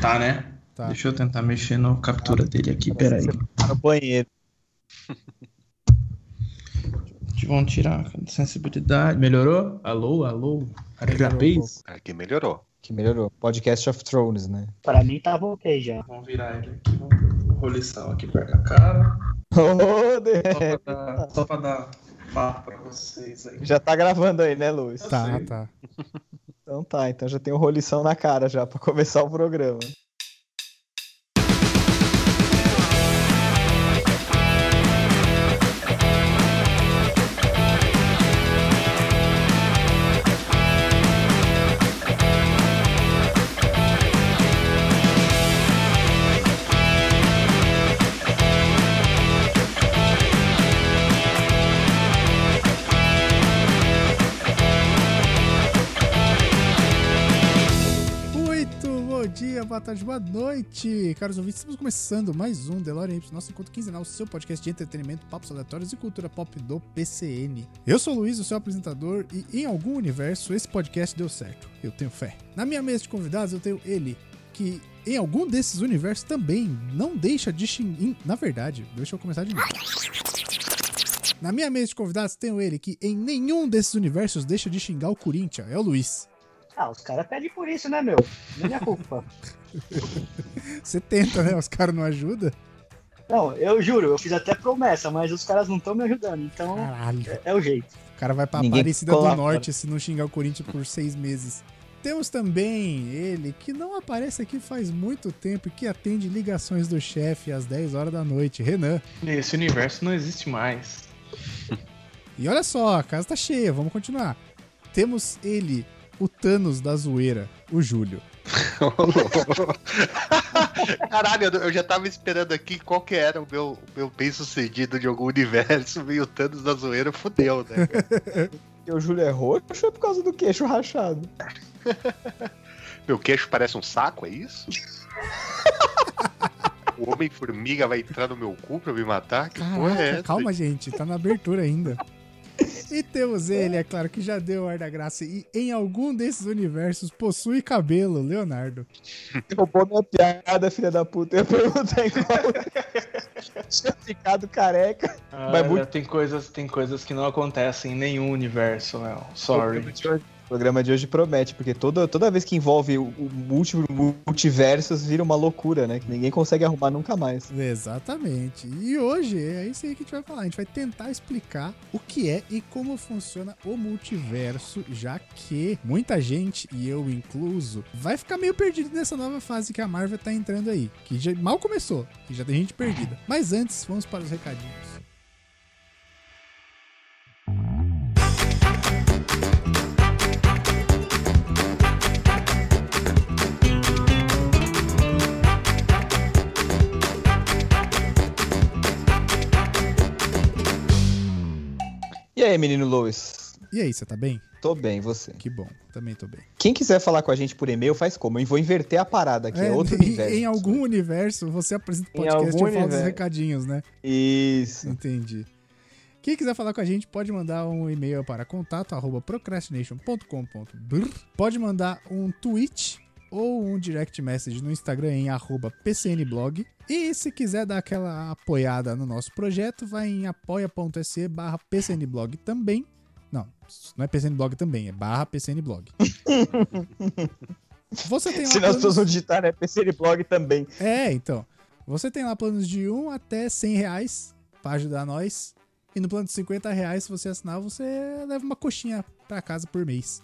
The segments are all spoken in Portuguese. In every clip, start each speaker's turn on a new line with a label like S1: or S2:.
S1: Tá, né?
S2: Tá.
S1: Deixa eu tentar mexer na captura dele aqui, peraí.
S3: Tá no banheiro.
S1: Vão tirar sensibilidade. Melhorou? Alô, alô? Arigapês?
S4: Aqui melhorou.
S3: Que melhorou. Podcast of Thrones, né?
S5: Pra mim tava ok já.
S1: Vamos virar ele aqui, vamos roliçar aqui perto da cara.
S3: Ô, de-
S1: Só pra dar, só pra dar papo pra vocês aí.
S3: já tá gravando aí, né, Luiz?
S2: Tá,
S1: sei.
S2: tá.
S3: Então tá, então já tem um rolição na cara já pra começar o programa.
S2: Muito bom dia, boa tarde, boa noite, caros ouvintes. Estamos começando mais um DeLorean Y, nosso encontro quinzenal, seu podcast de entretenimento, papos aleatórios e cultura pop do PCN. Eu sou o Luiz, o seu apresentador, e em algum universo esse podcast deu certo. Eu tenho fé. Na minha mesa de convidados eu tenho ele, que em algum desses universos também não deixa de xingar. Na verdade, deixa eu começar de novo. Na minha mesa de convidados tenho ele, que em nenhum desses universos deixa de xingar o Corinthians. É o Luiz.
S5: Ah, os caras pedem por isso, né, meu? Não é minha culpa.
S2: Você tenta, né? Os caras não ajudam.
S5: Não, eu juro, eu fiz até promessa, mas os caras não estão me ajudando, então
S1: Ah.
S2: Caralho.
S5: é o jeito.
S2: O cara vai pra
S3: Ninguém
S2: Aparecida
S3: colabora.
S2: do Norte se não xingar o Corinthians por seis meses. Temos também ele, que não aparece aqui faz muito tempo e que atende ligações do chefe às 10 horas da noite, Renan.
S1: Esse universo não existe mais.
S2: E olha só, a casa tá cheia, vamos continuar. Temos ele, o Thanos da zoeira, o Júlio.
S4: Caralho, eu- eu já tava esperando aqui qual que era o meu, o meu bem sucedido de algum universo. Veio o Thanos da zoeira, fudeu, né? cara?
S3: Porque o Júlio é roxo é por causa do queixo rachado.
S4: meu queixo parece um saco, é isso? o Homem-Formiga vai entrar no meu cu pra me matar? Que porra é
S2: Caraca,
S4: essa?
S2: calma, gente, tá na abertura ainda. E temos ele, é claro, que já deu o ar da graça e em algum desses universos possui cabelo, Leonardo.
S3: Roubou minha piada, filha da puta. Eu ia perguntar em qual. Tinha ficado careca. Vai
S1: Olha,
S3: muito-
S1: tem, coisas, tem coisas que não acontecem em nenhum universo, Léo. Sorry.
S3: O programa de hoje promete, porque toda, toda vez que envolve o, o multi- multiversos vira uma loucura, né? Que ninguém consegue arrumar nunca mais.
S2: Exatamente. E hoje é isso aí que a gente vai falar. A gente vai tentar explicar o que é e como funciona o multiverso, já que muita gente, e eu incluso, vai ficar meio perdido nessa nova fase que a Marvel tá entrando aí. Que já- mal começou, que já tem gente perdida. Mas antes, vamos para os recadinhos.
S3: E aí, menino Luiz?
S2: E aí, você tá bem?
S3: Tô bem, e você?
S2: Que bom, também tô bem.
S3: Quem quiser falar com a gente por e-mail, faz como? Eu vou inverter a parada aqui, é, outro
S2: em,
S3: universo.
S2: em algum universo, você apresenta o
S3: Em
S2: podcast e eu
S3: algum
S2: falo dos
S3: universo.
S2: recadinhos, né?
S3: Isso.
S2: Entendi. Quem quiser falar com a gente, pode mandar um e-mail para contato arroba procrastination.com.br Pode mandar um tweet ou um direct message no Instagram em arroba pcnblog. E se quiser dar aquela apoiada no nosso projeto, vai em apoia.se barra pcnblog também. Não, isso não é pcnblog também, é barra pcnblog. Você tem lá
S3: Se nós
S2: planos-
S3: todos não digitar, né? PC Blog também.
S2: é, então. Você tem lá planos de 1 até 100 reais pra ajudar nós. E no plano de 50 reais, se você assinar, você leva uma coxinha pra casa por mês.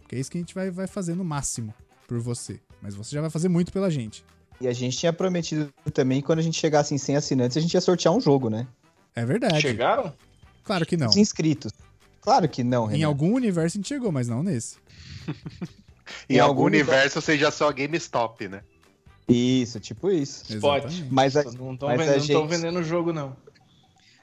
S2: Porque é isso que a gente vai, vai fazer no máximo por você. Mas você já vai fazer muito pela gente.
S3: E a gente tinha prometido também que quando a gente chegasse em 100 assinantes, a gente ia sortear um jogo, né?
S2: É verdade.
S1: Chegaram?
S2: Claro que não.
S3: Os inscritos. Claro que não,
S2: Em
S3: Renan.
S2: algum universo a gente chegou, mas não nesse.
S4: Em algum
S3: algum
S4: universo vocês já são a GameStop, né?
S3: Isso, tipo isso.
S1: Spot.
S2: Exatamente.
S3: Mas a,
S1: Não estão
S3: mas a
S1: vendendo, tão
S3: gente-
S1: vendendo o jogo, não.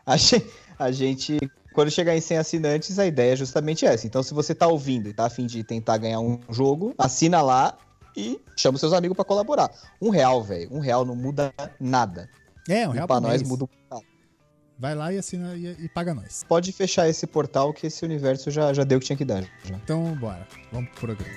S3: a, gen- a gente, quando chegar em 100 assinantes, a ideia é justamente essa. Então, se você tá ouvindo e tá a fim de tentar ganhar um jogo, assina lá e chama os seus amigos pra colaborar. Um real, velho. Um real não muda nada.
S2: É, um real
S3: e pra
S2: por
S3: nós
S2: mês.
S3: muda um
S2: Vai lá e assina e, e paga nós.
S3: Pode fechar esse portal que esse universo já, já deu o que tinha que dar. já.
S2: Então, bora. Vamos pro programa.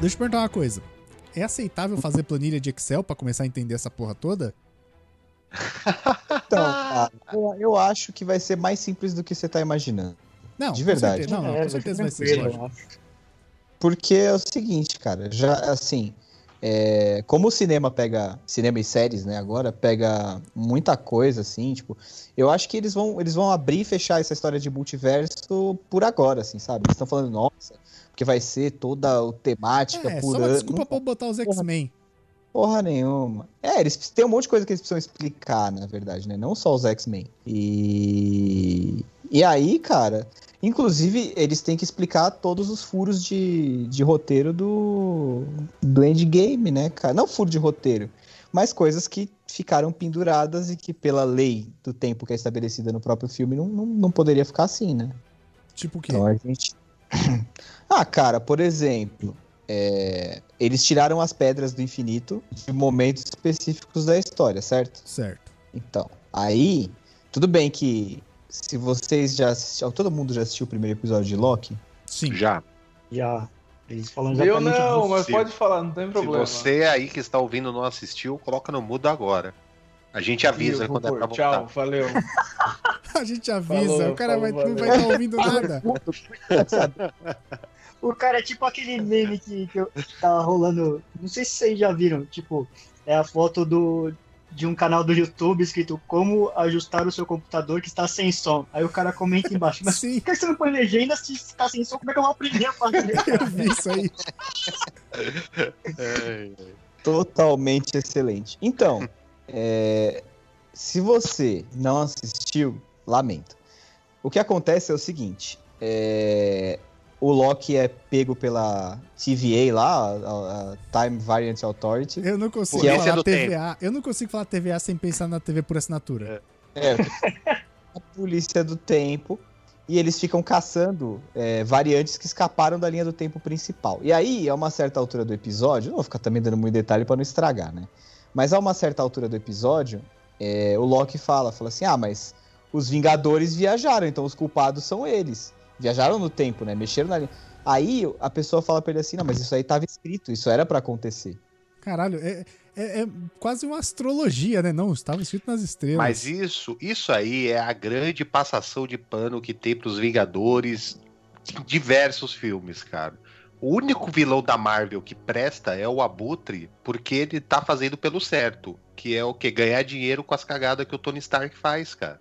S2: Deixa eu te perguntar uma coisa. É aceitável fazer planilha de Excel pra começar a entender essa porra toda?
S3: Então,
S2: Ah!
S3: cara, eu, eu acho que vai ser mais simples do que você tá imaginando.
S2: Não,
S3: De verdade.
S2: Com certeza,
S5: É,
S2: não, não,
S1: É,
S2: com certeza vai ser. lógico.
S5: né?
S3: Porque é o seguinte, cara, já assim, é, como o cinema pega, cinema e séries, né, agora pega muita coisa assim, tipo, eu acho que eles vão, eles vão abrir e fechar essa história de multiverso por agora, assim, sabe? Eles estão falando, nossa, porque vai ser toda o temática
S2: É,
S3: por
S2: só uma
S3: ano.
S2: desculpa pra eu botar os X-Men.
S3: Porra nenhuma. É, eles tem um monte de coisa que eles precisam explicar, na verdade, né? Não só os X-Men. E. E aí, cara. Inclusive, eles têm que explicar todos os furos de, de roteiro do. do endgame, né, cara? Não furo de roteiro, mas coisas que ficaram penduradas e que, pela lei do tempo que é estabelecida no próprio filme, não, não, não poderia ficar assim, né?
S2: Tipo o quê?
S3: Então a gente. ah, cara, por exemplo, é, eles tiraram as pedras do infinito de momentos específicos da história, certo?
S2: Certo.
S3: Então, aí, tudo bem que se vocês já assistiram. Todo mundo já assistiu o primeiro episódio de Loki?
S2: Sim.
S4: Já.
S5: Já. Eles falam
S1: Eu
S5: exatamente
S3: é
S1: não, mas
S4: Sim.
S1: pode falar, não tem
S4: Se
S1: problema.
S4: você aí que está ouvindo não assistiu, coloca no mudo agora. A gente avisa
S1: Ih,
S4: quando é
S1: por-
S4: pra voltar.
S1: Tchau, valeu.
S2: A gente avisa,
S1: Falou,
S2: o cara vai-
S1: falou,
S2: não vai
S1: valeu.
S2: estar ouvindo nada.
S5: O cara é tipo aquele meme que, que eu- tá rolando. Não sei se vocês já viram. Tipo, é a foto do de um canal do YouTube escrito Como ajustar o seu computador que está sem som. Aí o cara comenta embaixo. Mas
S2: Sim,
S5: por que você não põe legenda se está sem som? Como é que eu vou aprender a fazer?
S2: eu vi isso aí.
S4: É,
S3: Totalmente excelente. Então, é, se você não assistiu, lamento. O que acontece é o seguinte: é, o Loki é pego pela TVA lá, a, a Time Variant Authority.
S2: Eu não consigo
S3: Polícia
S2: falar
S4: do
S2: TVA. Eu não consigo falar TVA sem pensar na TV por assinatura.
S3: É, a polícia do tempo. E eles ficam caçando é, variantes que escaparam da linha do tempo principal. E aí, a uma certa altura do episódio, não vou ficar também dando muito detalhe pra não estragar, né? Mas a uma certa altura do episódio, é, o Loki fala, fala assim, ah, mas os Vingadores viajaram, então os culpados são eles. Viajaram no tempo, né? Mexeram na linha. Aí a pessoa fala pra ele assim, não, mas isso aí tava escrito, isso era pra acontecer.
S2: Caralho, é, é- é quase uma astrologia, né? Não, estava escrito nas estrelas.
S4: Mas isso, isso aí é a grande passação de pano que tem pros Vingadores em diversos filmes, cara. O único vilão da Marvel que presta é o Abutre, porque ele tá fazendo pelo certo, que é o que ganhar dinheiro com as cagadas que o Tony Stark faz, cara.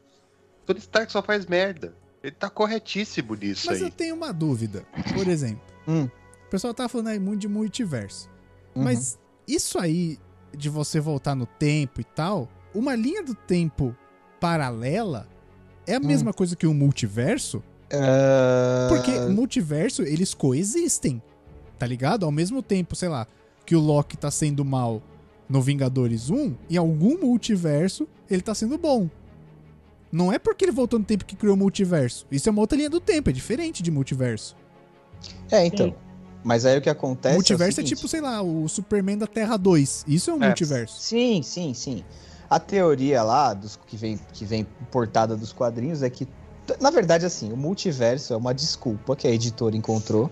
S4: O Tony Stark só faz merda. Ele tá corretíssimo nisso
S2: Mas eu
S4: aí.
S2: tenho uma dúvida, por exemplo.
S3: Hum.
S2: O pessoal tá falando aí muito de multiverso.
S3: Uhum.
S2: Mas isso aí de você voltar no tempo e tal, uma linha do tempo paralela é
S3: Hum.
S2: a mesma coisa que um multiverso?
S3: Ah,
S2: Porque multiverso, eles coexistem. Tá ligado? Ao mesmo tempo, sei lá, que o Loki tá sendo mal no Vingadores 1, em algum multiverso, ele tá sendo bom. Não é porque ele voltou no tempo que criou o multiverso. Isso é uma outra linha do tempo, é diferente de multiverso.
S3: É, então. Mas aí o que acontece.
S2: multiverso é,
S3: o seguinte.
S2: tipo, sei lá, o Superman da Terra 2. Isso é um
S4: É.
S2: multiverso.
S3: Sim, sim, sim. A teoria lá, dos, que, vem, que vem portada dos quadrinhos, é que. Na verdade, assim, o multiverso é uma desculpa que a editora encontrou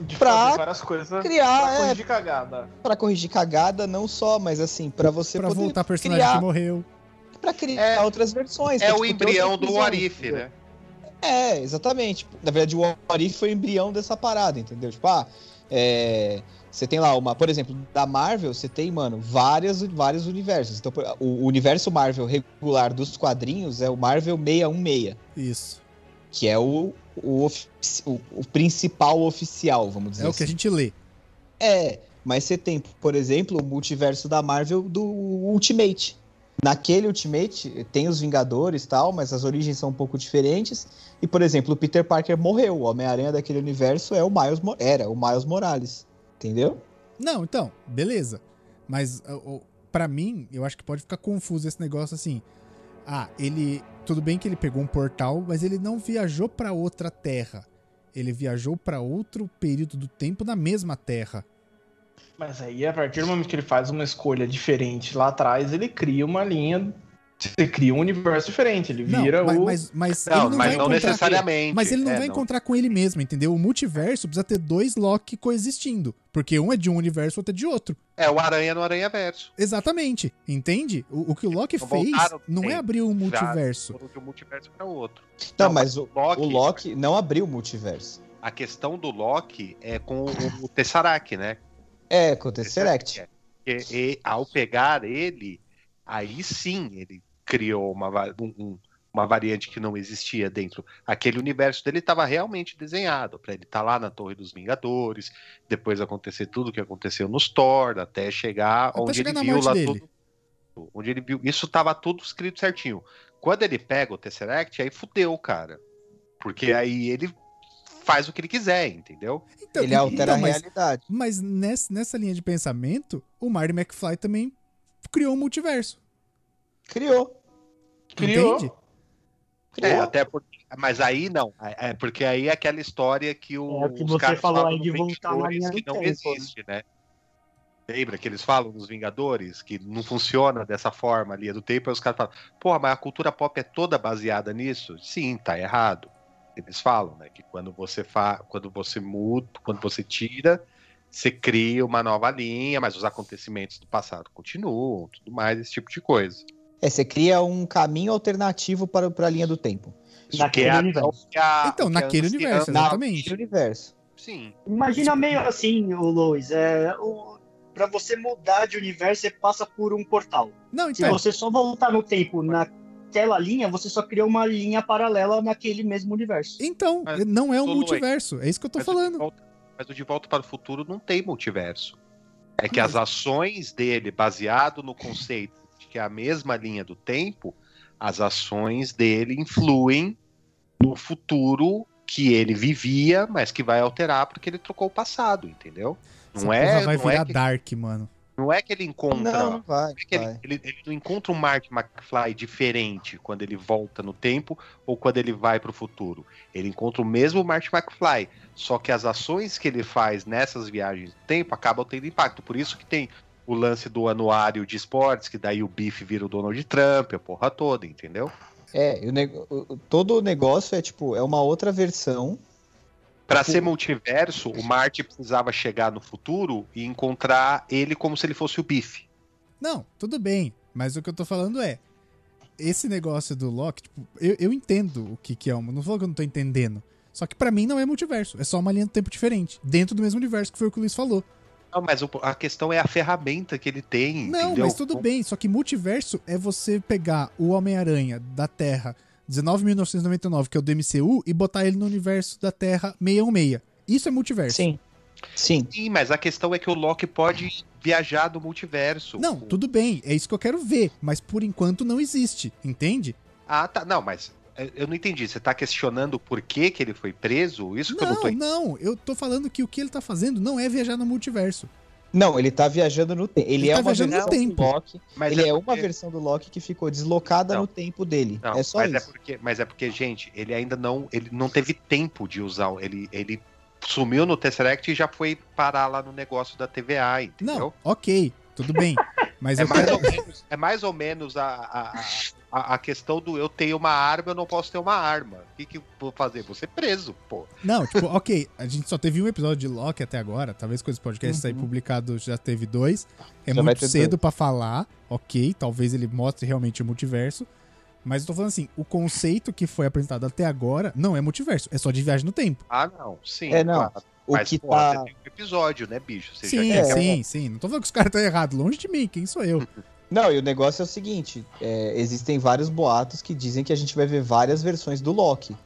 S1: De
S3: Pra
S1: fazer várias coisas pra
S3: criar, é,
S1: corrigir cagada.
S3: pra corrigir cagada, não só, mas assim, pra você
S2: Pra
S3: poder
S2: voltar personagem
S3: criar-
S2: que morreu.
S3: pra criar
S4: É-
S3: outras versões.
S4: É
S3: pra,
S4: o
S3: tipo, ter
S4: embrião
S3: outras
S4: do
S3: visões,
S4: Warif,
S3: entendeu?
S4: né?
S3: É, exatamente. Na verdade, o Warif foi o embrião dessa parada, entendeu? Tipo, ah, é, você tem lá uma, por exemplo, da Marvel, você tem, mano, várias, vários universos. Então, por- o universo Marvel regular dos quadrinhos é o Marvel 616,
S2: Isso.
S3: que é o, o, ofici- o- o principal oficial, vamos dizer
S2: É o que
S3: assim.
S2: a gente lê.
S3: É, mas você tem, por exemplo, o multiverso da Marvel do Ultimate. Naquele Ultimate tem os Vingadores e tal, mas as origens são um pouco diferentes. E, por exemplo, o Peter Parker morreu. O Homem-Aranha daquele universo é o Miles Mo- era o Miles Morales. Entendeu?
S2: Não, então, beleza. Mas ó, ó, pra mim, eu acho que pode ficar confuso esse negócio assim. Ah, ele. Tudo bem que ele pegou um portal, mas ele não viajou pra outra terra. Ele viajou pra outro período do tempo na mesma terra.
S1: Mas aí, a partir do momento que ele faz uma escolha diferente lá atrás, ele cria uma linha Você cria um universo diferente, ele
S2: Não,
S1: vira
S2: mas,
S1: o.
S2: mas, mas ele não
S4: Não,
S2: vai
S4: mas não
S2: encontrar...
S4: necessariamente.
S2: Mas ele não
S4: É,
S2: vai encontrar com ele mesmo, entendeu? O multiverso precisa ter dois Loki coexistindo. Porque um é de um universo, outro é de outro.
S4: É o Aranha no Aranha Verso.
S2: Exatamente. Entende? O, o que o Loki
S4: Então
S2: fez
S4: voltaram,
S2: não é
S4: sim.
S2: abrir um
S4: Já
S2: multiverso.
S4: foram de um multiverso para outro.
S3: Não,
S4: Não,
S3: mas o,
S4: Loki,
S3: o Loki não abriu o multiverso.
S4: A questão do Loki é com o, o Tesseract, né?
S3: É, com o Tesseract.
S4: É. E, e ao pegar ele, aí sim ele criou uma, va- um- um- uma variante que não existia dentro. Aquele universo dele estava realmente desenhado para ele estar lá na Torre dos Vingadores, depois acontecer tudo o que aconteceu nos Thor, até chegar
S2: Até
S4: onde
S2: chegar Tá na
S4: ele viu
S2: morte
S4: lá
S2: dele.
S4: tudo. Onde ele viu. Isso estava tudo escrito certinho. Quando ele pega o Tesseract, aí fudeu, cara. Porque aí ele faz o que ele quiser, entendeu?
S2: Então,
S3: Ele é altera
S2: então,
S3: a
S2: mas,
S3: realidade.
S2: mas nessa, nessa linha de pensamento, o Marty McFly também criou um multiverso.
S3: Criou.
S1: Criou.
S2: Entende?
S3: criou.
S4: É, até porque. Mas aí não. É é porque aí é aquela história que o,
S5: É, que
S4: os
S5: você
S4: caras
S5: falou
S4: falam
S5: aí
S4: nos
S5: de voltar na
S4: Vingadores
S5: linha
S4: que
S5: do
S4: não
S5: tempo,
S4: existe, né? Lembra que eles falam nos Vingadores que não funciona dessa forma ali É do tempo, aí os caras falam, porra, mas a cultura pop é toda baseada nisso? Sim, tá errado. Eles falam, né? Que quando você fa... quando você muda, quando você tira, você cria uma nova linha, mas os acontecimentos do passado continuam, tudo mais, esse tipo de coisa.
S3: É, você cria um caminho alternativo para, para a linha do tempo.
S4: Isso
S5: Naquele
S4: que é-
S5: universo.
S4: que a-
S2: Então,
S4: que é assim,
S2: naquele
S4: a anciã-
S2: universo,
S4: na-
S2: exatamente.
S3: Naquele universo.
S4: Sim.
S5: Imagina meio assim, o Lois, é, o, pra você mudar de universo, você passa por um portal.
S2: Não,
S5: Se
S3: É.
S2: então.
S5: você só voltar no tempo naquela linha, você só criou uma linha paralela naquele mesmo universo.
S2: Então,
S4: Mas,
S2: não é um
S4: Solon,
S2: multiverso. É isso que eu tô
S4: Mas o De
S2: falando.
S4: Volta- mas o De Volta para o Futuro não tem multiverso. É que as
S2: assim?
S4: ações dele, baseado no conceito de que é a mesma linha do tempo, as ações dele influem no futuro que ele vivia, mas que vai alterar porque ele trocou o passado, entendeu?
S2: Essa
S4: Não é,
S2: porra vai
S4: não, é
S2: virar
S4: que,
S2: Dark, mano.
S4: não é que ele encontra.
S3: Não, não vai.
S4: Como é que ele,
S3: vai.
S4: ele- ele não encontra um Mark McFly diferente quando ele volta no tempo ou quando ele vai pro futuro. Ele encontra o mesmo Mark McFly, só que as ações que ele faz nessas viagens do tempo acabam tendo impacto. Por isso que tem o lance do anuário de esportes, que daí o Biff vira o Donald Trump, a porra toda, entendeu?
S3: É, e o neg- o- o- todo o negócio é tipo, é uma outra versão.
S4: Pra
S3: Sim.
S4: ser multiverso, o Marty precisava chegar no futuro e encontrar ele como se ele fosse o Biff.
S2: Não, tudo bem. Mas o que eu tô falando é. Esse negócio do Loki, tipo, eu, eu entendo o que, que é uma. Não vou que eu não tô entendendo. Só que pra mim não é multiverso. É só uma linha do tempo diferente. Dentro do mesmo universo, que foi o que o Luiz falou.
S4: Não, mas o- a questão é a ferramenta que ele tem.
S2: Não,
S4: entendeu?
S2: mas tudo bem. Só que multiverso é você pegar o Homem-Aranha da Terra 19.999, que é o do MCU, e botar ele no universo da Terra 616. Isso é multiverso.
S3: Sim. Sim.
S4: Sim, mas a questão é que o Loki pode viajar do multiverso.
S2: Não,
S4: O-
S2: tudo bem. É isso que eu quero ver. Mas por enquanto não existe. Entende?
S4: Ah, tá. Não, mas é, eu não entendi. Você tá questionando por que, que ele foi preso? Isso que eu não tô
S2: Não,
S4: entendendo.
S2: não, eu tô falando que o que ele tá fazendo não é viajar no multiverso.
S3: Não, ele tá viajando no tempo. Ele,
S2: Ele
S3: é
S2: tá
S3: uma
S2: viajando no
S3: versão
S2: tempo.
S3: do Loki.
S4: Mas
S3: ele é,
S4: porque-
S3: uma versão do Loki que ficou deslocada
S4: Não.
S3: no tempo dele.
S4: Não,
S3: é só
S4: mas
S3: isso.
S4: É porque, mas é porque, gente, ele ainda não, ele não teve tempo de usar. o- Ele, ele sumiu no Tesseract e já foi parar lá no negócio da TVA, entendeu?
S2: Não, ok, tudo bem. Mas
S4: É
S2: eu
S4: mais,
S2: quero.
S4: ou menos, é mais ou menos a, a, a, a questão do eu tenho uma arma, eu não posso ter uma arma. O que, que eu vou fazer? Vou ser preso, pô.
S2: Não, tipo, ok, a gente só teve um episódio de Loki até agora. Talvez com esse podcast sair publicado já teve dois. É
S3: Uhum. Já vai
S2: muito
S3: ter
S2: cedo pra falar, ok. Talvez ele mostre realmente o multiverso. Mas eu tô falando assim, o conceito que foi apresentado até agora não é multiverso, é só de viagem no tempo.
S4: Ah, não. Sim,
S3: É, não.
S4: claro.
S3: O
S4: Mas,
S3: que
S4: pô,
S3: tá.
S4: você tem um episódio, né, bicho? Você já
S2: sim,
S4: quer-
S3: é, Uhum.
S2: sim, sim. Não tô falando que os caras estão errados, longe de mim, quem sou eu?
S3: Não, e o negócio é o seguinte: é, existem vários boatos que dizem que a gente vai ver várias versões do Loki.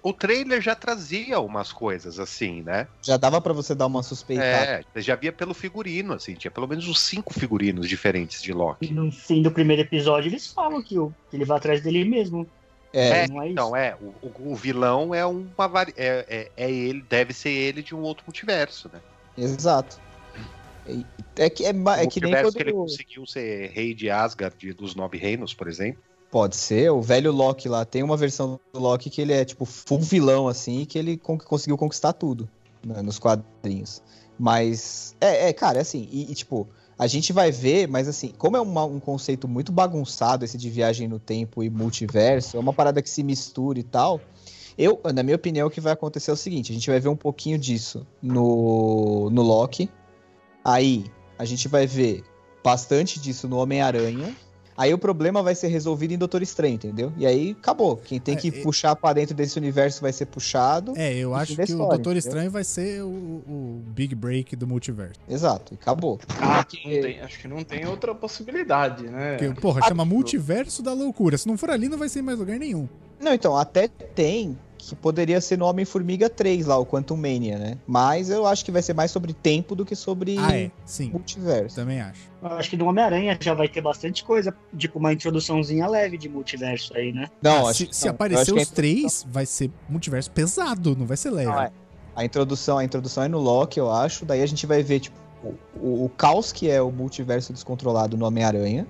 S4: O trailer já trazia umas coisas assim, né?
S3: Já dava pra você dar uma suspeitada.
S4: É, você já via pelo figurino, assim, tinha pelo menos uns cinco figurinos diferentes de Loki.
S5: E no fim do primeiro episódio, eles falam que, o- que ele vai atrás dele mesmo.
S3: É,
S4: É,
S5: não é isso?
S4: Então, é, o, o- o vilão é uma vari... é, é- é ele, deve ser ele de um outro multiverso, né?
S3: exato. É, é que, é, ma-
S4: O
S3: é que nem
S4: Um multiverso
S3: quando.
S4: que ele conseguiu ser rei de Asgard de- dos Nove Reinos, por exemplo.
S3: Pode ser, o velho Loki lá. Tem uma versão do Loki que ele é, tipo, full vilão, assim, que ele con- conseguiu conquistar tudo né, nos quadrinhos. Mas, é, é, cara, é assim, e, e, tipo, A gente vai ver, mas assim, como é uma- um conceito muito bagunçado esse de viagem no tempo e multiverso, é uma parada que se mistura e tal. Eu, na minha opinião, o que vai acontecer é o seguinte: a gente vai ver um pouquinho disso no, no Loki. Aí, a gente vai ver bastante disso no Homem-Aranha. Aí o problema vai ser resolvido em Doutor Estranho, entendeu? E aí acabou. Quem tem
S2: É,
S3: que
S2: e-
S3: puxar pra dentro desse universo vai ser puxado.
S2: É, eu
S3: Fim
S2: acho que
S3: da
S2: o
S3: história,
S2: Doutor
S3: entendeu?
S2: Estranho vai ser o, o Big Break do multiverso.
S3: Exato, e acabou.
S1: Ah, que não tem- acho que não tem outra possibilidade, né?
S2: Porque, porra,
S3: Ah,
S2: chama
S3: eu-
S2: Multiverso da Loucura. Se não for ali, não vai ser em mais lugar nenhum.
S3: Não, então, até tem que poderia ser no Homem-Formiga 3 lá, o Quantum Mania, né? Mas eu acho que vai ser mais sobre tempo do que sobre
S2: Ah, é. Sim,
S3: multiverso.
S2: também acho.
S5: Eu Acho que no Homem-Aranha já vai ter bastante coisa, tipo uma introduçãozinha leve de multiverso aí, né?
S3: Não,
S2: Ah,
S3: acho
S2: se,
S3: que
S2: se
S3: não. Eu
S2: aparecer
S3: acho que é
S2: os três, vai ser multiverso pesado, não vai ser leve.
S3: Não, é. a introdução, a introdução é no Loki, eu acho. Daí a gente vai ver tipo o, o caos que é o multiverso descontrolado no Homem-Aranha.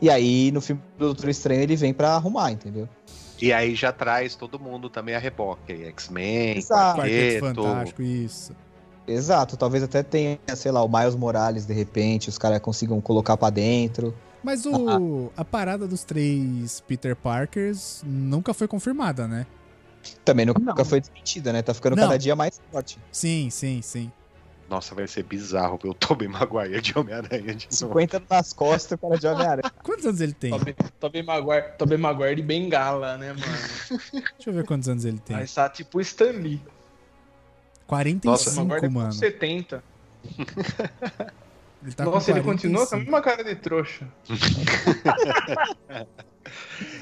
S3: E aí no filme do Doutor Estranho ele vem pra arrumar, entendeu?
S4: E aí já traz todo mundo também a reboque. aí, X-Men,
S3: Exato.
S2: Quarteto
S4: Quarteto.
S2: Fantástico, isso.
S3: Exato, talvez até tenha, sei lá, o Miles Morales de repente, os caras consigam colocar pra dentro.
S2: Mas o, a parada dos três Peter Parkers nunca foi confirmada, né?
S3: Também nunca foi desmentida, né? Tá ficando
S2: Não.
S3: cada dia mais forte.
S2: Sim, sim, sim.
S4: Nossa, vai ser bizarro ver o Tobey Maguire de Homem-Aranha de novo.
S3: 50 nas costas, o cara de Homem-Aranha.
S2: Quantos anos ele tem?
S1: Tobey- Tobey Maguire, Tobey Maguire de bengala, né, mano?
S2: Deixa eu ver quantos anos ele tem.
S1: Mas tá tipo Stan Lee.
S2: 45,
S1: Maguire tá com
S2: mano.
S1: 70.
S2: Ele tá
S1: Nossa,
S2: com
S1: ele continua com a
S2: 45.
S1: mesma cara de trouxa.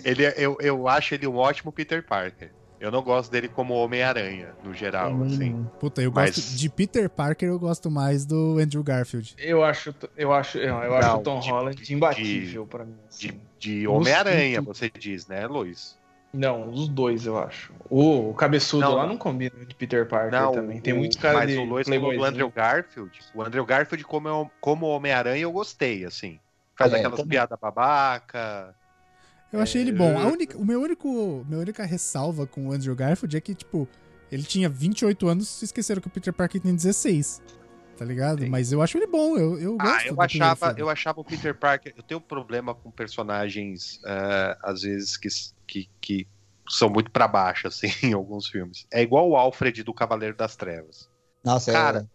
S4: Ele, é- eu, eu acho ele um ótimo Peter Parker. Eu não gosto dele como Homem-Aranha, no geral, assim.
S2: Puta, eu
S4: Mas-
S2: gosto de Peter Parker, eu gosto mais do Andrew Garfield.
S1: Eu acho, eu acho, eu, eu acho
S4: Não,
S1: o Tom
S4: de-
S1: Holland imbatível pra mim. assim.
S4: De, de Homem-Aranha, você diz, né, Luiz?
S1: Não, os dois, eu acho. O, o cabeçudo
S4: Não.
S1: lá não combina de Peter Parker também. Tem
S4: o-
S1: muito cara
S4: mas
S1: de
S4: o Lois falou do
S1: playboyzinho.
S4: Andrew Garfield. O Andrew Garfield, como, é o- como Homem-Aranha, eu gostei, assim. Faz
S3: É,
S4: aquelas
S3: também.
S4: piadas babaca.
S2: Eu achei ele bom. A única, o meu único, minha única ressalva com o Andrew Garfield é que, tipo, ele tinha 28 anos e esqueceram que o Peter Parker tem 16. Tá ligado?
S4: Sim.
S2: Mas eu acho ele bom, eu, eu gosto.
S4: Ah,
S2: do
S4: eu
S2: primeiro
S4: achava,
S2: filme.
S4: eu achava o Peter Parker. Eu tenho um problema com personagens, eh, às vezes, que, que, que são muito pra baixo, assim, em alguns filmes. É igual o Alfred do Cavaleiro das Trevas.
S3: Nossa, é,
S4: Cara,
S3: cara.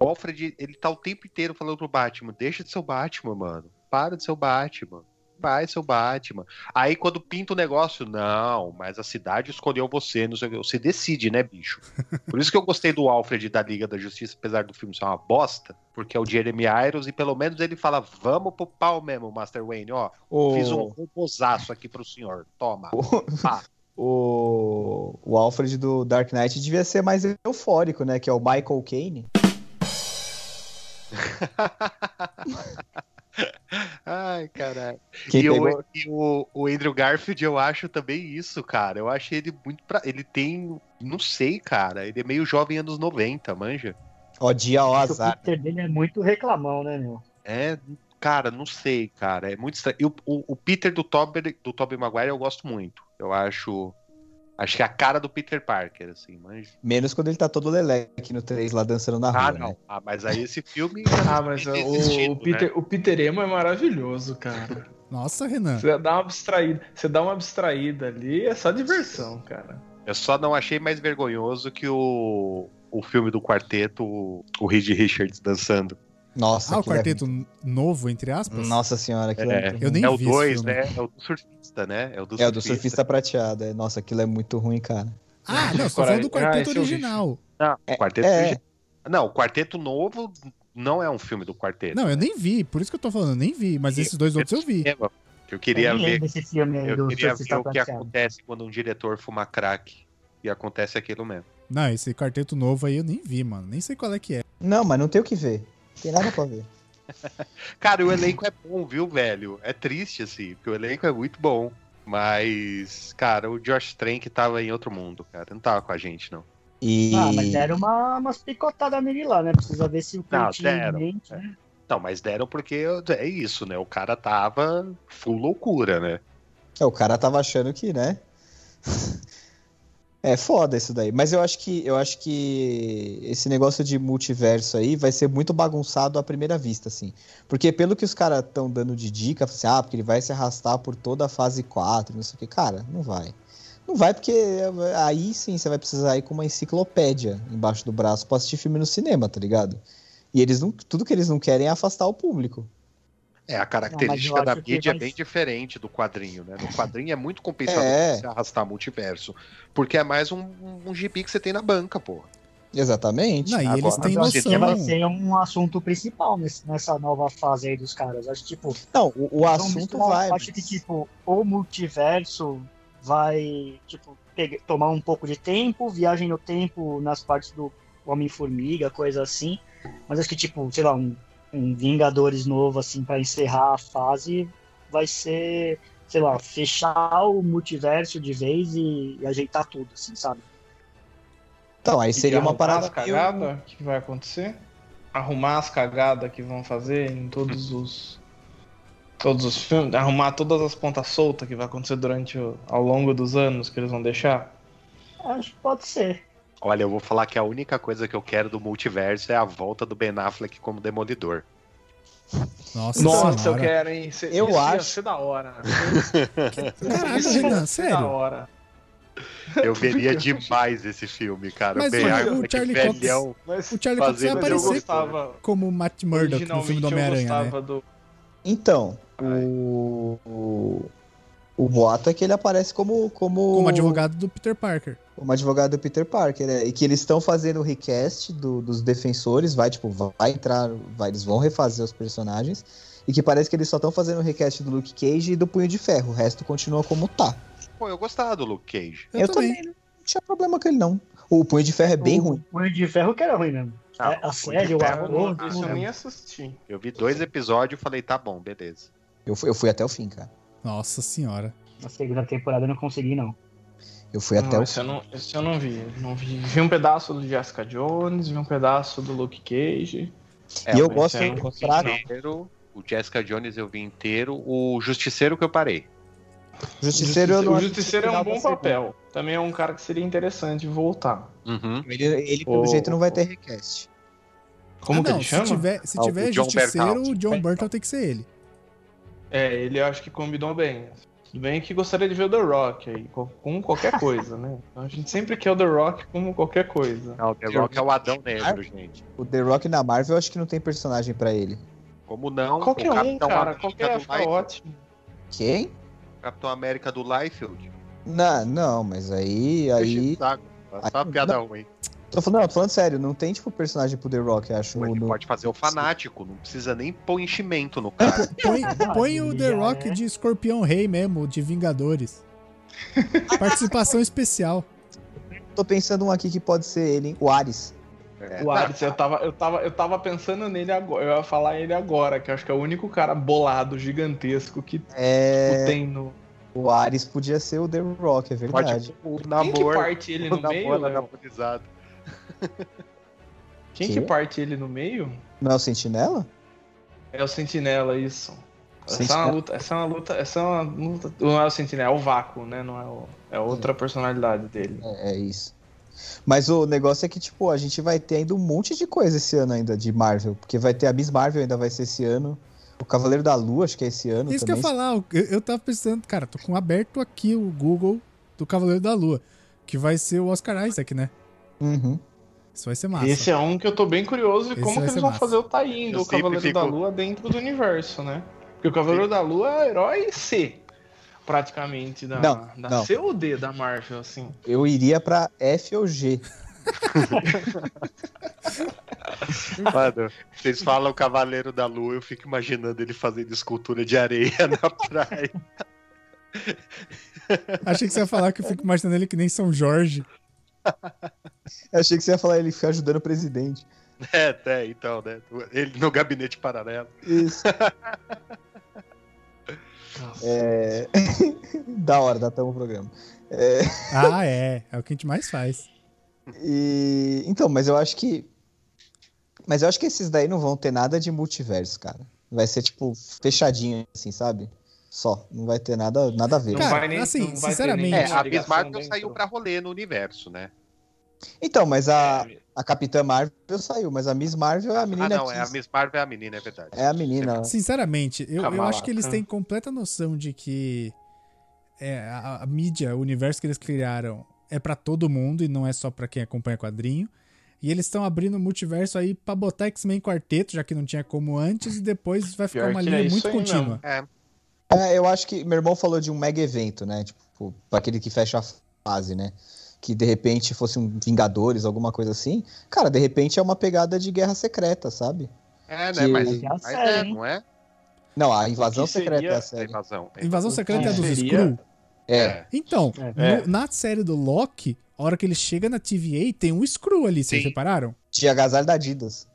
S4: O Alfred, ele tá o tempo inteiro falando pro Batman: deixa de ser o Batman, mano. Para de ser o Batman. Vai ser o Batman. Aí quando pinta o negócio, não, mas a cidade escolheu você, não sei o que. Você decide, né, bicho? Por isso que eu gostei do Alfred da Liga da Justiça, apesar do filme ser uma bosta, porque é o Jeremy Irons e pelo menos ele fala: vamos pro pau mesmo, Master Wayne, ó.
S3: o,
S4: Fiz um robosaço aqui pro senhor, toma. Pá.
S3: o, o Alfred do Dark Knight devia ser mais eufórico, né? Que é o Michael Caine.
S4: Ai, caralho.
S3: Quem
S4: e
S3: pegou-
S4: o, e o, o Andrew Garfield, eu acho também isso, cara. Eu achei ele muito pra. Ele tem. Não sei, cara. Ele é meio jovem anos 90, manja.
S3: Ó, dia, ó,
S5: O
S3: azar.
S5: Peter dele é muito reclamão, né, meu?
S4: É. Cara, não sei, cara. É muito estranho. E o, o, o Peter do Tobey do Tobey Maguire eu gosto muito. Eu acho. Acho que é a cara do Peter Parker, assim, manja.
S3: Menos quando ele tá todo leleque no 3 lá dançando na rua.
S4: Ah,
S3: né?
S4: não. Ah, mas aí esse filme.
S1: Ah, mas o,
S4: Existido,
S1: o Peter, o Peter Emo é maravilhoso, cara.
S2: Nossa, Renan.
S1: Você dá uma abstraída, você dá uma abstraída ali, é só diversão, cara.
S4: Eu só não achei mais vergonhoso que o. O filme do quarteto, o o Reed Richards dançando.
S3: Nossa,
S2: Ah, o
S3: aquilo é
S2: quarteto novo, entre aspas?
S3: ruim. Nossa senhora, aquilo é,
S4: É.
S3: muito
S2: Eu nem
S4: é o
S2: vi esse
S4: 2,
S2: filme.
S4: né? É o do surfista, né? É o do
S3: ruim. É o do surfista prateado. é. Nossa, aquilo é muito ruim, cara.
S2: Ah, não, só
S1: Coragem.
S2: falando do quarteto
S1: Ah, esse eu vi.
S2: original.
S4: Não, o quarteto
S3: é.
S4: origi- Não, o quarteto novo não é um filme do quarteto.
S2: Não, eu nem vi, por isso que eu tô falando, eu nem vi, mas
S4: Eu-
S2: esses dois outros eu vi.
S4: É, Eu, queria
S5: eu nem
S4: ver,
S5: lembro tá desse filme aí
S4: eu
S5: do
S4: queria ver
S5: Surfista
S4: o que
S5: Prateado.
S4: acontece quando um diretor fuma crack. E acontece aquilo mesmo.
S2: Não, esse quarteto novo aí eu nem vi, mano. Nem sei qual é que é.
S3: Não, mas não tem o que ver. Tem nada pra ver.
S4: Cara, o elenco é bom, viu, velho? É triste, assim, porque o elenco é muito bom. Mas, cara, o Josh Trank tava em outro mundo, cara. Não tava com a gente, não.
S3: E...
S5: Ah, mas deram uma, umas picotadas nele lá, né? Precisa ver se o
S4: Não,
S5: Curtin
S4: deram.
S5: mente, né?
S4: Não, mas deram porque é isso, né? O cara tava full loucura, né?
S3: É, o cara tava achando que, né? É foda isso daí. Mas eu acho que eu acho que esse negócio de multiverso aí vai ser muito bagunçado à primeira vista, assim. Porque pelo que os caras estão dando de dica, assim, ah, porque ele vai se arrastar por toda a fase 4, não sei o que. Cara, não vai. Não vai, porque aí sim você vai precisar ir com uma enciclopédia embaixo do braço pra assistir filme no cinema, tá ligado? E eles não. Tudo que eles não querem é afastar o público.
S4: É, a característica
S5: Não, mas eu
S4: da
S5: acho que
S4: mídia é
S5: vai-
S4: bem diferente do quadrinho, né? No quadrinho é muito compensador
S3: É.
S4: você se arrastar multiverso. Porque é mais um, um gibi que você tem na banca, pô.
S3: Exatamente.
S2: Não, e eles
S4: Agora,
S2: têm
S4: agora você
S5: Porque vai
S2: noção.
S5: ser um assunto principal nesse- nessa nova fase aí dos caras. Acho que, tipo,
S3: Não, o, o
S5: Então,
S3: assunto
S5: eu
S3: vai.
S5: Acho que, tipo, o multiverso vai, tipo, pega- tomar um pouco de tempo, viagem no tempo nas partes do Homem-Formiga, coisa assim. Mas acho que, tipo, sei lá, um, um Vingadores novo, assim, pra encerrar a fase, vai ser, sei lá, fechar o multiverso de vez e, e ajeitar tudo, assim, sabe?
S3: Então, aí
S1: E
S3: seria uma
S1: arrumar
S3: parada.
S1: As cagadas que vai acontecer? Arrumar as cagadas que vão fazer em todos os. Todos os filmes. Arrumar todas as pontas soltas que vai acontecer durante o, ao longo dos anos que eles vão deixar.
S5: Acho que pode ser.
S4: Olha, eu vou falar que a única coisa que eu quero do multiverso é a volta do Ben Affleck como demolidor.
S2: Nossa,
S1: Nossa, eu
S2: senhora.
S1: quero, hein? Isso-
S3: Eu
S1: isso ia
S3: acho-
S1: ser da hora.
S2: Caralho,
S1: Isso ia
S2: Renan,
S1: ser Da
S2: sério.
S1: hora.
S4: Eu veria demais esse filme, cara.
S2: Mas
S4: ben
S2: olha,
S4: Affleck,
S2: o Charlie Cox-
S4: velhão.
S1: Mas,
S2: O Charlie tá Cox
S4: Fazer,
S2: vai
S4: mas
S1: mas eu
S2: aparecer
S1: gostava.
S2: como o Matt Murdock no
S1: originalmente
S2: filme do
S1: eu
S2: Homem-Aranha, né?
S1: gostava do.
S3: Então,
S1: Ai.
S3: o, o. O boato é que ele aparece como. Como,
S2: Como advogado do Peter Parker.
S3: Como advogado do Peter Parker, né? E que eles estão fazendo o request do- dos defensores, vai, tipo, vai entrar. Vai, eles vão refazer os personagens. E que parece que eles só estão fazendo o request do Luke Cage e do Punho de Ferro. O resto continua como tá.
S4: Pô, eu gostava do Luke Cage.
S2: Eu, também.
S3: não tinha problema com ele, não. O Punho de Ferro é bem
S5: o,
S3: ruim.
S5: O Punho de Ferro que era ruim mesmo.
S4: Ah,
S5: É, a
S4: o
S5: série,
S4: Punho
S5: o né?
S4: de
S1: Eu
S4: Ferro,
S5: arroz,
S1: não- Isso eu nem assisti.
S4: Eu vi dois episódios e falei, tá bom, beleza.
S3: Eu fui, eu fui até o fim, cara.
S2: Nossa senhora.
S5: na segunda temporada eu não consegui, não.
S3: Eu fui até
S1: não,
S3: o
S1: esse eu não, esse eu não vi. Não vi. Vi um pedaço do Jessica Jones, vi um pedaço do Luke Cage.
S4: É,
S3: eu
S4: o
S3: gosto
S1: esse eu não
S3: do
S1: consegui,
S3: fraco.
S4: inteiro, o Jessica Jones eu vi inteiro, o Justiceiro que eu parei.
S3: Justiceiro, eu não
S1: o
S3: acho que
S1: Justiceiro é
S3: dá
S1: um
S3: pra
S1: bom
S3: ser
S1: papel. Também é um cara que seria interessante voltar.
S4: Uhum.
S3: Ele, ele, pelo
S1: O-
S3: jeito, não vai ter request.
S1: Como
S2: Ah,
S1: que
S2: não,
S1: ele chama?
S2: Se tiver, se
S4: Ah, o
S2: tiver
S4: John
S2: justiceiro,
S4: Bernthal.
S2: o John Burton tem que ser ele.
S1: É, ele eu acho que combinou bem. Tudo bem que gostaria de ver o The Rock aí, co- como qualquer coisa, né? Então A gente sempre quer o The Rock como qualquer coisa.
S4: Não, o The Rock é o Adão Negro, gente.
S3: O The Rock na Marvel, eu acho que não tem personagem pra ele.
S4: Como não?
S1: Qualquer
S4: o
S1: um,
S4: Capitão
S1: cara,
S4: América
S1: qualquer
S4: do
S1: fica
S4: Life-
S1: ótimo.
S3: Quem?
S4: Capitão América do Liefeld.
S3: Não, não, mas aí.
S4: Deixa
S3: aí...
S4: o saco. Só uma
S3: Aí-
S4: piada ruim.
S3: Tô falando, não, tô falando sério, não tem, tipo, personagem pro The Rock, eu acho.
S4: Ele
S3: no-
S4: pode fazer o fanático, não precisa nem pôr enchimento no cara.
S2: Põe,
S5: Ah,
S2: põe o The
S5: já
S2: Rock
S5: é.
S2: de Escorpião Rei mesmo, de Vingadores. Participação especial.
S3: Tô pensando um aqui que pode ser ele, hein? O Ares.
S4: É.
S1: O Ares, eu tava, eu, tava, eu tava pensando nele agora, eu ia falar ele agora, que eu acho que é o único cara bolado, gigantesco, que
S3: É.
S1: tem no.
S3: O Ares podia ser o The Rock, é verdade.
S4: Pode pôr o
S1: Quem que
S4: namoro.
S1: parte ele
S4: O
S1: no meio?
S4: namoro
S1: Léo?
S4: anabolizado.
S1: Quem
S3: Quê?
S1: que parte ele no meio?
S3: Não é o Sentinela?
S1: É o Sentinela, isso. Essa é
S3: Sentinela.
S1: uma luta, essa é uma luta, essa é uma luta. Não é o Sentinela, é o Vácuo, né? Não é o, é outra personalidade dele.
S3: É, é isso. Mas o negócio é que, tipo, a gente vai ter ainda um monte de coisa esse ano ainda de Marvel. Porque vai ter a Miss Marvel ainda vai ser esse ano. O Cavaleiro da Lua, acho que é esse ano.
S2: Isso que eu
S3: também.
S2: ia falar, eu, eu tava pensando, cara, tô com aberto aqui o Google do Cavaleiro da Lua, que vai ser o Oscar Isaac, né?
S3: Uhum.
S2: Isso vai ser massa.
S1: Esse é um que eu tô bem curioso de
S2: Esse
S1: como que
S2: vai
S1: eles
S2: ser
S1: vão
S2: massa.
S1: fazer o tie-in
S4: Eu
S1: do
S4: sempre
S1: Cavaleiro
S4: fico-
S1: da Lua dentro do universo, né? Porque o Cavaleiro da Lua é herói C, praticamente, da,
S3: Não,
S1: da
S3: não.
S1: C ou D da Marvel, assim.
S3: Eu iria pra F ou G.
S4: Mano, vocês falam Cavaleiro da Lua, eu fico imaginando ele fazendo escultura de areia na praia.
S2: Achei que você ia falar que eu fico imaginando ele que nem São Jorge.
S3: Eu achei que você ia falar ele ficar ajudando o presidente.
S4: É, até então, né? Ele no gabinete paralelo.
S3: Isso. É... da hora, dá tamo o programa. É,
S2: Ah, é. É o que a gente mais faz.
S3: e- Então, mas eu acho que. Mas eu acho que esses daí não vão ter nada de multiverso, cara. Vai ser, tipo, fechadinho, assim, sabe? Só. Não vai ter nada, nada a ver.
S1: Não
S2: Cara,
S1: vai nem,
S2: assim,
S1: não vai
S2: sinceramente-
S1: ter
S4: É,
S1: nenhuma
S4: a Miss
S1: ligação
S4: Marvel
S1: dentro.
S4: saiu pra rolê no universo, né?
S3: Então, mas a,
S1: É,
S3: a Capitã Marvel saiu, mas a Miss Marvel é a menina
S4: ah, não,
S3: que-
S4: é a Miss Marvel é a menina, é verdade.
S3: é a menina.
S2: Sinceramente, eu, eu
S1: Kamala
S2: acho que eles
S1: Khan.
S2: têm completa noção de que é, a, a mídia, o universo que eles criaram é pra todo mundo e não é só pra quem acompanha quadrinho. E eles estão abrindo o multiverso aí pra botar X-Men quarteto, já que não tinha como antes, e depois vai ficar
S1: Pior
S2: uma
S1: que é
S2: linha
S1: isso
S2: muito
S1: aí mesmo.
S2: contínua.
S3: É, eu acho que meu irmão falou de um mega evento, né? Tipo, pra aquele que fecha a fase, né? Que de repente fosse um Vingadores, alguma coisa assim. Cara, de repente é uma pegada de guerra secreta, sabe?
S4: É, né?
S3: Que-
S4: Mas,
S5: Mas é a
S4: mas
S5: série,
S4: é,
S5: hein?
S4: não é?
S3: Não, a invasão
S1: Que seria-
S3: secreta é a
S4: É
S3: série.
S4: invasão. É
S2: Invasão Secreta é a dos
S1: Então, Seria-
S2: Skrull?
S3: É.
S2: Então,
S1: É.
S2: no- na série do Loki, a hora que ele chega na TVA, tem um Screw ali, vocês
S4: Sim.
S2: repararam?
S3: De agasalho da Adidas.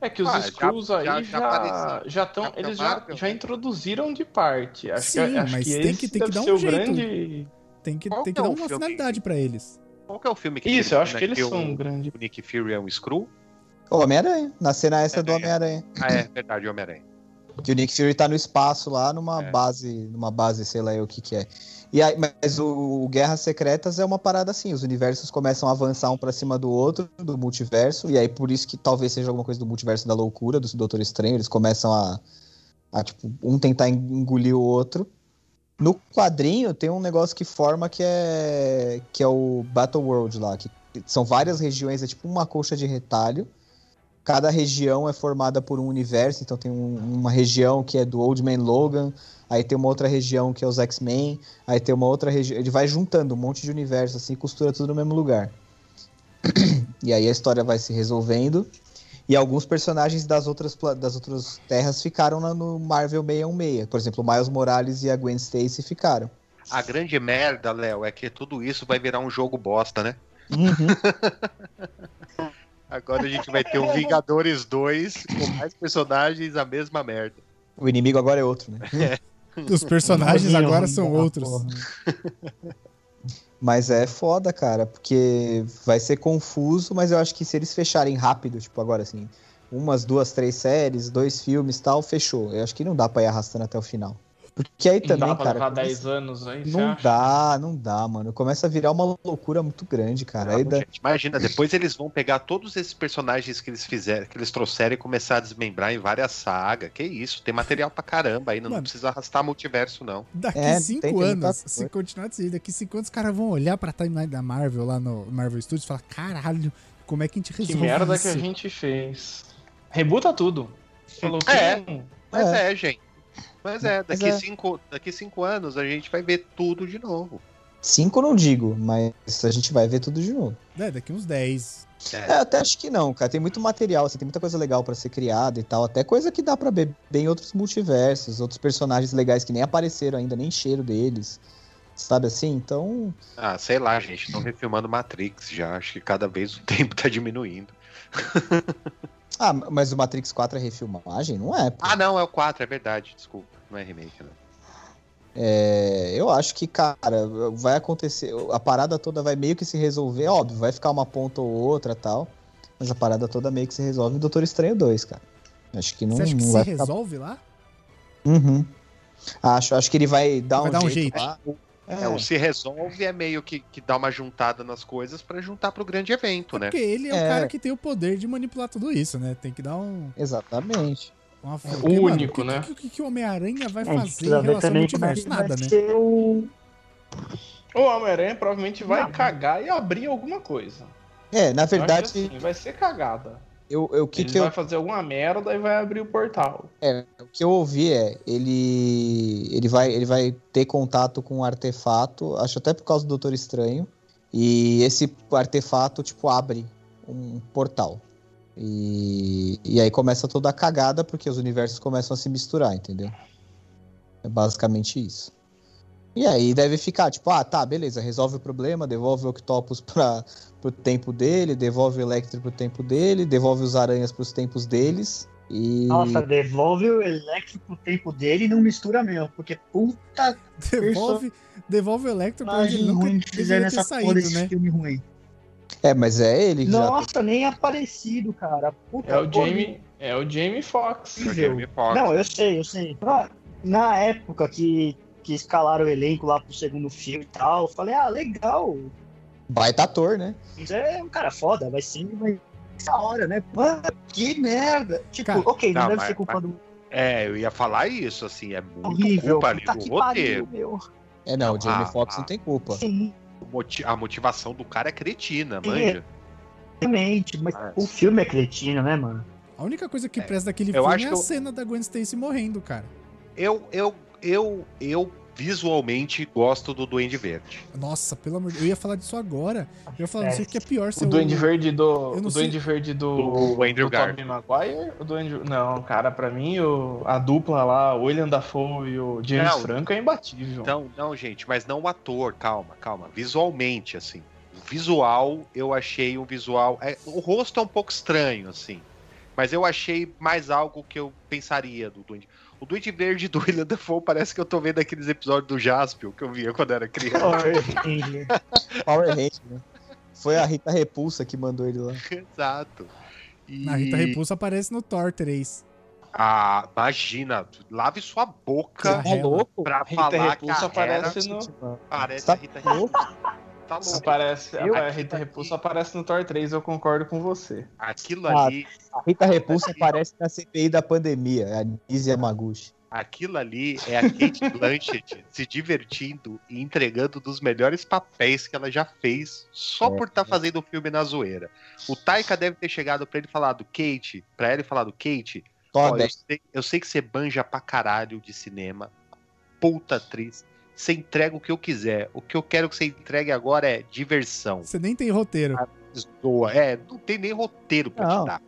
S1: É que os
S4: Ah, já-
S1: Skrulls aí já,
S4: já- já
S1: já,
S4: apareceu.
S1: tão-
S4: Capitão
S1: eles já,
S4: Marvel.
S1: já introduziram de parte. Acho
S2: Sim,
S1: que, acho
S2: mas
S1: que
S2: tem
S1: esse
S2: que- tem que
S1: deve
S2: dar um
S1: ser o
S2: jeito.
S1: grande.
S2: Tem que,
S4: Qual
S2: tem
S4: que
S2: que
S4: é
S2: dar
S4: o
S2: uma
S4: filme?
S2: finalidade pra eles.
S4: Qual que é o filme que
S1: Isso, eu acho que eles
S4: o-
S1: são um grande.
S4: O Nick Fury é um Screw?
S3: O Homem-Aranha. Na cena essa
S1: é.
S3: do
S4: Homem-Aranha.
S3: Homem-Aranha.
S4: Ah, é verdade, Homem-Aranha.
S3: Que o Nick Fury tá no espaço lá, numa
S4: É.
S3: base, numa base, sei lá eu o que que é. E aí, mas o, o Guerras Secretas é uma parada assim, os universos começam a avançar um pra cima do outro, do multiverso, e aí por isso que talvez seja alguma coisa do multiverso da loucura, do Doutor Estranho, eles começam a, a, tipo, um tentar engolir o outro. No quadrinho tem um negócio que forma que é que é o Battle World lá, que são várias regiões, é tipo uma colcha de retalho. Cada região é formada por um universo, então tem um- uma região que é do Old Man Logan, aí tem uma outra região que é os X-Men, aí tem uma outra região. Ele vai juntando um monte de universo, assim, e costura tudo no mesmo lugar. e aí a história vai se resolvendo. E alguns personagens das outras, pla- das outras terras ficaram na- no Marvel 616. Por exemplo, o Miles Morales e a Gwen Stacy ficaram.
S4: A grande merda, Léo, é que tudo isso vai virar um jogo bosta, né? Agora a gente vai ter um Vingadores 2 com mais personagens, a mesma merda.
S3: O inimigo agora é outro, né?
S2: Os personagens
S5: Tadinho,
S2: agora são
S5: da
S2: outros.
S5: porra.
S3: Mas é foda, cara, porque vai ser confuso, mas eu acho que se eles fecharem rápido, tipo agora assim, umas, duas, três séries, dois filmes e tal, fechou. Eu acho que não dá pra ir arrastando até o final. Porque aí
S1: Não
S3: também,
S1: dá pra
S3: cara.
S1: levar
S3: começa-
S1: 10 anos aí, você
S3: Não
S1: acha?
S3: dá, não dá, mano. Começa a virar uma loucura muito grande, cara. Aí
S4: Não,
S3: dá-
S4: Então, gente, imagina, depois eles vão pegar todos esses personagens que eles fizeram, que eles trouxeram e começar a desmembrar em várias sagas. Que isso, tem material pra caramba ainda,
S2: Mano.
S4: não precisa arrastar multiverso, não.
S2: Daqui
S3: É, tem-
S2: cinco
S3: tem muita
S2: anos,
S3: coisa.
S2: se continuar desse jeito, daqui cinco anos os caras vão olhar pra timeline da Marvel lá no Marvel Studios e falar: caralho, como é que a gente
S1: Que
S2: resolve
S1: merda
S2: isso?
S1: que a gente fez. Rebuta tudo. Falou
S4: É.
S1: "Hum,
S4: Mas é, gente. Mas é,
S3: Mas
S4: daqui,
S3: é.
S4: Cinco, daqui cinco anos a gente vai ver tudo de novo.
S3: Cinco eu não digo, mas a gente vai ver tudo de novo.
S2: É, daqui uns 10.
S3: É, até acho que não, cara. Tem muito material, assim, tem muita coisa legal pra ser criada e tal. Até coisa que dá pra beber em outros multiversos, outros personagens legais que nem apareceram ainda, nem cheiro deles. Sabe assim? Então.
S4: Ah, sei lá, gente, estão refilmando Matrix já. Acho que cada vez o tempo tá diminuindo.
S3: Ah, mas o Matrix 4 é refilmagem? Não é. pô.
S4: Ah, não, é o 4, é verdade, desculpa. Não é remake, não.
S3: É, eu acho que, cara, vai acontecer. A parada toda vai meio que se resolver. Óbvio, vai ficar uma ponta ou outra tal. Mas a parada toda meio que se resolve no Doutor Estranho 2, cara. Acho que não,
S2: Você acha que
S3: não
S2: se
S3: vai ficar.
S2: resolve lá?
S3: Uhum. Acho, acho que ele vai dar,
S2: Vai
S3: um,
S2: dar um jeito.
S3: jeito lá.
S4: É, o se resolve é meio que, que dá uma juntada nas coisas pra juntar pro grande evento, né?
S2: Porque ele é, o
S3: É.
S2: cara que tem o poder de manipular tudo isso, né? Tem que dar um.
S3: Exatamente.
S2: Uma...
S1: o único,
S2: mano,
S1: né?
S2: O que, o que, que o Homem-Aranha vai
S5: A gente
S2: fazer em
S5: É, precisa ver
S2: relação ao
S5: também como é
S2: multiverso?
S5: que vai
S2: Nada, né?
S5: ser o...
S1: O Homem-Aranha provavelmente vai
S5: Não.
S1: cagar e abrir alguma coisa.
S3: É, na
S1: Eu acho que,
S3: verdade,
S1: assim, vai ser cagada.
S3: eu, eu, o que,
S1: ele
S3: que, eu,
S1: vai fazer alguma merda e vai abrir o portal.
S3: o que eu ouvi é, ele, ele, vai, ele vai ter contato com um artefato, acho até por causa do Doutor Estranho, e esse artefato, tipo, abre um portal. E, e aí começa toda a cagada, porque os universos começam a se misturar, entendeu? É basicamente isso. E aí deve ficar, tipo, ah, tá, beleza, resolve o problema, devolve o Octopus pra, pro tempo dele, devolve o Electro pro tempo dele, devolve os aranhas pros tempos deles. E.
S5: Nossa, devolve o Electro pro tempo dele e não mistura mesmo, porque puta
S2: Devolve, devolve o Electro pra onde
S5: imagem
S2: Então, ele nunca
S5: ruim que fizeram
S2: deveria ter
S5: essa porra
S2: saído,
S5: desse
S2: né?
S5: filme ruim.
S3: É, mas é ele que já.
S5: Nossa, nem aparecido, cara. Puta
S1: É o
S5: porra.
S1: Jamie, é o Jamie Foxx.
S4: É o Jamie Foxx.
S5: Não, eu sei, eu sei. Ah, na época que, que escalaram o elenco lá pro segundo filme e tal, eu falei, ah, legal,
S3: Baita ator, né?
S5: Mas é um cara foda, vai sim, mas essa hora, né? Mano, que merda! Tipo,
S2: Cara,
S5: ok, não,
S4: não,
S5: deve
S4: mas-
S5: ser culpa do
S4: É, eu ia falar isso, assim, é muito
S5: horrível.
S4: culpa ali
S5: Puta
S4: do
S5: que
S4: roteiro.
S5: pariu, meu.
S3: É não, o Jamie
S4: Ah,
S3: Foxx
S4: ah.
S3: não tem culpa.
S5: Sim,
S4: O moti- A motivação do cara é cretina,
S5: Sim,
S4: manja.
S5: realmente, mas
S4: Ah,
S5: o filme é cretino, né, mano?
S2: A única coisa que
S4: É,
S2: presta daquele
S4: eu
S2: filme
S4: acho
S2: é a
S4: que eu-
S2: cena da Gwen Stacy morrendo, cara.
S4: Eu, eu, eu, eu visualmente gosto do Duende Verde.
S2: Nossa, pelo amor de Deus. Eu ia falar disso agora. Eu ia falar, não sei o que é pior se
S1: O
S2: eu.
S1: Duende Verde do.
S2: Eu não
S1: O
S2: sei-
S1: Duende Verde do.
S4: Do Andrew
S1: do Tobey
S4: Garfield.
S1: Maguire? O Duende... Não, cara, pra mim o... a dupla lá, o William Dafoe e o James
S4: Não.
S1: Franco é imbatível.
S4: Então, não, gente, mas não o ator, calma, calma. Visualmente, assim. O visual, eu achei um visual. é, o rosto é um pouco estranho, assim. Mas eu achei mais algo que eu pensaria do Duende. O Duende Verde do William Dafoe parece que eu tô vendo aqueles episódios do Jaspio que eu via quando era criança.
S5: Horrível.
S3: Power Ranger, né? Foi a Rita Repulsa que mandou ele lá.
S4: Exato. E...
S2: Na Ah, Rita Repulsa aparece no Thor 3.
S4: Ah, imagina. Lave sua boca
S2: Você tá
S3: louco?
S4: pra
S1: Rita
S4: falar
S1: Repulsa
S4: que a Hera
S1: aparece no.
S4: parece
S3: Tá
S4: a Rita Repulsa. Tá louco.
S1: Aparece,
S5: Eu-
S1: a Rita Repulsa aparece no Thor 3, eu concordo com você.
S4: Aquilo
S3: Ah,
S4: ali,
S3: A Rita Repulsa aparece na CPI da pandemia, a Nise Yamaguchi.
S4: aquilo ali é a Kate Blanchett se divertindo e entregando dos melhores papéis que ela já fez só
S3: É.
S4: por estar fazendo o filme na zoeira. O Taika deve ter chegado pra ele falar do Kate, pra ele falar do Kate, Ó,
S3: Toda.
S4: eu, sei, eu sei que você banja pra caralho de cinema, puta atriz. Você entrega o que eu quiser. O que eu quero que você entregue agora é diversão.
S2: Você nem tem roteiro.
S4: Ah, Zoa. É, não tem nem roteiro pra
S3: Não.
S4: te dar.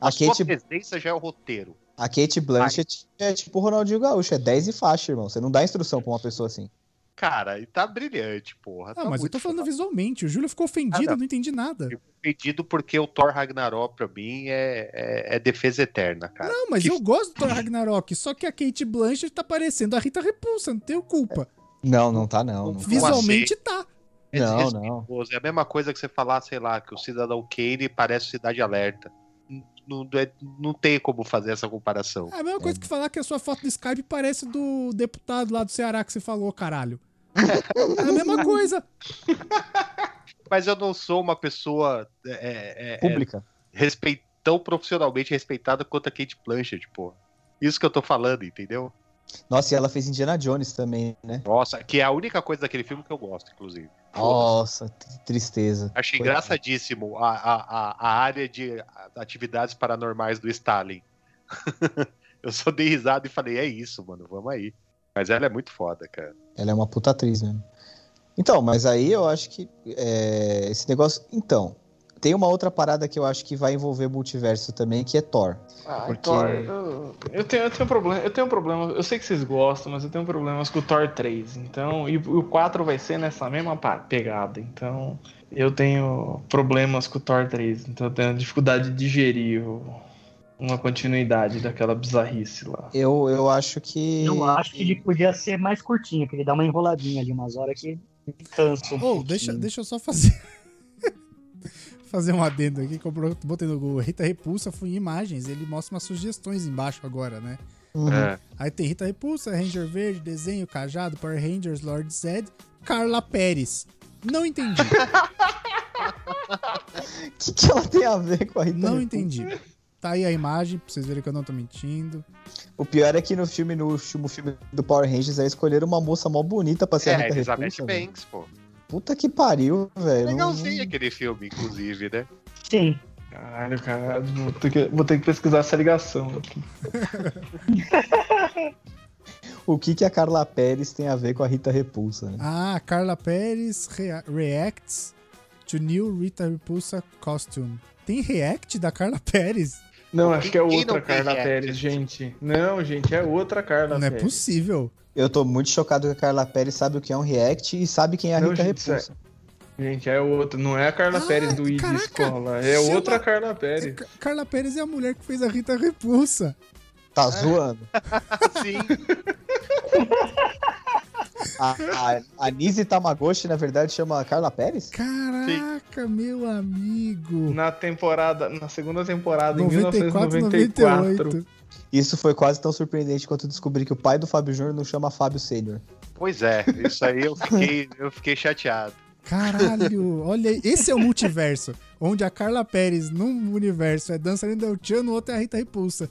S4: A,
S3: A
S4: sua
S3: Kate,
S4: presença já é o roteiro.
S3: a Kate Blanchett é tipo o Ronaldinho Gaúcho, é 10 e faixa, irmão. Você não dá instrução pra uma pessoa assim.
S4: Cara, e tá brilhante, porra.
S2: Ah,
S4: tá
S2: mas eu
S4: muito
S2: tô falando
S4: foda.
S2: visualmente. O Júlio ficou ofendido,
S4: Ah,
S2: eu não entendi nada.
S4: Eu fui pedido porque o Thor Ragnarok, pra mim, é, é, é defesa eterna, cara.
S2: Não, mas
S4: que-
S2: eu gosto do Thor Ragnarok, só que a Kate Blanchett tá parecendo a Rita Repulsa, não tenho
S4: É,
S2: culpa.
S3: Não, não tá não. Não,
S4: Visual-
S2: Visualmente tá.
S3: não.
S4: Esse-
S3: não.
S4: É a mesma coisa que você falar, sei lá, que o Cidadão Kane parece o Cidade Alerta. N- Não, é- não tem como fazer essa comparação.
S2: É a mesma coisa que falar que a sua foto do Skype parece do deputado lá do Ceará que você falou, caralho. É a mesma coisa.
S4: mas eu não sou uma pessoa é, é, é,
S3: Pública.
S4: respeit- tão profissionalmente respeitada quanto a Kate Blanchett, pô. Isso que eu tô falando, entendeu?
S3: Nossa, e ela fez Indiana Jones também, né?
S4: Nossa, que é a única coisa daquele filme que eu gosto, inclusive.
S3: Nossa, que tristeza.
S4: Achei
S3: Foi.
S4: engraçadíssimo a, a, a, a área de atividades paranormais do Stalin. eu só dei risada e falei, é isso, mano, vamos aí. Mas ela é muito foda, cara.
S3: Ela é uma puta atriz mesmo. Então, mas aí eu acho que é, esse negócio. Então, tem uma outra parada que eu acho que vai envolver multiverso também, que é Thor.
S1: Ah,
S3: Porque-
S1: Thor, eu, eu tenho, eu tenho problema, eu tenho problema, eu sei que vocês gostam, mas eu tenho problemas com o Thor 3, então, e o 4 vai ser nessa mesma pa- pegada, então, eu tenho problemas com o Thor 3, então eu tenho dificuldade de digerir o- uma continuidade daquela bizarrice lá.
S3: Eu, eu acho que.
S5: Eu acho que ele podia ser mais curtinho, que ele dá uma enroladinha ali, umas horas que me canso. um
S2: Ou, deixa,
S5: pouquinho.
S2: deixa eu só fazer. fazer um adendo aqui que eu botei no Google. Rita Repulsa foi em imagens. Ele mostra umas sugestões embaixo agora, né?
S3: Uhum.
S4: É.
S2: Aí tem Rita Repulsa, Ranger Verde, Desenho, Cajado, Power Rangers, Lord Zed, Carla Pérez. Não entendi,
S3: O que, que ela tem a ver com a Rita?
S2: não
S3: Repulsa?
S2: entendi. Tá aí a imagem, pra vocês verem que eu não tô mentindo.
S3: O pior é que no filme, no último filme do Power Rangers, eles escolheram uma moça mó bonita pra ser a
S4: é,
S3: Rita
S4: Elizabeth
S3: Repulsa. velho.
S4: Banks, pô.
S3: Puta que pariu, velho.
S4: Legalzinho aquele filme, inclusive, né?
S5: Sim.
S1: Caralho, cara, vou ter que, vou ter que pesquisar essa ligação aqui.
S3: O que, que a Carla Pérez tem a ver com a Rita Repulsa, né?
S2: Ah, Carla Pérez rea- reacts to new Rita Repulsa costume. Tem react da Carla Pérez?
S1: Não, acho que é
S4: Quem
S1: outra
S4: não tem
S1: Carla
S4: react?
S1: Pérez, gente. Não, gente, é outra Carla
S2: Não é
S1: Pérez.
S2: possível.
S3: Eu tô muito chocado que a Carla Pérez sabe o que é um react e sabe quem é a
S1: Não,
S3: Rita
S1: gente, isso é-
S3: Repulsa.
S1: Gente, é outra. Não é a Carla
S2: Ah,
S1: Pérez do ID
S2: caraca,
S1: Escola. É
S2: chama-
S1: outra Carla Pérez.
S2: Ca- Carla Pérez é a mulher que fez a Rita Repulsa.
S3: Tá
S4: É.
S3: zoando.
S4: Ah, Sim,
S3: A, a, a Nise Tamagoshi, na verdade, chama a Carla Pérez?
S2: Caraca, meu amigo.
S1: Na temporada, na segunda temporada, em
S2: 94,
S1: 1994,
S2: 98.
S3: Isso foi quase tão surpreendente quanto descobrir que o pai do Fábio Júnior não chama Fábio Sênior.
S4: Pois é, isso aí eu fiquei, eu fiquei chateado.
S2: Caralho, olha, aí, esse é o multiverso, onde a Carla Pérez num universo é dançarina del Tchan, no outro é a Rita Repulsa.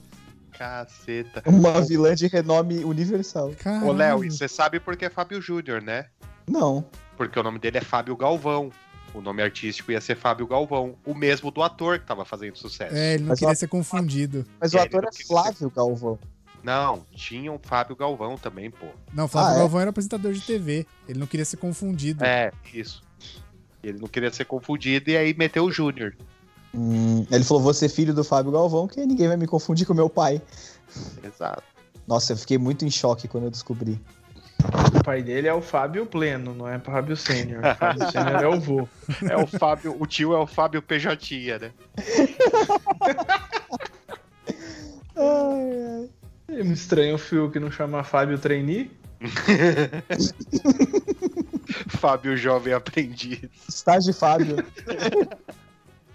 S4: Caceta.
S3: Uma vilã de renome universal.
S2: Caralho.
S4: Ô, Léo, e você sabe por que é Fábio Júnior, né?
S3: Não.
S4: Porque o nome dele é Fábio Galvão. O nome artístico ia ser Fábio Galvão, o mesmo do ator que tava fazendo sucesso.
S2: É, ele não
S3: Mas
S2: queria
S3: ó-
S2: ser confundido.
S3: Mas
S4: É,
S3: o ator
S4: ele não
S3: é
S4: quis
S3: Flávio Galvão.
S4: Não, tinha um Fábio Galvão também, pô.
S2: Não, Flávio
S3: Ah, é?
S2: Galvão era apresentador de TV. Ele não queria ser confundido.
S4: É, isso. Ele não queria ser confundido e aí meteu o Júnior.
S3: Hum, ele falou: vou ser filho do Fábio Galvão, que ninguém vai me confundir com meu pai.
S4: Exato.
S3: Nossa, eu fiquei muito em choque quando eu descobri.
S1: O pai dele é o Fábio Pleno, não é Fábio Sênior. O Fábio Sênior é o vô.
S4: É o Fábio, o tio é o Fábio Pejotinha, né?
S3: Ai, ai.
S1: E me estranha o É um fio que não chama Fábio Trainee.
S4: Fábio Jovem Aprendiz.
S3: Estágio Fábio.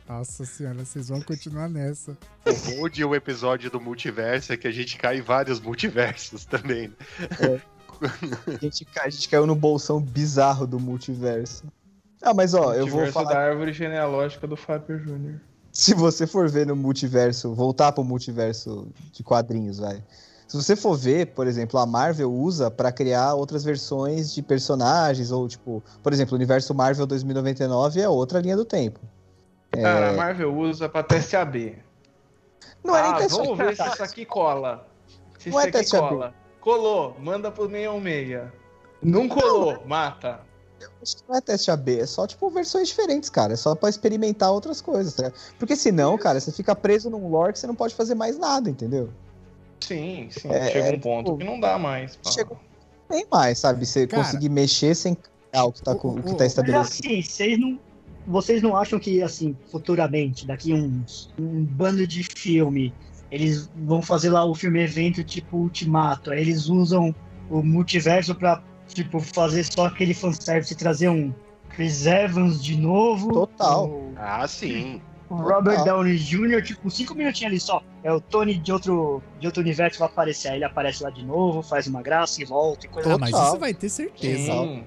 S2: Nossa senhora, vocês vão continuar nessa.
S4: O bom de um episódio do multiverso é que a gente cai em vários multiversos também. né?
S3: A gente, ca- a gente caiu no bolsão bizarro do multiverso. Ah, mas ó, eu vou
S1: Multiverso
S3: falar.
S1: da árvore genealógica do Fábio Júnior.
S3: Se você for ver no multiverso, voltar pro multiverso de quadrinhos, vai. Se você for ver, por exemplo, a Marvel usa pra criar outras versões de personagens, ou tipo, por exemplo, o universo Marvel 2099 é outra linha do tempo. É.
S1: Cara, a Marvel usa pra teste AB.
S3: Não é nem
S1: ah,
S3: teste
S1: vamos ver se isso aqui cola. Se
S3: Não
S1: isso
S3: é
S1: aqui
S3: teste AB.
S1: cola. Colou, manda pro 616. Não colou, mata.
S3: Acho que não é teste AB, é só, tipo, versões diferentes, cara. É só pra experimentar outras coisas, tá? Porque senão, cara, você fica preso num lore que você não pode fazer mais nada, entendeu?
S1: Sim, sim.
S3: É,
S1: chega um
S3: tipo,
S1: ponto que não dá mais. pá.
S3: chega- um Nem mais, sabe? Você
S2: Cara.
S3: conseguir mexer sem criar o que tá, com- o que tá
S5: Mas
S3: estabelecido.
S5: assim, vocês não. Vocês não acham que, assim, futuramente, daqui uns um bando de filme, eles vão fazer lá o filme evento tipo Ultimato, aí eles usam o multiverso pra, tipo, fazer só aquele fanservice e trazer um Chris Evans de novo.
S3: Total.
S5: o-
S4: Ah, sim.
S5: O Robert
S3: Total.
S5: Downey Jr., tipo, cinco minutinhos ali só. É o Tony de outro, de outro universo vai aparecer. Aí ele aparece lá de novo, faz uma graça e volta e coisa
S2: Ah,
S3: Total.
S2: mas isso vai ter certeza.
S1: Sim.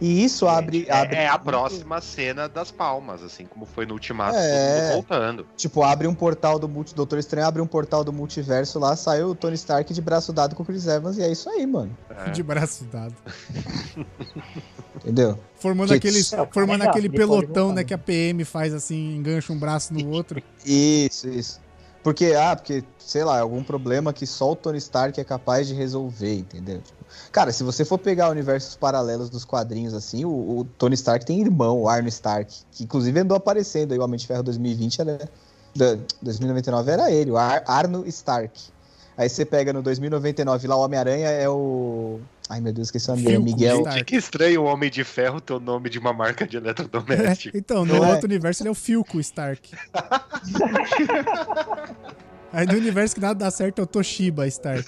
S3: E isso abre. abre
S4: É, é a próxima cena das palmas, assim como foi no Ultimato,
S3: É.
S4: todo mundo voltando.
S3: Tipo, abre um portal do multi... Doutor Estranho abre um portal do multiverso lá, saiu o Tony Stark de braço dado com o Chris Evans e é isso aí, mano.
S4: É.
S2: De braço dado.
S3: Entendeu?
S2: Formando
S3: Que
S2: aquele,
S5: isso?
S2: formando
S5: Legal,
S2: aquele
S5: depois eu vou
S2: pelotão, né,
S5: fazer.
S2: que a PM faz assim, engancha um braço no outro.
S3: Isso, isso. Porque, ah, porque, sei lá, é algum problema que só o Tony Stark é capaz de resolver, entendeu? Tipo, cara, se você for pegar universos paralelos dos quadrinhos, assim, o, o Tony Stark tem irmão, o Arno Stark, que inclusive andou aparecendo aí, o Homem de Ferro 2020 era... da- 2099 era ele, o Ar- Arno Stark. Aí você pega no 2099 lá, o Homem-Aranha é o... Ai, meu Deus, esqueci o nome dele, é
S2: Phil
S3: Miguel...
S2: Stark.
S4: Gente, que estranho o Homem de Ferro ter o nome de uma marca de eletrodoméstico.
S2: Então, no
S3: Não é?
S2: outro universo ele é o Filco Stark. Aí no universo que nada dá certo é o Toshiba Stark.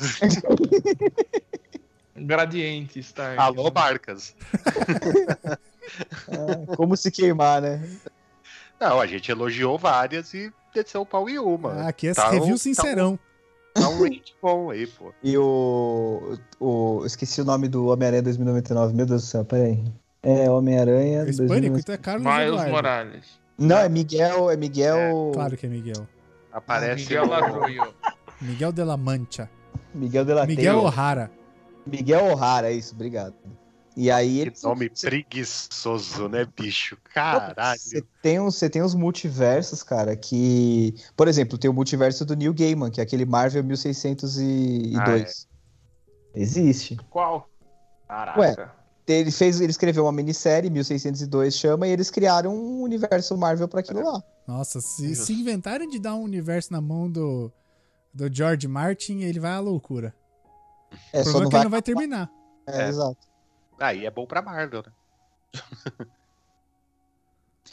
S1: Gradiente está.
S4: Alô, Marcas.
S3: Ah, Como se queimar, né?
S4: Não, a gente elogiou várias e desceu o pau em uma.
S2: Ah, aqui é
S4: Tá um- tá
S2: review
S4: um-
S2: sincerão.
S4: Dá um rate bom aí, pô.
S3: E o. o eu esqueci o nome do Homem-Aranha 2099. Meu Deus do céu, peraí. É Homem-Aranha.
S2: É Hispânico,
S3: 2099.
S2: então é Carlos
S1: Miles
S2: Eduardo.
S1: Morales.
S3: Não, é Miguel. É Miguel.
S2: Claro que é Miguel.
S4: Aparece. um
S1: Miguel
S4: o-
S1: Arroyo.
S2: Miguel de la Mancha.
S3: Miguel de la
S2: Miguel
S3: Miguel...
S2: O'Hara.
S3: Miguel O'Hara, é isso, obrigado. E aí ele.
S4: Que nome preguiçoso, né, bicho? Caralho.
S3: Você tem, uns, você tem uns multiversos, cara, que. Por exemplo, tem o multiverso do Neil Gaiman, que é aquele Marvel 1602.
S4: Ah, é.
S3: Existe.
S1: Qual? Caraca.
S3: Ele, fez, ele escreveu uma minissérie, 1602 chama, e eles criaram um universo Marvel pra
S4: É.
S3: aquilo lá.
S2: Nossa, se,
S4: Justo.
S2: se inventarem de dar um universo na mão do, do George Martin, ele vai à loucura.
S3: É,
S2: o
S3: só
S2: problema
S3: não
S2: é que ele
S3: vai.
S2: não vai terminar.
S3: É,
S4: É.
S3: exato.
S4: Aí é bom pra Marvel, né?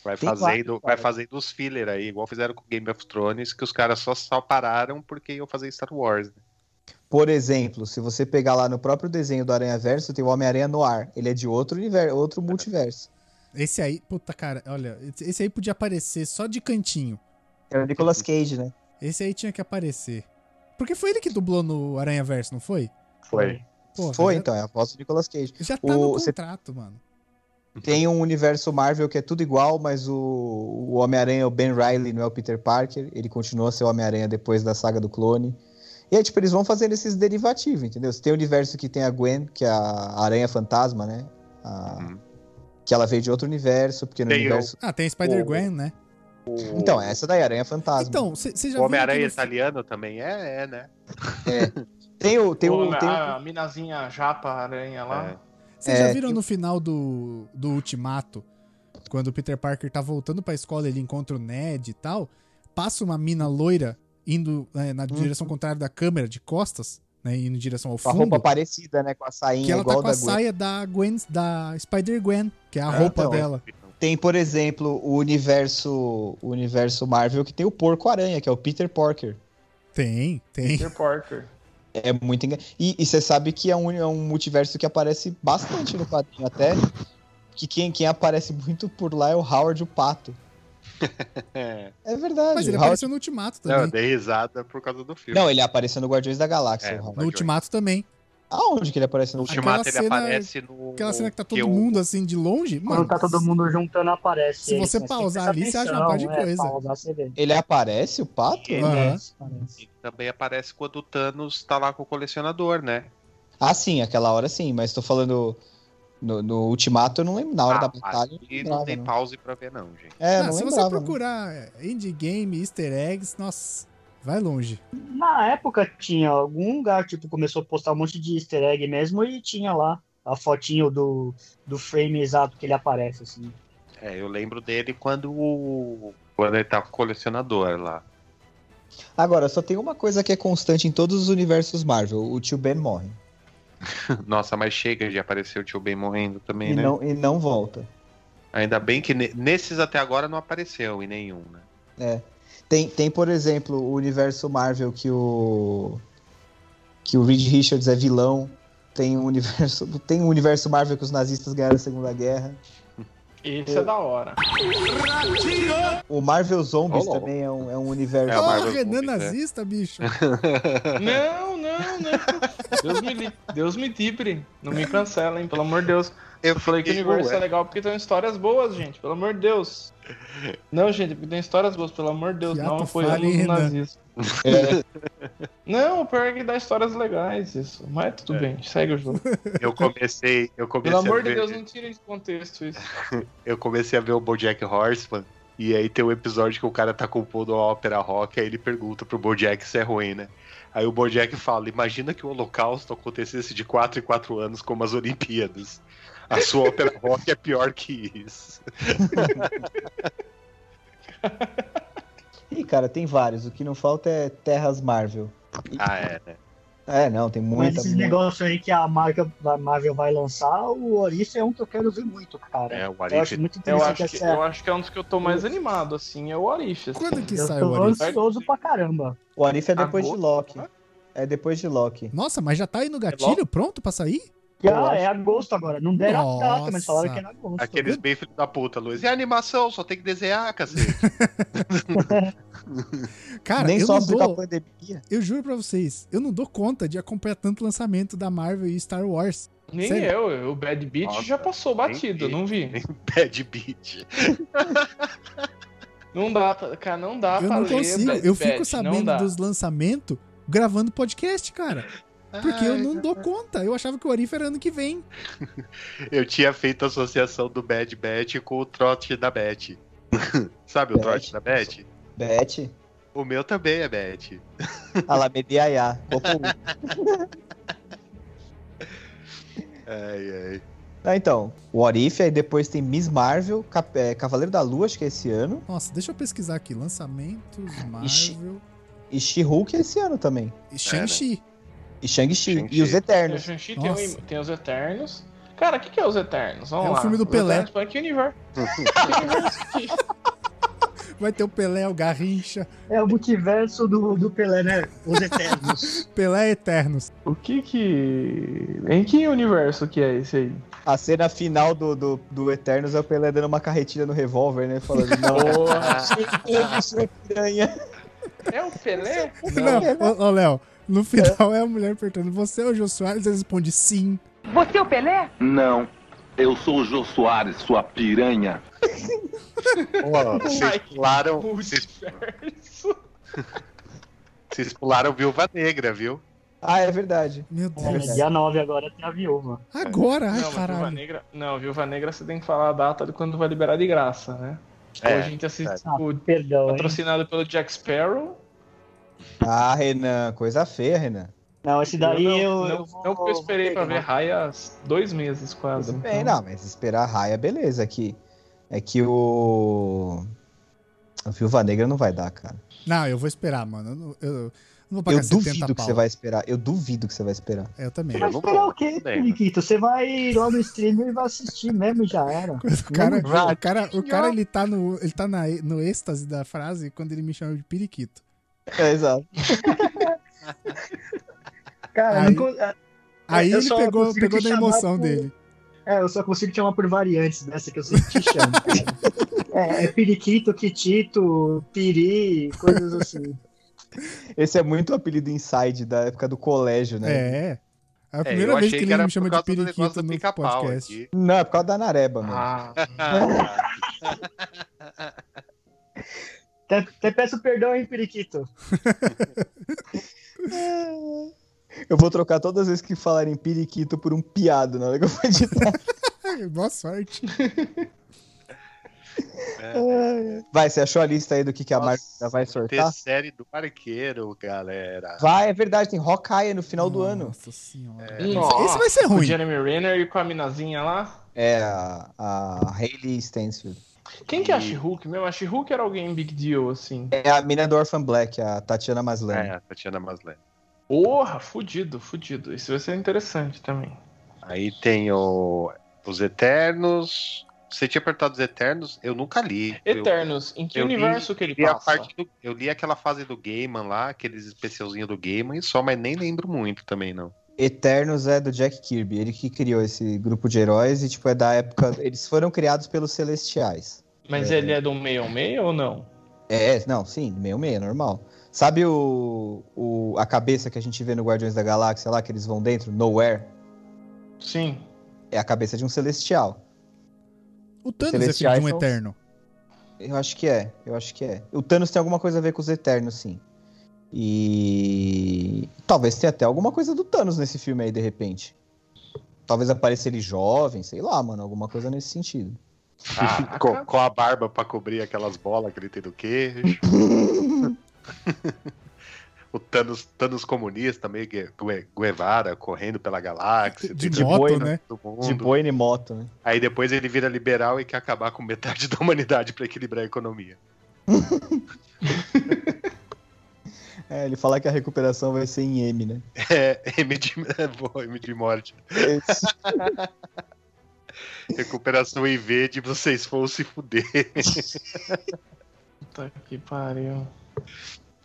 S4: Vai
S3: Tem
S4: fazendo,
S3: vários,
S4: vai
S3: cara.
S4: fazendo os filler aí, igual fizeram com Game of Thrones, que os caras só, só pararam porque iam fazer Star Wars. né?
S3: Por exemplo, se você pegar lá no próprio desenho do Aranha Verso, tem o Homem-Aranha no ar. Ele é de outro universo, outro multiverso.
S2: Esse aí, puta cara, olha, esse- esse aí podia aparecer só de cantinho.
S3: É o Nicolas Cage, né?
S2: Esse aí tinha que aparecer. Porque foi ele que dublou no Aranha Verso, não foi?
S6: Foi.
S2: Pô, né?
S3: Foi,
S2: já-
S3: então, é a voz do Nicolas Cage.
S2: Já tá no
S3: O- cê-
S2: contrato, mano.
S3: Tem um universo Marvel que é tudo igual, mas o, o Homem-Aranha é o Ben Riley, não é o Peter Parker. Ele continua a ser o Homem-Aranha depois da saga do clone. E aí, tipo, eles vão fazendo esses derivativos, entendeu? Você tem o universo que tem a Gwen, que é a Aranha Fantasma, né? A-
S4: Uhum.
S3: Que ela veio de outro universo, porque no
S6: Tem o-
S3: universo.
S2: Ah, tem Spider-Gwen, né?
S3: Então, essa daí, Aranha Fantasma.
S2: Então, você já
S4: O
S2: viu
S4: Homem-Aranha tá
S2: aquele fi-
S4: italiano também é, é, né?
S3: tem o. Tem
S1: Tem
S3: o, tem um- o-
S1: a minazinha japa aranha lá.
S4: É.
S2: Vocês já
S3: É,
S2: viram no final do, do Ultimato, quando o Peter Parker tá voltando pra escola, ele encontra o Ned e tal, passa uma mina loira indo é, na direção contrária da câmera, de costas, né, indo em direção ao
S3: Uhum. a roupa
S2: fundo,
S3: parecida, né? Com a sainha
S2: que ela tá
S3: igual
S2: com
S3: da
S2: a
S3: Gwen.
S2: saia da Gwen, da Spider-Gwen, que é a
S3: Ah,
S2: roupa
S3: então, é.
S2: dela.
S3: Tem, por exemplo, o universo, o universo Marvel que tem o Porco-Aranha, que é o Peter Parker.
S2: Tem, tem.
S1: Peter Parker.
S3: É muito engra... E e você sabe que é um, é um multiverso que aparece bastante no quadrinho, até que quem, quem aparece muito por lá é o Howard o Pato.
S4: É.
S3: É verdade.
S2: Mas ele
S3: o Howard-
S2: apareceu no Ultimato
S4: Não, eu
S2: também.
S4: dei risada por causa do filme.
S3: Não, ele apareceu no Guardiões da Galáxia.
S4: É,
S3: o Howard.
S2: No Ultimato também.
S3: Aonde que ele aparece no
S4: No
S3: último?
S4: Ultimato ele
S2: aquela cena-
S4: aparece no.
S2: Aquela cena que tá todo
S4: eu-
S2: mundo assim de longe, mano.
S5: Quando tá todo mundo juntando, aparece.
S2: se
S5: aí,
S2: você
S5: mas tem que
S2: pausar
S5: prestar
S2: ali, você acha uma
S5: atenção,
S2: par de
S5: é,
S2: coisa.
S5: Pausar, você vê.
S3: Ele aparece, o Pato?
S4: Ele
S2: Aham.
S5: Aparece, aparece.
S4: ele também aparece quando o Thanos tá lá com o colecionador, né?
S3: Ah, sim, aquela hora sim, mas tô falando no, no Ultimato, eu não lembro. Na hora da
S4: mas
S3: batalha, né? eu não
S4: E
S3: lembrava,
S4: Ah, não tem
S3: não.
S4: pause pra ver, não, gente.
S3: É,
S2: Ah,
S3: não
S2: se você
S3: lembrava, não.
S2: procurar é, indie game, easter eggs, nossa, vai longe.
S5: Na época tinha algum lugar, tipo, começou a postar um monte de easter egg mesmo e tinha lá a fotinho do, do frame exato que ele aparece, assim.
S4: É, eu lembro dele quando o. Quando ele tá com o colecionador lá.
S3: Agora, só tem uma coisa que é constante em todos os universos Marvel: o tio Ben morre.
S4: Nossa, mas chega de aparecer o tio Ben morrendo também,
S3: E
S4: né?
S3: não, e não volta.
S4: Ainda bem que ne- nesses até agora não apareceu em nenhum, né?
S3: Tem, tem, por exemplo, o universo Marvel que o. que o Reed Richards é vilão. Tem o universo, tem o universo Marvel que os nazistas ganharam a Segunda Guerra.
S1: Isso é da hora.
S3: O Marvel Zombies
S4: Oh, louco.
S3: também é um, é um universo.
S4: É, a
S2: Ó,
S4: Marvel
S2: Renan
S4: Zombies, né?
S2: nazista, bicho.
S1: Não, não, não. Deus me, li- Deus me livre. Não me cancela, hein? Pelo amor de Deus. Eu falei que o universo é legal porque tem histórias boas, gente. Pelo amor de Deus. Não, gente, porque tem histórias boas. Pelo amor de Deus,
S2: Fiapo
S1: não apoiamos
S2: falha,
S1: os
S2: hein, Renan?
S1: nazistas. Não, o pior é que dá histórias legais, isso. Mas tudo bem, segue o jogo.
S4: Eu comecei, eu comecei
S1: Pelo amor
S4: a
S1: de
S4: ver,
S1: Deus, não tira esse contexto isso.
S4: eu comecei a ver o BoJack Horseman e aí tem um episódio que o cara tá compondo uma ópera rock, aí ele pergunta pro BoJack se é ruim, né? Aí o BoJack fala: "Imagina que o Holocausto acontecesse de 4 em 4 anos como as Olimpíadas. A sua ópera rock é pior que isso."
S3: Ih, cara, tem vários. O que não falta é Terras Marvel.
S4: Ah, é, né?
S3: É, não, tem muita.
S5: Mas esses
S3: muita-
S5: negócios aí que a marca a Marvel vai lançar, o Orif é um que eu quero ver muito, cara.
S4: É, o
S5: eu
S4: Arif
S5: acho muito
S1: Eu
S5: interessante
S1: acho, que,
S5: essa.
S1: eu acho que é um dos que eu tô mais animado, assim, é o Arif. assim.
S2: Quando que
S5: Eu
S2: sai o
S5: tô
S2: Orif?
S5: ansioso pra caramba.
S3: O Arif é
S4: Tá
S3: depois de
S1: Agosto,
S3: Loki.
S1: né?
S3: É depois de Loki.
S2: Nossa, mas já tá
S4: É
S2: aí no gatilho, pronto pra sair?
S3: Eu
S5: Já é agosto agora. Não deram a data, mas
S2: Nossa.
S5: falaram que era agosto.
S4: Aqueles bem filho da puta, Luiz. E a animação, só tem que desenhar, cacete.
S2: Cara,
S3: Nem
S2: eu
S3: só
S2: não
S3: aplica a
S2: dou,
S3: pandemia.
S2: eu juro pra vocês, eu não dou conta de acompanhar tanto lançamento da Marvel e Star Wars.
S1: Nem
S2: Sério?
S1: eu, eu- o Bad Beat
S4: Nossa,
S1: já passou batido,
S4: vi.
S1: não vi.
S4: Bad Beat.
S1: Não dá, pra- cara, não dá
S2: eu
S1: pra
S2: não
S1: ler
S2: consigo,
S1: Bad
S2: eu
S1: Batch,
S2: fico
S1: não
S2: sabendo
S1: dá.
S2: dos lançamentos gravando podcast, cara. Porque eu não dou conta. Eu achava que o Orif era ano que vem.
S4: Eu tinha feito a associação do Bad Bat com o trote da Bet. Sabe o
S3: Bet?
S4: trote da Bet?
S3: Beth.
S4: O meu também é Bet.
S3: Alamediaia.
S4: Ai, ai.
S3: ah, então, o Orif, aí depois tem Miss Marvel, Cap- é, Cavaleiro da Lua, acho que é esse ano.
S2: Nossa, deixa eu pesquisar aqui. Lançamentos,
S3: Ixi.
S2: Marvel
S3: E She-Hulk é esse ano também.
S2: e Shang-Chi.
S3: E Shang-Chi.
S4: Shang-Chi.
S3: e os
S1: Tem o
S3: Eternos.
S1: É, Shang-Chi, tem, o-
S2: Nossa.
S1: tem os Eternos. Cara, o que, que é os Eternos? Vamos
S2: É o
S1: lá.
S2: filme do
S1: Os
S2: Pelé.
S1: Eternos, pra que universo?
S2: Vai ter o Pelé, o Garrincha,
S5: É o multiverso do, do Pelé, né? Os Eternos.
S2: Pelé é Eternos.
S1: O que que... Em que universo que é esse aí?
S3: A cena final do, do, do Eternos é o Pelé dando uma carretilha no revólver, né? Falando, não,
S1: Porra,
S3: piranha.
S1: É o Pelé?
S2: Não, ô, ô, Léo, no final é a mulher perguntando: Você é o Jô Soares? Ele responde: Sim.
S6: Você é o Pelé?
S7: Não. Eu sou o Jô Soares, sua piranha.
S4: Pô, vocês
S1: Ai,
S4: pularam, vocês,
S1: Multiverso.
S4: vocês pularam Viúva Negra, viu?
S3: Ah, é verdade.
S2: Meu
S5: É,
S2: Deus.
S5: dia 9 agora tem a viúva.
S2: Agora?
S1: Não,
S2: Ai,
S1: mas Viúva
S2: caralho.
S1: Negra, não, Viúva Negra você tem que falar a data de quando vai liberar de graça, né?
S4: É,
S1: Hoje a gente assiste
S5: Ah,
S1: o
S5: perdão, hein?
S1: patrocinado pelo Jack Sparrow.
S3: Ah, Renan, coisa feia, Renan.
S5: Não, esse daí
S1: não,
S5: eu.
S1: não,
S5: eu vou-
S1: não, porque eu esperei pra
S5: vou
S1: ver
S5: pegar.
S1: Raia há dois meses quase.
S3: Tudo bem,
S1: então.
S3: não, mas esperar a raia, beleza. Aqui. É que o. A Viúva Negra não vai dar, cara.
S2: Não, eu vou esperar, mano. Eu, não- eu não vou pagar
S3: Eu
S2: 70
S3: duvido que
S2: pau.
S3: você vai esperar. Eu duvido que você vai esperar.
S2: É, Eu também.
S5: Você vai
S4: Eu não
S5: esperar
S4: vou,
S5: o quê,
S4: tudo
S1: É.
S4: bem, né?
S5: Nikito? Você vai lá no streamer e vai assistir mesmo e já era.
S2: O cara,
S4: vai.
S2: o cara, o cara ele tá, no, ele tá na- no êxtase da frase quando ele me chama de periquito.
S3: É, exato.
S5: Cara,
S2: Aí-
S5: eu não con- é,
S2: Aí
S5: eu
S2: ele
S5: só
S2: pegou,
S5: consigo
S2: pegou
S5: te
S2: da
S5: chamar
S2: emoção
S5: por-
S2: dele.
S5: é, eu só consigo te chamar por variantes dessa que eu sempre te chamo. cara. é, é periquito, quitito, piri, coisas assim.
S3: Esse é muito o apelido inside da época do colégio, né?
S2: É. É a
S4: É,
S2: primeira
S4: eu
S2: vez
S4: achei
S2: que
S4: que,
S2: ele
S4: era
S2: me
S4: por
S2: chama de
S4: causa do
S2: periquito
S4: negócio do
S2: no
S4: pica-pau
S2: podcast.
S4: aqui.
S3: Não, é por causa da Nareba, mano.
S1: Ah,
S5: Até, até peço perdão, hein, periquito.
S3: Eu vou trocar todas as vezes que falarem periquito por um piado na hora que eu for editar.
S2: Ai, É, Boa sorte.
S3: Vai, você achou a lista aí do que, que a
S4: Nossa,
S3: Marvel já vai
S4: Ter
S3: sortar?
S4: série do Arqueiro, galera.
S3: Vai, é verdade, tem Hawkeye no final do ano.
S2: Nossa senhora.
S4: É.
S2: Esse- Esse vai ser
S1: com o
S2: ruim.
S1: Jeremy Renner e com a minazinha lá.
S3: É, a, a Hayley Stansfield.
S1: Quem que é a
S4: E-
S1: She-Hulk mesmo? A She-Hulk era alguém big deal, assim.
S3: É a mina do Orphan Black, a Tatiana Maslany.
S4: É, a Tatiana Maslany.
S1: Porra, fudido, fudido. Isso vai ser interessante também.
S4: Aí tem o... os Eternos. Você tinha apertado os Eternos? Eu nunca li.
S1: Eternos, em que
S4: eu li-
S1: universo que
S4: Eu,
S1: ele
S4: li a
S1: passa?
S4: parte do- eu li aquela fase do Gaiman lá, aqueles especialzinhos do Gaiman e só, mas nem lembro muito também, não.
S3: Eternos é do Jack Kirby, ele que criou esse grupo de heróis e, tipo, é da época. Eles foram criados pelos Celestiais.
S1: Mas ele é do meio ao meio ou não?
S3: É, não, sim, meio meio, normal. Sabe o, o- a cabeça que a gente vê no Guardiões da Galáxia lá, que eles vão dentro? Nowhere?
S1: Sim.
S3: É a cabeça de um Celestial.
S2: O Thanos é filho de
S3: Celestiais
S2: um
S3: são os-
S2: eterno.
S3: Eu acho que é, eu acho que é. O Thanos tem alguma coisa a ver com os Eternos, sim. E. Talvez tenha até alguma coisa do Thanos nesse filme aí, de repente. Talvez apareça ele jovem, sei lá, mano, alguma coisa nesse sentido.
S4: com, com a barba pra cobrir aquelas bolas que ele tem do queijo. o Thanos, Thanos comunista, meio que Gue- Guevara, correndo pela galáxia.
S2: De
S4: tentando
S2: moto,
S4: dominar
S2: né?
S4: todo
S3: De
S4: mundo.
S3: boina e moto, né?
S4: Aí depois ele vira liberal e quer acabar com metade da humanidade pra equilibrar a economia.
S3: É, ele falar que a recuperação vai ser em M, né?
S4: É, M de, é bom, M de morte.
S3: Esse-
S4: Recuperação em V de vocês vão se fuder.
S1: Puta que pariu.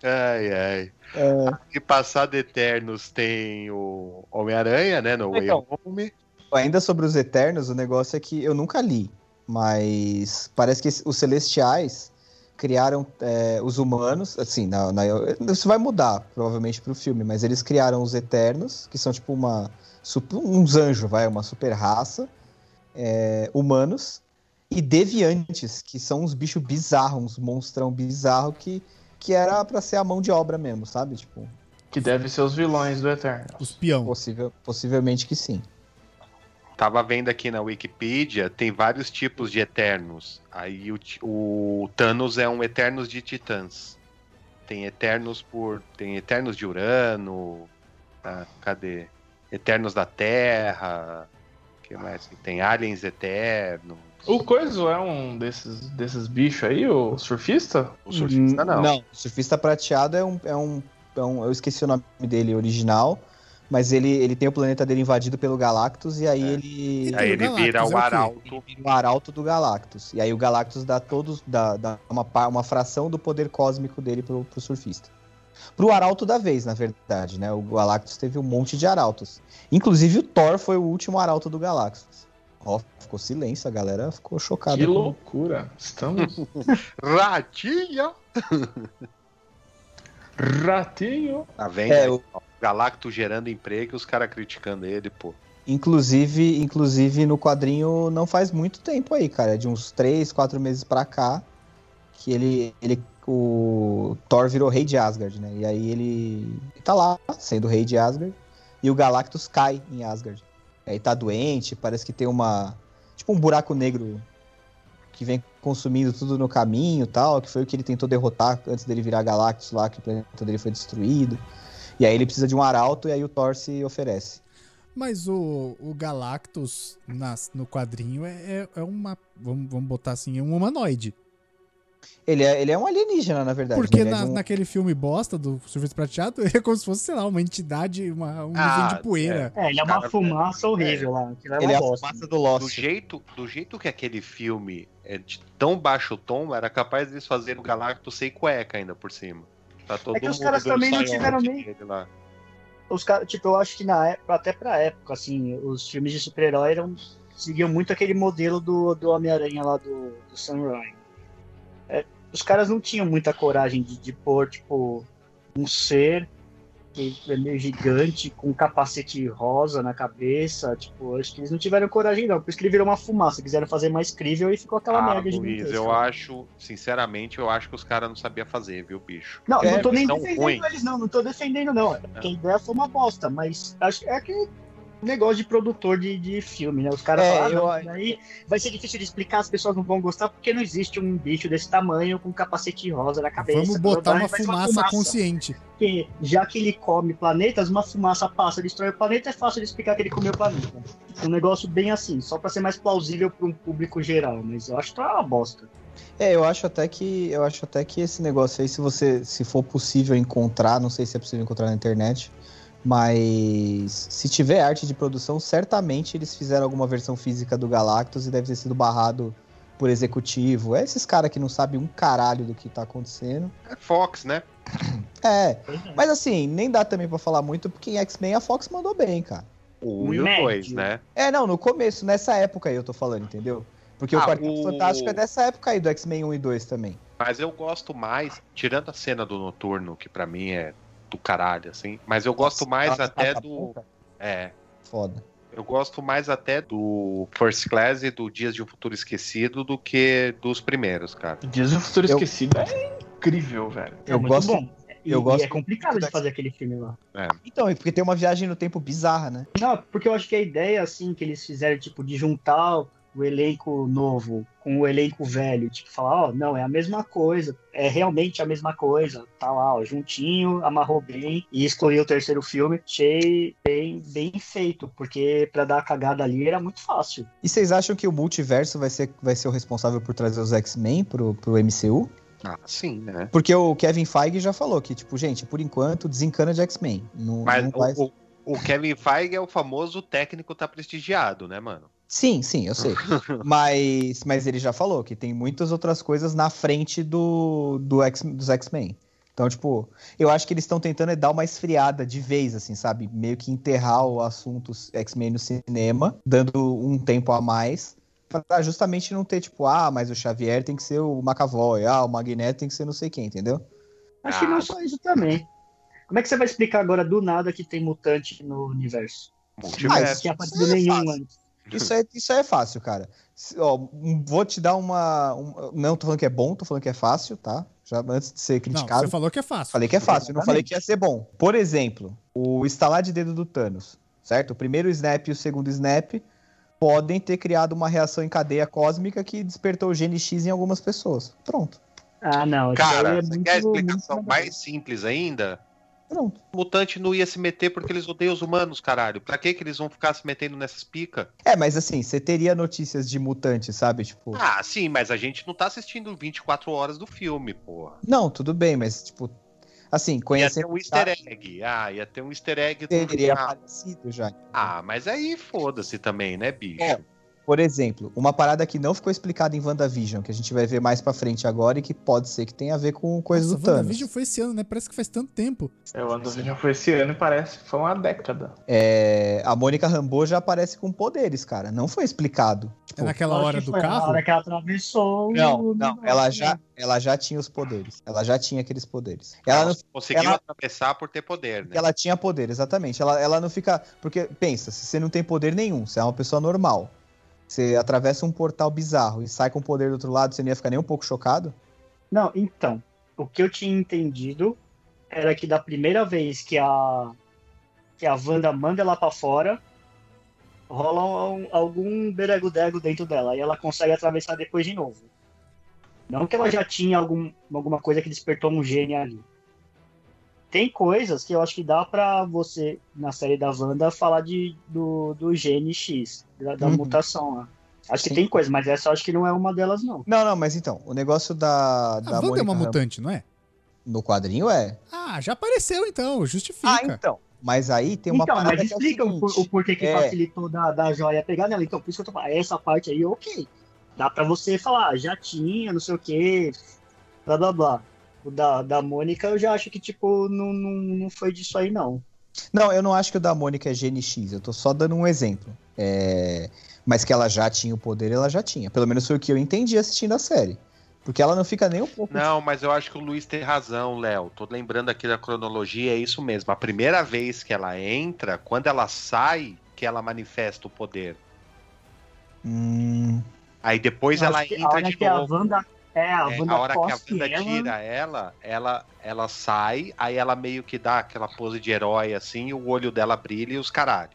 S4: Ai, ai.
S3: é,
S4: E passado Eternos tem o Homem-Aranha, né? No Way
S1: Então.
S4: Home.
S3: Ainda sobre os Eternos, o negócio é que eu nunca li, mas parece que os Celestiais criaram é, os humanos, assim, na- na- isso vai mudar provavelmente pro filme, mas eles criaram os Eternos, que são tipo uma sup- uns anjos, vai, uma super raça, é, humanos e deviantes, que são uns bichos bizarros, uns monstrão bizarro que que era pra ser a mão de obra mesmo, sabe? Tipo,
S1: Que deve ser os vilões do Eterno.
S2: Os peão.
S3: possível, possivelmente que sim.
S4: Tava vendo aqui na Wikipedia, tem vários tipos de Eternos. Aí o, ti- o Thanos é um Eternos de Titãs. Tem Eternos por. Tem Eternos de Urano. ah, cadê? Eternos da Terra. que mais? que Tem Aliens Eternos.
S1: O Coiso é um desses, desses bichos aí, o surfista?
S4: O surfista Ah, não.
S3: Não, o surfista prateado é um, é um. é um- Eu esqueci o nome dele original. Mas ele, ele tem o planeta dele invadido pelo Galactus e aí
S4: É.
S3: ele.
S4: Aí ele
S2: Galactus, é
S4: vira
S2: o
S4: o
S2: quê?
S4: Arauto.
S3: O arauto do Galactus. E aí o Galactus dá todos. dá, dá uma, pa- uma fração do poder cósmico dele pro, pro surfista. Pro arauto da vez, na verdade, né? O Galactus teve um monte de arautos. Inclusive o Thor foi o último arauto do Galactus. Ó, ficou silêncio, a galera ficou chocada.
S1: Que
S3: com-
S1: loucura. Estamos.
S4: Ratinha!
S1: Ratinho.
S4: Tá vendo?
S3: É,
S4: aí?
S3: o-
S4: Galacto gerando emprego e os caras criticando ele, pô.
S3: inclusive, inclusive no quadrinho não faz muito tempo aí, cara. É de uns 3, 4 meses pra cá que ele, ele o Thor virou rei de Asgard, né? E aí ele tá lá sendo rei de Asgard e o Galactus cai em Asgard. Aí tá doente, parece que tem uma tipo um buraco negro que vem consumindo tudo no caminho, e tal, que foi o que ele tentou derrotar antes dele virar Galactus lá, que o planeta dele foi destruído. E aí ele precisa de um arauto e aí o Thor se oferece.
S2: Mas o, o Galactus nas- no quadrinho é, é, é uma. Vamos, vamos botar assim, é um humanoide.
S3: Ele é, ele é um alienígena, na verdade. né?
S2: Porque
S3: Ele é
S2: na-
S3: de um-
S2: naquele filme bosta do Surfista Prateado, é como se fosse, sei lá, uma entidade, uma, um
S4: Ah,
S2: nuvem de poeira.
S5: É, ele é
S4: Cara,
S5: uma fumaça horrível lá. Aquilo é uma
S3: ele é a
S5: bosta.
S3: fumaça do
S4: Do
S3: Lost.
S4: jeito, do jeito que aquele filme é de tão baixo tom, era capaz deles fazerem o Galactus sem cueca ainda por cima. Tá todo
S5: É que os
S4: mundo
S5: caras
S4: dando
S5: também não
S4: saiote
S5: tiveram nem-
S4: nele lá.
S5: Os caras, tipo, eu acho que na época, até pra época, assim, os filmes de super-herói eram. seguiam muito aquele modelo do, do Homem-Aranha lá do, do Sam Raimi. É, os caras não tinham muita coragem de, de pôr, tipo, um ser que é meio gigante, com um capacete rosa na cabeça. Tipo, acho que eles não tiveram coragem, não. Por isso que ele virou uma fumaça. Quiseram fazer mais crível e ficou aquela
S4: Ah,
S5: merda né?
S4: Luiz,
S5: gigantesca.
S4: eu acho, sinceramente, eu acho que os caras não sabiam fazer, viu, bicho?
S5: Não,
S3: É,
S5: não tô nem
S4: são
S5: defendendo
S4: ruins.
S5: eles, não. Não tô defendendo, não. É Porque a ideia foi uma bosta, mas acho que é aquele negócio de produtor de, de filme, né? Os caras
S3: É,
S5: falam,
S3: eu-
S5: ah, não, aí vai ser difícil de explicar, as pessoas não vão gostar, porque não existe um bicho desse tamanho com um capacete rosa na cabeça.
S2: Vamos botar
S5: Vai
S2: uma
S5: ser
S2: fumaça, consciente.
S5: Porque já que ele come planetas, uma fumaça passa, destrói o planeta, é fácil de explicar que ele comeu o planeta. Um negócio bem assim, só pra ser mais plausível pra um público geral, mas eu acho que é uma bosta.
S3: É, eu acho até que eu acho até que esse negócio aí, se você se for possível encontrar, não sei se é possível encontrar na internet, mas se tiver arte de produção, certamente eles fizeram alguma versão física do Galactus e deve ter sido barrado por executivo. É esses caras que não sabem um caralho do que tá acontecendo.
S4: É Fox, né?
S3: É, mas assim, nem dá também pra falar muito, porque em X-Men a Fox mandou bem, cara.
S4: O 1 e o
S5: Médio.
S4: 2, né?
S3: É, não, no começo, nessa época aí eu tô falando, entendeu? Porque o
S4: Ah,
S3: Quarteto
S4: o-
S3: Fantástico é dessa época aí, do X-Men 1 e 2 também.
S4: Mas eu gosto mais, tirando a cena do Noturno, que pra mim é do caralho, assim, mas eu gosto mais
S3: Nossa,
S4: até
S3: tá
S4: do...
S3: bom,
S4: É,
S3: Foda.
S4: Eu gosto mais até do First Class e do Dias de um Futuro Esquecido do que dos primeiros, cara.
S1: Dias do Futuro
S3: Eu-
S1: Esquecido é incrível, velho.
S5: É
S3: Eu
S5: muito
S3: gosto-
S5: bom. E,
S3: eu gosto
S5: e é complicado
S3: muito
S5: de fazer aquele filme lá.
S3: Então, é porque tem uma viagem no tempo bizarra, né?
S5: Não, porque eu acho que a ideia, assim, que eles fizeram, tipo, de juntar o elenco novo com o elenco velho, tipo, falar, ó, não, é a mesma coisa, é realmente a mesma coisa, tá lá, ó, juntinho, amarrou bem e escolheu o terceiro filme, achei bem, bem feito, porque pra dar a cagada ali era muito fácil.
S3: E vocês acham que o multiverso vai ser, vai ser o responsável por trazer os X-Men pro, pro MCU?
S4: Ah, sim, né?
S3: Porque o Kevin Feige já falou que, tipo, gente, por enquanto, desencana de X-Men. Não,
S4: Mas
S3: não
S4: o-
S3: vai-
S4: o, o Kevin Feige é o famoso técnico tá prestigiado, né, mano?
S3: Sim, sim, eu sei. mas, mas ele já falou que tem muitas outras coisas na frente do, do X, dos X-Men. Então, tipo, eu acho que eles estão tentando é dar uma esfriada de vez, assim, sabe? Meio que enterrar o assunto X-Men no cinema, dando um tempo a mais. Pra justamente não ter, tipo, ah, mas o Xavier tem que ser o McAvoy, ah, o Magneto tem que ser não sei quem, entendeu?
S5: Acho que
S4: Ah.
S5: não só isso também. Como é que você vai explicar agora do nada que tem mutante no universo? Ah,
S3: Mas-
S4: Multiverso.
S5: Que apareceu
S3: isso é
S5: nenhum
S3: fácil.
S5: antes.
S3: Isso é, isso aí é fácil, cara. Se- ó, um- vou te dar uma, um- Não tô falando que é bom, tô falando que é fácil, tá? Já antes de ser
S2: Não,
S3: criticado.
S2: você falou que é fácil.
S3: Falei que é fácil, não falei que ia ser bom. Por exemplo, o estalar de dedo do Thanos, certo? O primeiro snap e o segundo snap podem ter criado uma reação em cadeia cósmica que despertou o gene X em algumas pessoas. Pronto,
S5: Ah, não. isso aí
S4: Cara,
S5: é
S4: você
S5: muito-
S4: quer a
S5: muito
S4: explicação
S5: trabalho.
S4: mais simples ainda?
S3: pronto.
S4: O mutante não ia se meter porque eles odeiam os humanos, caralho. Pra que que eles vão ficar se metendo nessas picas?
S3: É, mas assim, você teria notícias de mutantes, sabe? Tipo,
S4: Ah, sim, mas a gente não tá assistindo 24 horas do filme, porra.
S3: não, tudo bem, mas tipo, assim,
S4: Ia
S3: conhecendo
S4: ter um easter egg. Ah, ia ter um easter egg do
S3: teria
S4: Ah,
S3: aparecido já.
S4: Ah, mas aí foda-se também, né, bicho?
S3: É. Por exemplo, uma parada que não ficou explicada em WandaVision, que a gente vai ver mais pra frente agora e que pode ser que tenha a ver com coisa do
S2: Nossa,
S3: Thanos.
S2: WandaVision foi esse ano, né? Parece que faz tanto tempo.
S1: É, o WandaVision foi esse ano e parece que foi uma década.
S3: É, a Mônica Rambeau já aparece com poderes, cara. Não foi explicado.
S2: É naquela
S5: Acho
S2: hora
S5: que
S2: do
S5: foi na
S2: carro.
S5: hora que ela atravessou. o negócio,
S3: Ela
S5: né?
S3: já, ela já tinha os poderes. Ela já tinha aqueles poderes. Ela não
S4: só conseguiu
S3: ela-
S4: atravessar por ter poder,
S3: que
S4: né?
S3: ela tinha poder, exatamente. Ela, ela não fica. Porque, pensa, se você não tem poder nenhum, você é uma pessoa normal. Você atravessa um portal bizarro e sai com poder do outro lado, você não ia ficar nem um pouco chocado?
S5: Não, então, o que eu tinha entendido era que da primeira vez que a que a Wanda manda ela pra fora, rola um- algum berego-dego dentro dela e ela consegue atravessar depois de novo. Não que ela já tinha algum, alguma coisa que despertou um gênio ali. Tem coisas que eu acho que dá pra você, na série da Wanda, falar de, do, do gene X, da, da
S3: Uhum.
S5: mutação lá. Acho que
S3: Sim.
S5: tem coisa, mas essa eu acho que não é uma delas, não.
S3: Não, não, mas então, o negócio da.
S5: Ah,
S3: da
S2: A Wanda é uma
S3: Mônica Rambeau-
S2: mutante, não é?
S3: No quadrinho é.
S2: Ah, já apareceu então, justifica.
S3: então. Mas aí tem uma
S5: então,
S3: parada
S5: mas
S3: que é o
S5: explica o, por-
S3: seguinte.
S5: o porquê que
S3: é.
S5: facilitou da, da joia pegar nela. Então, por isso que eu tô falando, essa parte aí, ok. Dá pra você falar, "Ah, já tinha, não sei o quê, blá blá blá. O da, da Mônica, eu já acho que, tipo, não, não, não foi disso aí, não.
S3: Não, eu não acho que o da Mônica é GNX, eu tô só dando um exemplo. É, Mas que ela já tinha o poder, ela já tinha. Pelo menos foi o que eu entendi assistindo a série. Porque ela não fica nem um pouco.
S4: Não, mas eu acho que o Luiz tem razão, Léo. Tô lembrando aqui da cronologia, é isso mesmo. A primeira vez que ela entra, quando ela sai, que ela manifesta o poder.
S3: Hum,
S4: Aí depois
S5: Acho
S4: ela
S5: que
S4: entra
S5: a hora
S4: de
S5: que a
S4: novo.
S5: Wanda. É, a
S4: É,
S5: Wanda
S4: a hora que a
S5: cospe
S4: Wanda
S5: ela,
S4: tira ela, ela, ela sai, aí ela meio que dá aquela pose de herói assim, o olho dela brilha e os caralho.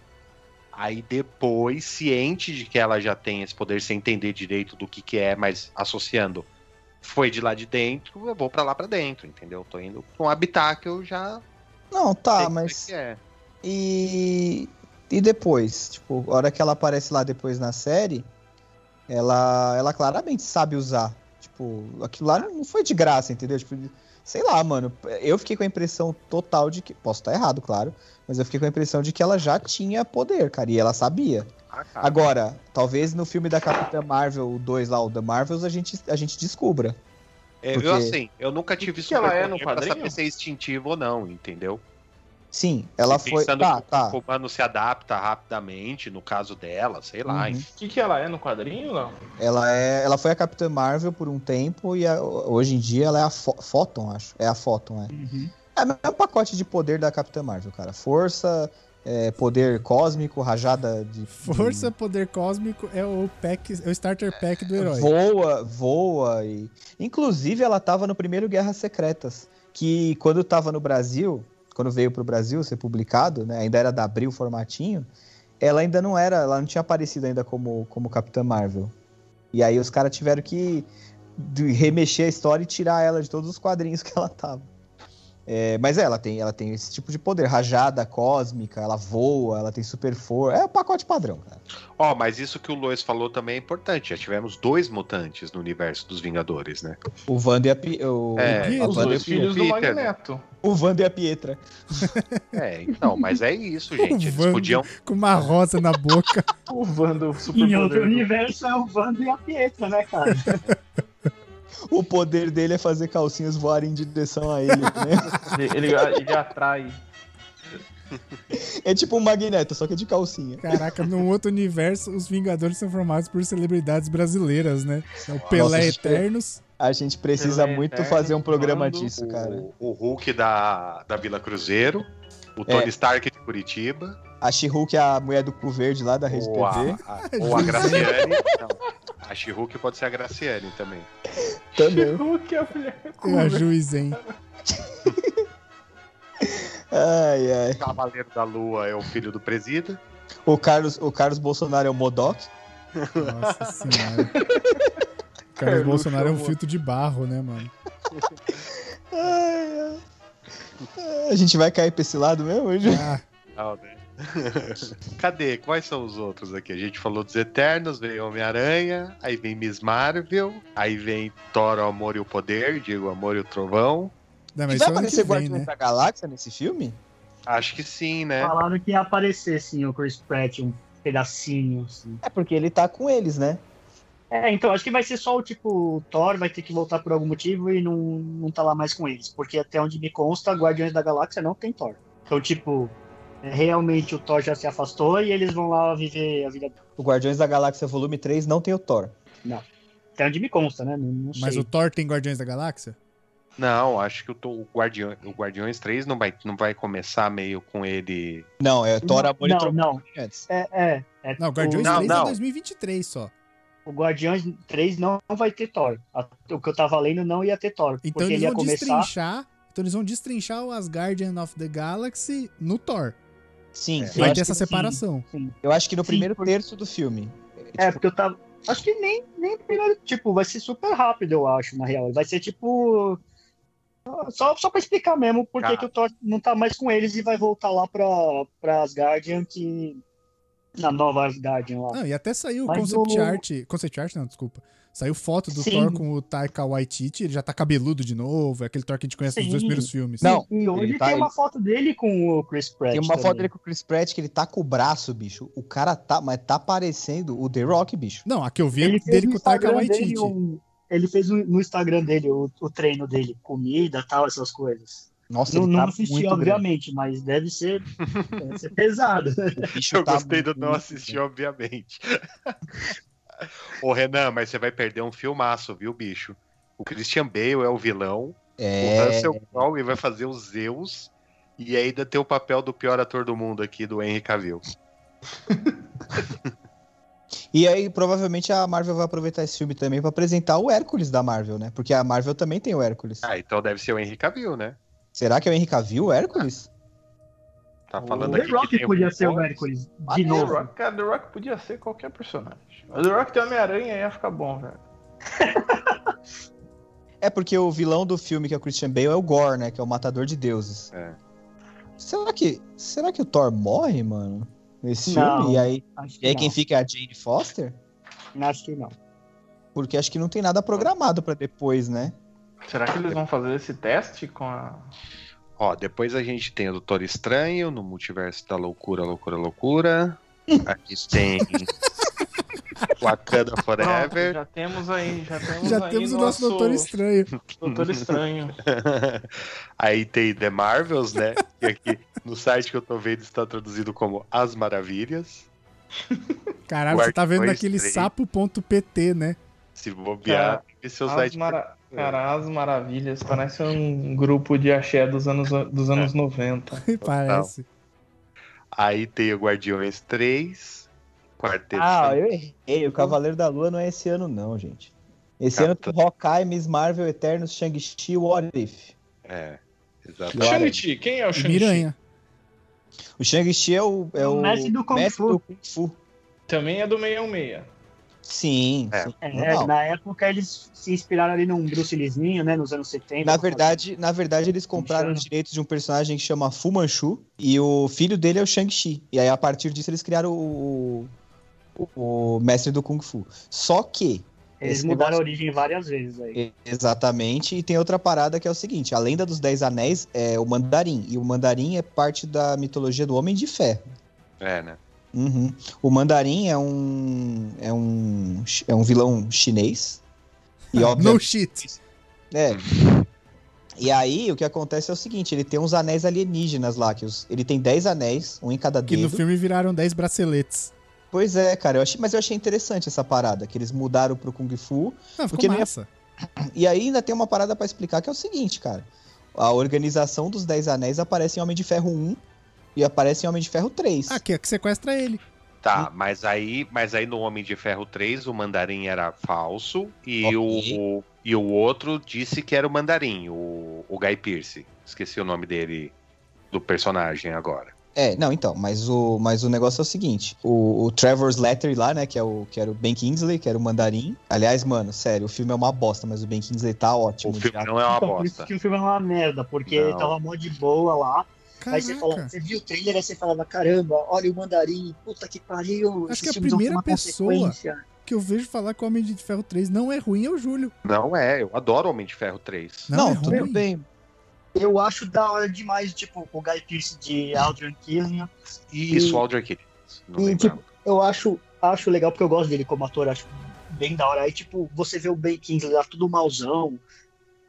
S4: Aí depois, ciente de que ela já tem esse poder sem entender direito do que que é, mas associando, foi de lá de dentro, eu vou pra lá pra dentro, entendeu? Tô indo pra um habitat que eu já
S3: Não, tá,
S1: Ah,
S4: sei como é
S3: mas.
S4: que é.
S3: E. E depois? Tipo, a hora que ela aparece lá depois na série, ela, ela claramente sabe usar. Tipo, aquilo lá não foi de graça, entendeu? Tipo, sei lá, mano. Eu fiquei com a impressão total de que. Posso estar errado, claro. Mas eu fiquei com a impressão de que ela já tinha poder, cara. E ela sabia.
S4: Ah, cara.
S3: Agora, talvez no filme da Capitã Marvel 2 lá, o The Marvels, a gente, a gente descubra.
S4: É,
S3: porque-
S4: Eu assim, eu nunca tive
S1: que ela é no
S4: superpoder pra
S1: quadrinho?
S4: saber se é instintivo ou não, entendeu?
S3: Sim, ela
S4: Se
S3: foi.
S4: pensando
S3: Tá,
S4: que
S3: tá.
S4: O humano se adapta rapidamente, no caso dela, sei lá,
S3: Uhum.
S4: enfim.
S1: O que, que ela é no quadrinho, Léo?
S3: Ela, é, ela foi a Capitã Marvel por um tempo e a- hoje em dia ela é a Fo- Photon, acho. É a Photon, é.
S5: Uhum.
S3: É o mesmo pacote de poder da Capitã Marvel, cara. Força, é, poder cósmico, rajada de. Hum.
S2: Força, poder cósmico é o pack, é o starter pack do
S3: de-
S2: herói.
S3: Voa, voa e. Inclusive, ela tava no primeiro Guerras Secretas. Que quando tava no Brasil, quando veio pro Brasil ser publicado, né? Ainda era da Abril formatinho. Ela ainda não era, ela não tinha aparecido ainda como, como Capitã Marvel. E aí os caras tiveram que de- remexer a história e tirar ela de todos os quadrinhos que ela tava. É, mas é, ela tem, ela tem esse tipo de poder, rajada cósmica, ela voa, ela tem super força. É o pacote padrão, cara.
S4: Ó, mas isso que o Lois falou também é importante. Já tivemos dois mutantes no universo dos Vingadores, né?
S3: O Wanda e a, Pi- o,
S4: É,
S3: a
S1: Os
S3: Wanda e
S1: dois
S3: a Pie-
S1: filhos do
S4: Peter, né?
S1: Magneto.
S3: o Wanda e a Pietra.
S4: É, então, mas é isso, gente. Eles
S2: Wanda.
S4: podiam.
S2: Com uma rosa na boca.
S1: O Wanda, o
S5: Em outro
S1: superpoder. do-
S5: universo é o Wanda e a Pietra, né, cara?
S3: O poder dele é fazer calcinhas voarem em direção a ele, né?
S1: Ele, ele atrai.
S3: É tipo um magneto, só que é de calcinha.
S2: Caraca, num outro universo, os Vingadores são formados por celebridades brasileiras, né? É o
S3: Nossa,
S2: Pelé
S3: acho que-
S2: Eternos.
S3: A gente precisa
S1: Ele é
S3: muito
S1: eterno,
S3: fazer um programa
S1: quando
S3: disso, cara.
S4: O, o Hulk da, da Vila Cruzeiro, o
S3: É.
S4: Tony Stark de Curitiba,
S3: A She-Hulk é a mulher do cu verde lá da Rede
S4: ou a,
S3: TV.
S4: a- ou a Graciane. Não, a She-Hulk pode ser a Graciane também.
S3: Também.
S1: O que é a mulher?
S2: Eu a Juiz, hein?
S3: Ai, ai.
S4: O Cavaleiro da Lua é o filho do Presida.
S3: O Carlos, o Carlos Bolsonaro é o Modoc.
S2: Nossa senhora. Cara, o
S1: Carluxo
S2: Bolsonaro é um
S1: amor.
S2: filtro de barro, né, mano?
S3: Ai, ai. Ai, A gente vai cair pra esse lado mesmo?
S2: Ah,
S4: Não, né? Cadê? Quais são os outros aqui? A gente falou dos Eternos, veio Homem-Aranha, aí vem Miss Marvel, aí vem Thor, o Amor e o Poder, Diego, o Amor e o Trovão.
S2: não, mas
S3: Vai
S2: isso é ano que
S3: aparecer
S2: vem,
S3: Guardiões
S2: né?
S3: da Galáxia nesse filme?
S4: Acho que sim, né?
S3: Ah.
S5: Falaram que ia aparecer, sim, o assim, Chris Pratt um pedacinho, assim.
S3: É porque ele tá com eles, né?
S5: É, então, acho que vai ser só o tipo, o Thor vai ter que voltar por algum motivo e não, não tá lá mais com eles. Porque até onde me consta, Guardiões da Galáxia não tem Thor. Então, tipo, é, realmente o Thor já se afastou e eles vão lá viver a vida.
S3: O Guardiões da Galáxia Volume 3 não tem o Thor.
S5: Até onde me consta, né? Não, não
S2: Mas
S5: sei.
S2: o Thor tem Guardiões da Galáxia?
S4: Não, acho que o, to- o, Guardiã- o Guardiões 3 não vai, não vai começar meio com ele.
S3: Não, é Thor, Amor e
S5: Não,
S3: Trovão
S5: não.
S3: antes.
S5: É, é. é
S2: Não, Guardiões
S4: Não,
S2: 3 é
S4: não.
S2: 2023 só.
S5: O Guardiões 3 não vai ter Thor. A- O que eu tava lendo não ia ter Thor.
S2: Então
S5: porque
S2: eles
S5: ele ia
S2: vão
S5: começar.
S2: destrinchar. Então eles vão destrinchar o As Guardian of the Galaxy no Thor.
S3: Sim,
S4: É.
S3: eu,
S2: Vai
S3: acho,
S2: ter essa
S5: que sim.
S2: separação.
S3: eu acho que no
S5: Sim,
S3: primeiro
S5: por-
S3: terço do filme. Tipo,
S5: É, porque eu tava. Acho que nem, nem primeiro. Tipo, vai ser super rápido, eu acho, na real. Vai ser tipo. Só, só pra explicar mesmo por que
S4: Tá.
S5: que o Thor não tá mais com eles e vai voltar lá pra, pra Asgardian, que. Na nova Asgardian lá.
S2: Não, e até saiu o
S5: Mas
S2: concept
S5: o-
S2: art. Concept art não, desculpa. Saiu foto do
S5: Sim.
S2: Thor com o Taika Waititi. Ele já tá cabeludo de novo. É aquele Thor que a gente conhece dos dois
S5: Sim.
S2: primeiros filmes.
S3: Não,
S5: E hoje
S3: Ele tá-
S5: tem uma foto dele com o Chris Pratt.
S3: tem uma foto
S5: também.
S3: dele com o Chris Pratt que ele tá com o braço, bicho. O cara tá, mas tá parecendo o The Rock, bicho.
S2: Não, a que eu vi é
S5: Ele fez
S2: dele
S5: no
S2: com o Taika
S5: Instagram
S2: Waititi.
S5: dele um- ele fez um- no Instagram dele o, o treino dele, comida tal, essas coisas.
S3: Nossa,
S5: Não,
S3: ele
S5: não
S3: tá
S5: assisti,
S3: muito grande.
S5: obviamente, mas deve ser, deve ser pesado.
S3: O bicho
S4: Eu
S3: tá
S4: gostei do não
S3: muito
S4: assistir, obviamente. Ô, Renan, mas você vai perder um filmaço, viu, bicho? O Christian Bale é o vilão,
S3: grande.
S4: o
S3: É,
S4: Russell Crowe vai fazer o Zeus, e ainda tem o papel do pior ator do mundo aqui, do Henry Cavill.
S3: E aí, provavelmente, a Marvel vai aproveitar esse filme também pra apresentar o Hércules da Marvel, né? Porque a Marvel também tem o Hércules.
S4: Ah, então deve ser o Henry Cavill, né?
S3: Será que é o Henry Cavill, o Hércules?
S4: Tá
S5: O
S4: falando
S5: The
S4: aqui que
S5: Rock
S4: tem
S5: podia
S4: o
S5: ser o
S4: Boris.
S5: Hércules,
S3: Ah,
S5: de
S1: The
S5: novo.
S1: Rock, cara, The Rock podia ser qualquer personagem. O The Rock tem Homem-Aranha ia ficar bom, velho.
S3: É porque o vilão do filme, que é o Christian Bale, é o Gore, né? Que é o matador de deuses.
S4: É.
S3: Será que, será que o Thor morre, mano? Nesse
S5: Não.
S3: filme? E aí,
S5: Acho
S3: e
S5: que
S3: aí
S5: não.
S3: quem fica é a Jane Foster?
S5: Acho que não.
S3: Porque acho que não tem nada programado pra depois, né?
S1: Será que eles vão fazer esse teste com a.
S4: Ó, depois a gente tem o Doutor Estranho no Multiverso da Loucura, Loucura, Loucura. Aqui tem Wakanda
S1: Pronto,
S4: Forever.
S1: já temos aí, já temos
S2: Já
S1: aí
S2: temos o nosso Doutor Estranho.
S1: Doutor Estranho.
S4: Aí tem The Marvels, né? Que aqui no site que eu tô vendo está traduzido como As Maravilhas.
S2: Caralho, você tá vendo
S4: Guardiões
S2: naquele
S4: 3.
S2: sapo.pt, né?
S4: Se bobear, deve ser o
S1: As
S4: site.
S1: mara... Cara, as maravilhas. Parece um grupo de axé dos anos, dos anos 90.
S2: Parece.
S4: Aí tem o Guardiões 3, Quarteto
S3: Ah,
S4: Fantástico.
S3: eu errei. O Cavaleiro da Lua não é esse ano, não, gente. Esse
S4: Cara,
S3: ano tem Hawkeye, Miss Marvel, Eternos, Shang-Chi, What If.
S4: É,
S3: Claro.
S4: exatamente.
S1: Shang-Chi, quem é o
S2: E
S1: Shang-Chi?
S2: Miranha.
S3: O Shang-Chi é o, é
S5: O
S3: o
S5: mestre do Kung
S3: mestre
S5: Fu.
S3: do Kung Fu.
S1: Também é do 616.
S3: Sim,
S4: É.
S3: sim,
S5: É,
S3: normal.
S5: na época eles se inspiraram ali num Bruce Leezinho, né? Nos anos 70.
S3: Na verdade, na verdade, eles compraram os direitos de um personagem que chama Fu Manchu e o filho dele é o Shang-Chi. E aí, a partir disso, eles criaram o, o- o mestre do Kung Fu. Só que,
S5: Eles
S3: esse
S5: mudaram a
S3: negócio-
S5: origem várias vezes
S4: É
S5: aí.
S3: exatamente, e tem outra parada que é o seguinte: a lenda dos Dez Anéis é o Mandarim, e o Mandarim é parte da mitologia do Homem de Ferro.
S4: É, né?
S3: Uhum. O Mandarim é um, é um, é um vilão chinês. E óbvio,
S2: No shit.
S3: É. E aí, o que acontece é o seguinte, ele tem uns anéis alienígenas lá, que os- ele tem 10 anéis, um em cada
S2: Que no
S3: dedo.
S2: filme viraram 10 braceletes.
S3: Pois é, cara, eu achei, mas eu achei interessante essa parada, que eles mudaram pro Kung Fu.
S2: Não, Ah, ficou
S3: Porque não ia-
S2: massa.
S3: E aí ainda tem uma parada pra explicar, que é o seguinte, cara. A organização dos 10 anéis aparece em Homem de Ferro 1 e aparece em Homem de Ferro 3.
S2: Ah, que, que sequestra ele.
S4: Tá, mas aí, mas aí no Homem de Ferro 3 o mandarim era falso e,
S3: Ok.
S4: o, o- e o outro disse que era o mandarim, o, o Guy Pierce. Esqueci o nome dele, do personagem agora.
S3: É, não, então, mas o, mas o negócio é o seguinte: o, o Trevor Slattery lá, né, que, é o, que era o Ben Kingsley, que era o mandarim. Aliás, mano, sério, o filme é uma bosta, mas o Ben Kingsley tá
S4: O
S3: ótimo.
S4: filme
S3: já.
S4: não é uma
S5: Então, por isso
S4: bosta.
S5: que o filme é uma merda, porque
S4: Não.
S5: tava mó de boa lá. Aí você, fala, assim,
S2: Caraca.
S5: você viu o trailer, aí você falava, caramba, olha o mandarim, puta que pariu.
S2: Acho
S5: esses
S2: que é a
S5: filmes vão ter
S2: primeira
S5: uma
S2: pessoa-
S5: consequência."
S2: Que eu vejo falar que o Homem de Ferro 3 não é ruim, é o Júlio.
S4: Não é, eu adoro Homem de Ferro 3.
S2: Não,
S3: Não,
S2: é
S3: tudo
S2: ruim.
S3: bem.
S5: Eu acho da hora demais, tipo, o Guy Pearce de Aldrin Killing.
S4: Isso, Aldrich. Não
S5: e,
S4: lembrava.
S5: eu acho, acho legal porque eu gosto dele como ator, acho bem da hora. Aí, tipo, você vê o Ben Kingsley lá tudo mauzão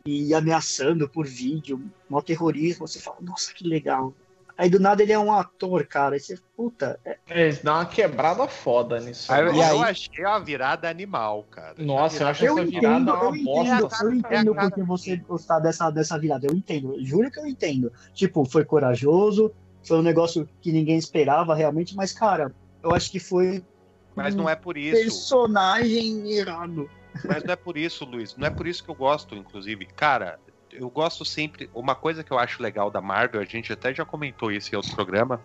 S5: e ameaçando por vídeo, mal terrorismo, você fala, nossa, que legal. Aí do nada ele é um ator, cara. Aí você, puta, é-
S1: Eles dão uma quebrada foda nisso.
S4: Aí, eu-
S3: E aí-
S4: Eu achei a virada animal, cara.
S1: Nossa, eu acho
S5: eu
S1: essa virada é
S5: entendo,
S1: uma
S5: eu entendo,
S1: bosta.
S5: eu entendo
S4: cara.
S5: porque você gostar dessa, dessa virada, eu entendo, juro que eu entendo. Tipo, foi corajoso, foi um negócio que ninguém esperava realmente, mas, cara, eu acho que foi
S4: Mas não é por isso.
S5: personagem irado.
S4: Mas não é por isso, Luiz. Não é por isso que eu gosto, inclusive. Cara, eu gosto sempre. Uma coisa que eu acho legal da Marvel, a gente até já comentou isso em outro programa,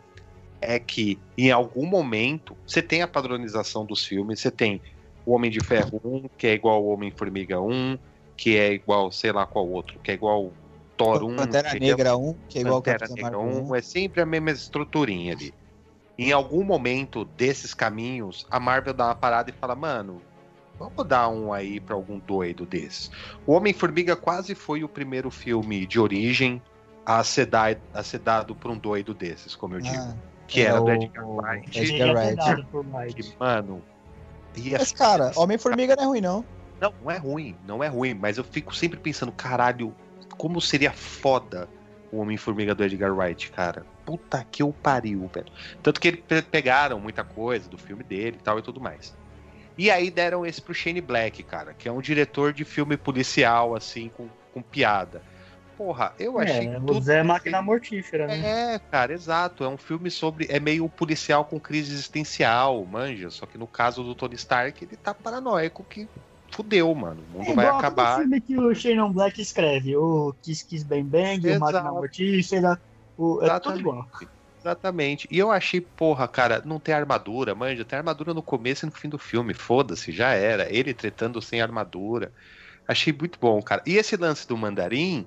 S4: é que em algum momento você tem a padronização dos filmes, você tem o Homem de Ferro 1, que é igual o Homem-Formiga 1, que é igual, sei lá qual outro, que é igual o Thor 1.
S3: Pantera
S4: que é-
S3: Negra 1, que é igual
S4: Pantera
S3: Capitão
S4: Negra
S3: Marvel 1.
S4: 1, é sempre a mesma estruturinha ali. Em algum momento desses caminhos, a Marvel dá uma parada e fala, mano, vamos dar um aí pra algum doido desse. O Homem-Formiga quase foi o primeiro filme de origem a ser, da- a ser dado pra um doido desses, como eu digo.
S3: Ah,
S4: que
S3: é
S4: era
S3: o-
S4: do Edgar Wright.
S3: Edgar
S5: Ele é
S3: Wright.
S5: verdade, por mais.
S4: que, mano... e
S3: mas,
S4: as-
S3: cara, Homem-Formiga não é ruim, não.
S4: não, não é ruim, não é ruim, mas eu fico sempre pensando, caralho, como seria foda o Homem-Formiga do Edgar Wright, cara. Puta que o pariu, velho. Tanto que eles pe- pegaram muita coisa do filme dele e tal e tudo mais. E aí deram esse pro Shane Black, cara, que é um diretor de filme policial, assim, com, com piada. Porra, eu achei
S5: É,
S4: que
S5: o
S4: tudo
S5: Zé é máquina mortífera, né?
S4: é, cara, exato. É um filme sobre. É meio policial com crise existencial, manja. Só que no caso do Tony Stark, ele tá paranoico que fudeu, mano. O mundo
S5: É
S4: vai
S5: igual
S4: acabar.
S5: todo filme que o Shannon Black escreve, o Kiss Kiss Bang Bang, o
S4: Exato.
S5: Máquina Mortífera, o... é tudo
S4: Exatamente.
S5: igual.
S4: Exatamente. E eu achei, porra, cara, não tem armadura, manja. Tem armadura no começo e no fim do filme. Foda-se, já era. Ele tretando sem armadura. Achei muito bom, cara. E esse lance do mandarim.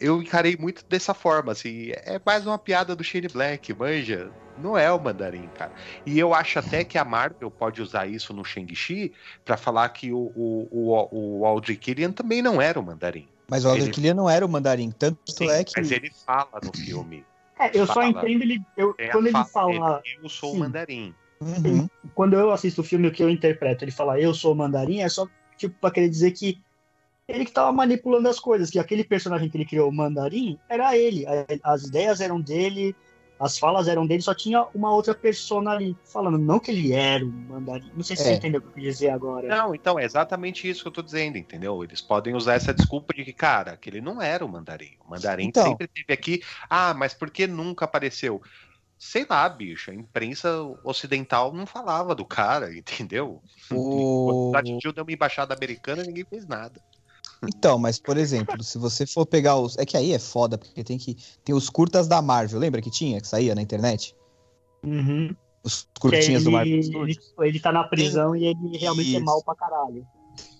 S4: Eu encarei muito dessa forma, assim. É mais uma piada do Shane Black, manja. Não é o mandarim, cara. E eu acho até que a Marvel pode usar isso no Shang-Chi pra falar que o, o, o, o Aldrich Killian também não era o mandarim.
S3: Mas o Aldrich
S4: Ele-
S3: Killian não era o mandarim. Tanto é que.
S4: Mas ele fala no filme.
S5: É, eu só
S4: Fala.
S5: entendo ele, eu,
S4: Tem É a
S5: quando ele
S4: fala
S5: fala...
S4: dele, eu sou
S5: Sim.
S4: o mandarim.
S3: Uhum.
S5: quando eu assisto o filme, o que eu interpreto, ele fala eu sou o mandarim, é só tipo pra querer dizer que ele que tava manipulando as coisas, que aquele personagem que ele criou, o mandarim, era ele. A- As ideias eram dele, as falas eram dele, só tinha uma outra persona ali falando, não que ele era o mandarim. Não sei se você
S3: É.
S5: entendeu o que eu quis dizer agora.
S4: Não, então é exatamente isso que eu tô dizendo, entendeu? Eles podem usar essa desculpa de que, cara, que ele não era o mandarim. O mandarim
S3: Então.
S4: sempre esteve aqui. Ah, mas por que nunca apareceu? Sei lá, bicho, a imprensa ocidental não falava do cara, entendeu?
S3: O...
S4: Quando atingiu deu uma embaixada americana, ninguém fez nada.
S3: Então, mas por exemplo, se você for pegar os. É que aí é foda, porque tem que. Tem os curtas da Marvel, lembra que tinha, que saía na internet?
S5: Uhum.
S3: Os
S5: Que aí
S3: curtinhas do
S5: ele,
S3: Marvel.
S5: ele, ele tá na prisão e ele realmente é
S3: Isso.
S5: mal pra caralho.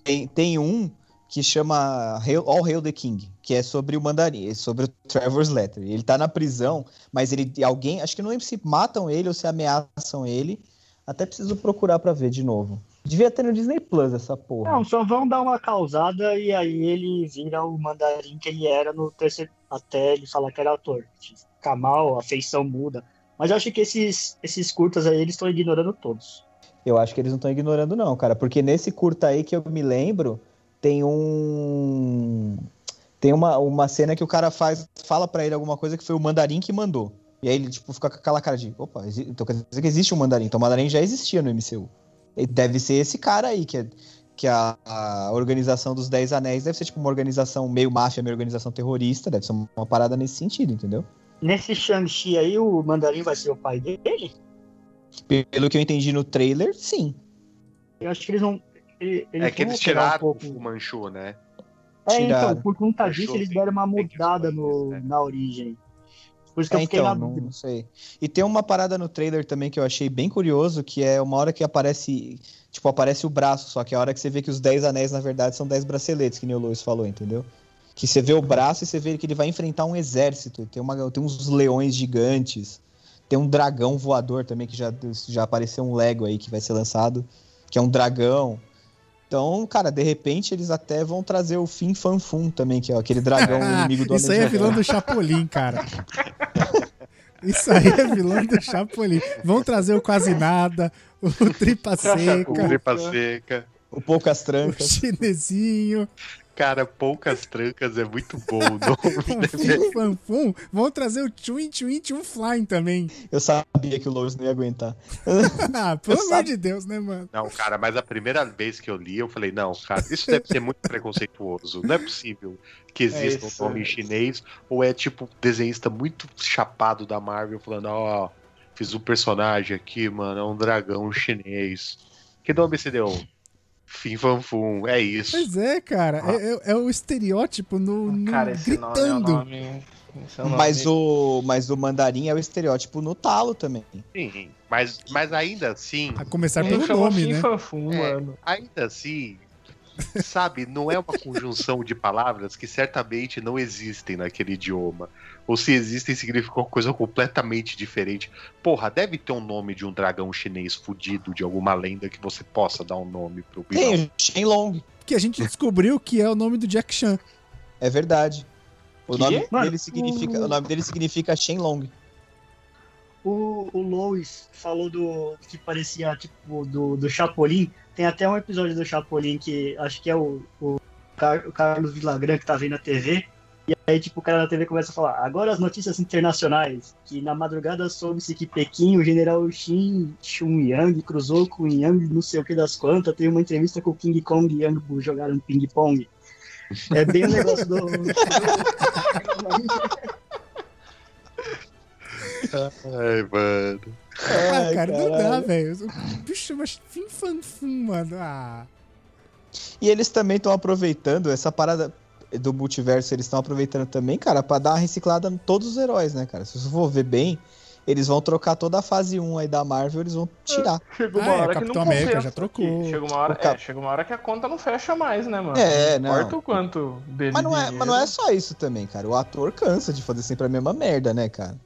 S3: Tem, tem um que chama Hail- All Hail the King, que é sobre o mandarim, é sobre o Trevor's Letter. Ele tá na prisão, mas ele alguém, acho que não lembro se matam ele ou se ameaçam ele. Até preciso procurar pra ver de novo. Devia ter no Disney Plus essa porra.
S5: Não, só vão dar uma causada e aí ele vira o mandarim que ele era no terceiro. Até ele falar que era ator. Fica mal, a feição muda. Mas eu acho que esses, esses curtas aí eles estão ignorando todos.
S3: Eu acho que eles não estão ignorando, não, cara. Porque nesse curta aí que eu me lembro, tem um. Tem uma, uma cena que o cara faz, fala pra ele alguma coisa que foi o mandarim que mandou. E aí ele, tipo, fica com aquela cara de. Opa, exi- então quer dizer que existe um mandarim. Então o mandarim já existia no MCU. E deve ser esse cara aí, que, é, que a, a organização dos Dez Anéis deve ser, tipo, uma organização meio máfia, meio organização terrorista. Deve ser uma parada nesse sentido, entendeu?
S5: Nesse Shang-Chi aí, o mandarim vai ser o pai dele?
S3: Pelo que eu entendi no trailer, sim.
S5: Eu acho que eles não. ele- Eles
S4: é que
S5: vão
S4: eles
S5: pegar
S4: tiraram
S5: um
S4: o Fu
S5: pouco.
S4: Manchu, né?
S5: É, então,
S3: Tiraram.
S5: por conta
S4: Fechou,
S5: disso, eles
S4: tem-
S5: deram uma
S4: tem que falar
S5: mudada no,
S4: isso, né?
S5: na origem. Por isso que eu
S3: É,
S5: fiquei
S3: então,
S5: na
S3: não,
S5: dúvida.
S3: não sei. E tem uma parada no trailer também que eu achei bem curioso, que é uma hora que aparece, tipo, aparece o braço, só que é a hora que você vê que os 10 anéis, na verdade, são 10 braceletes, que nem o Lewis falou, entendeu? Que você vê o braço e você vê que ele vai enfrentar um exército. Tem, uma, tem uns leões gigantes, tem um dragão voador também, que já, já apareceu um Lego aí que vai ser lançado, que é um dragão. Então, cara, de repente eles até vão trazer o Fim Fanfum também, que é aquele dragão é inimigo do
S2: Ah, Isso aí é
S3: Homem de Ferro.
S2: vilão do Chapolin, cara. Isso aí é vilão do Chapolin. Vão trazer o Quase Nada, o Tripa
S4: O
S2: Seca,
S4: Tripa
S5: né?
S4: Seca.
S3: O Poucas
S2: o
S3: Trancas.
S2: Chinesinho,
S4: Cara, poucas trancas é muito bom. o nome,
S2: o
S4: né?
S2: Fim Flam Fum. Vão trazer o Tchuin Tchuin Tchum Flying também.
S3: Eu sabia que o Lois não ia aguentar.
S2: Ah, pelo
S3: Eu
S2: amor
S3: sabe-
S2: de Deus, né, mano?
S4: Não, cara, mas a primeira vez que eu li, eu falei, não, cara, isso deve ser muito preconceituoso. Não é possível que exista
S1: isso,
S4: um nome
S1: é
S4: em
S1: isso.
S4: chinês, ou é tipo desenhista muito chapado da Marvel falando, ó, fiz um personagem aqui, mano, é um dragão chinês. Que nome se deu? Fim Fanfum, é isso.
S2: Pois é, cara. É, é- é o estereótipo no, no-
S1: Cara, esse nome é um
S2: gritando.
S1: nome. Esse é um nome-
S3: Mas o, mas o mandarim é o estereótipo no talo também.
S4: Sim, mas, mas ainda assim,
S2: A começar
S1: Não
S2: pelo
S1: chama
S2: nome,
S1: Fim
S2: né?
S1: Fam Fum,
S4: É.
S1: um mano.
S4: ainda assim, sabe, não é uma conjunção de palavras que certamente não existem naquele idioma. Ou se existem, significa uma coisa completamente diferente. Porra, deve ter um nome de um dragão chinês fudido, de alguma lenda que você possa dar um nome pro vilão.
S3: Tem o Shenlong,
S2: Que a gente descobriu que é o nome do Jack Chan.
S3: é verdade. O
S1: Que?
S3: nome,
S5: Mano,
S3: dele significa, o nome dele significa Shenlong.
S5: O, o Lois falou do que parecia tipo do, do Chapolin. Tem até um episódio do Chapolin que acho que é o, o, Car- o Carlos Vilagran que tá vendo na TV. E aí, tipo, o cara na TV começa a falar: agora as notícias internacionais. Que na madrugada soube-se que Pequim, o general Xin Chunyang, cruzou com o Yang, não sei o que das quantas. Teve uma entrevista com o King Kong e Yang Bu, jogaram ping-pong. É bem o negócio do.
S4: Ai, mano.
S2: Ah,
S3: Ai,
S2: cara, não dá,
S3: É, caralho.
S2: velho. O bicho chama Fim Fam Fum, mano. Ah.
S3: E eles também estão aproveitando essa parada do multiverso, eles estão aproveitando também, cara, pra dar uma reciclada em todos os heróis, né, cara? Se você for ver bem, eles vão trocar toda a fase 1 aí da Marvel, eles vão tirar.
S1: Chegou
S2: Ah,
S1: uma
S2: é,
S1: hora que
S2: Capitão
S1: não
S2: América
S1: compensa,
S2: já trocou.
S1: que Chega uma, hora,
S3: O Cap-
S1: é, chega uma hora que a conta não fecha mais, né, mano?
S3: É, não.
S1: Importa o quanto dele.
S3: Mas não, é, mas não é
S1: dinheiro.
S3: só isso também, cara. O ator cansa de fazer sempre a mesma merda, né, cara?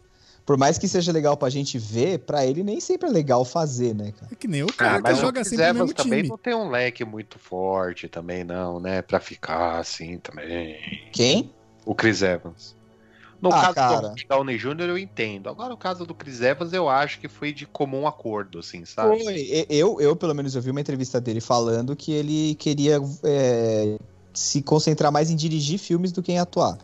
S3: Por mais que seja legal pra gente ver, pra ele nem sempre é legal fazer, né, cara?
S2: É que nem o
S4: Ah,
S2: cara que
S4: mas
S2: joga
S4: o
S2: sempre no mesmo
S4: Zevas também
S2: time.
S4: não tem um leque muito forte também, não, né? Pra ficar assim também.
S3: Quem?
S4: O Chris Evans. No
S3: Ah,
S4: caso
S3: cara.
S4: do Robert Downey Jr., eu entendo. Agora, o caso do Chris Evans, eu acho que foi de comum acordo, assim, sabe?
S3: Foi. E- Eu, eu, pelo menos, eu vi uma entrevista dele falando que ele queria é, se concentrar mais em dirigir filmes do que em atuar.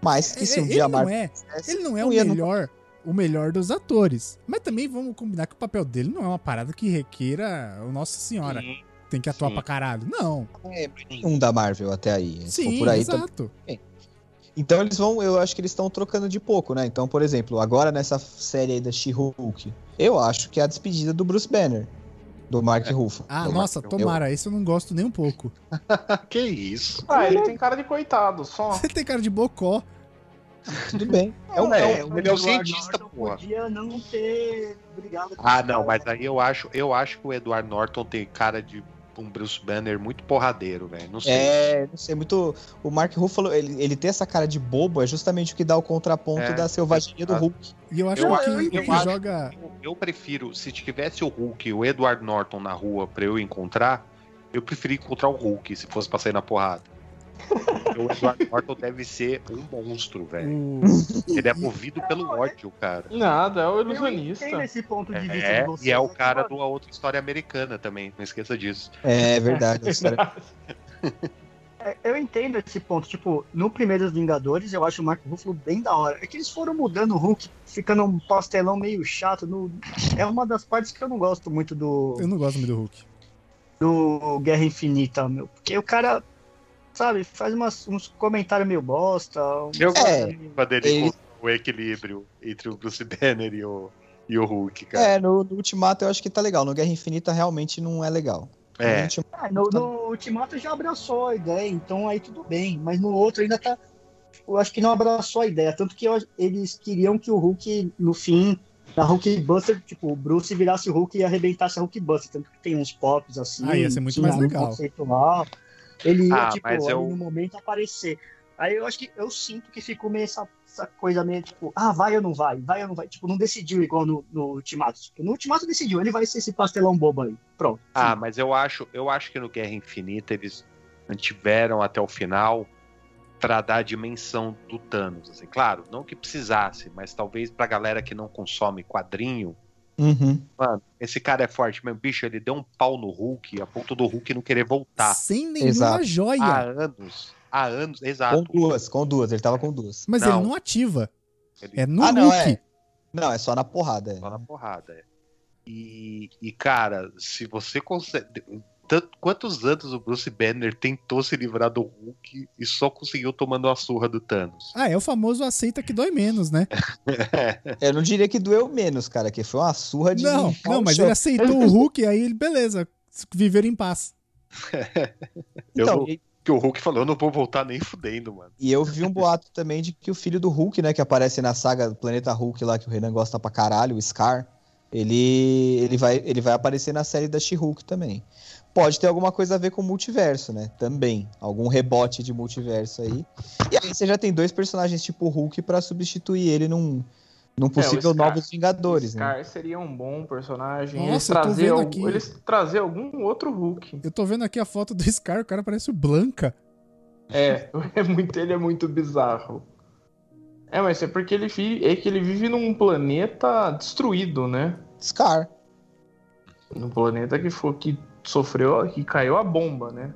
S3: Mas que se um
S2: É,
S3: dia a
S2: ele, não
S3: Marvel
S2: é,
S3: fizesse,
S2: ele não é
S3: não
S2: o
S3: ia nunca.
S2: melhor, o melhor dos atores. Mas também vamos combinar que o papel dele não é uma parada que requeira o Nossa Senhora.
S4: Sim.
S2: Tem que atuar
S4: Sim.
S2: pra caralho. Não.
S3: é nenhum da Marvel até aí. Ficou
S2: Sim,
S3: por aí também.
S2: exato.
S3: Então eles vão, eu acho que eles estão trocando de pouco, né? Então, por exemplo, agora nessa série aí da She-Hulk, eu acho que é a despedida do Bruce Banner, É. do Mark Ruffalo.
S2: Ah,
S3: Eu-
S2: nossa,
S3: eu-
S2: tomara. Esse eu não gosto nem um pouco.
S4: que isso?
S1: Ah, ele tem cara de coitado, só.
S2: Você tem cara de bocó.
S3: tudo bem. É um, é,
S4: É,
S3: um-
S4: ele é o cientista, porra.
S5: Podia não ter brigado com
S4: Ah,
S5: o
S4: não,
S5: cara.
S4: mas aí eu acho, eu acho que o Edward Norton tem cara de um Bruce Banner muito porradeiro, velho. Não sei.
S3: é, não sei, muito. O Mark Ruffalo, ele, ele ter essa cara de bobo é justamente o que dá o contraponto
S4: É,
S3: da selvageria do
S4: exato.
S3: Hulk.
S2: E eu acho
S4: Eu-
S2: que
S4: eu- eu
S2: que
S4: acho-
S2: joga.
S4: Eu, eu prefiro, se tivesse o Hulk e o Edward Norton na rua pra eu encontrar, eu preferia encontrar o Hulk se fosse pra sair na porrada. Porque o Edward Norton deve ser um monstro, velho.
S2: o-
S4: Ele é movido pelo ódio, cara.
S1: Nada, é o
S5: Eu entendo
S1: ilusionista.
S5: esse ponto de vista
S4: É,
S5: de vocês,
S4: e é o
S5: mas,
S4: cara
S5: mano,
S4: do A Outra História Americana também, não esqueça disso. Tipo,
S3: É verdade. esse cara-
S5: é, Eu entendo esse ponto. Tipo, no primeiro Vingadores, eu acho o Mark Ruffalo bem da hora. É que eles foram mudando o Hulk, ficando um pastelão meio chato. no- É uma das partes que eu não gosto muito do,
S2: Eu não gosto muito do Hulk.
S5: do Guerra Infinita, meu. Porque o cara, sabe, faz umas- uns comentários meio bosta. um uns-
S4: Eu
S3: É.
S4: Pra dele
S3: Ele-
S4: encontrar o equilíbrio entre o Bruce Banner e o, e o Hulk, cara.
S3: É, no, no Ultimato eu acho que tá legal. No Guerra Infinita realmente não é legal. No
S4: É,
S3: Ultimato,
S5: Ah,
S2: Tá.
S5: no, no Ultimato já abraçou a ideia, então aí tudo bem. Mas no outro ainda tá. Eu acho que não abraçou a ideia. Tanto que eu acho- eles queriam que o Hulk, no fim, na Hulk Buster, tipo, o Bruce virasse o Hulk e arrebentasse a Hulk Buster. Tanto que tem uns pops assim.
S2: Ah, ia ser muito
S5: tinha
S2: mais
S5: um
S2: legal.
S5: Conceitual. Ele ia,
S4: Ah,
S5: tipo,
S4: mas
S5: ali
S4: eu-
S5: no momento aparecer. Aí eu acho que eu sinto que ficou meio essa, essa coisa meio tipo, ah, vai ou não vai, vai ou não vai. Tipo, não decidiu igual no, no Ultimato. Tipo, No Ultimato decidiu, ele vai ser esse pastelão bobo aí. Pronto.
S4: Ah, mas eu acho, eu acho que no Guerra Infinita eles mantiveram até o final para dar a dimensão do Thanos, assim. Claro, não que precisasse, mas talvez pra galera que não consome quadrinho,
S3: Uhum.
S4: mano, esse cara é forte mesmo, bicho, ele deu um pau no Hulk a ponto do Hulk não querer voltar.
S2: Sem nenhuma
S3: Tá. Exato.
S2: joia.
S4: Há anos, há anos,
S3: Com
S4: exato.
S3: duas, com duas. Ele tava com duas.
S2: mas
S4: não.
S2: ele não ativa.
S4: Ele-
S2: É no
S3: Ah,
S2: Hulk.
S3: não, é. Não, é só na porrada. é.
S4: Só na porrada, é. E, e, cara, se você consegue. Tanto, quantos anos o Bruce Banner tentou se livrar do Hulk e só conseguiu tomando a surra do Thanos?
S2: Ah, é o famoso aceita que dói menos, né?
S3: Eu não diria que doeu menos, cara, que foi uma surra de.
S2: Não, não, mas ele aceitou o Hulk, aí ele, beleza, viveram em paz. é
S3: Então,
S4: Eu- Que o Hulk falou, eu não vou voltar nem fudendo, mano.
S3: E eu vi um boato também de que o filho do Hulk, né, que aparece na saga do Planeta Hulk lá, que o Renan gosta pra caralho, o Scar, ele, ele, vai, ele vai aparecer na série da She-Hulk também. Pode ter alguma coisa a ver com o multiverso, né, também. Algum rebote de multiverso aí. E aí você já tem dois personagens tipo Hulk pra substituir ele num, num possível
S1: É, Scar.
S3: Novos Vingadores, né?
S1: Scar seria um bom personagem.
S2: Nossa,
S1: eles,
S2: eu tô
S1: trazer
S2: vendo
S1: algum,
S2: aqui.
S1: eles trazer algum outro Hulk.
S2: Eu tô vendo aqui a foto do Scar, o cara parece o Blanca.
S1: É, é muito, ele é muito bizarro. É, mas é porque ele vive, é que ele vive num planeta destruído, né?
S3: Scar.
S1: Num planeta que foi que sofreu, que caiu a bomba, né?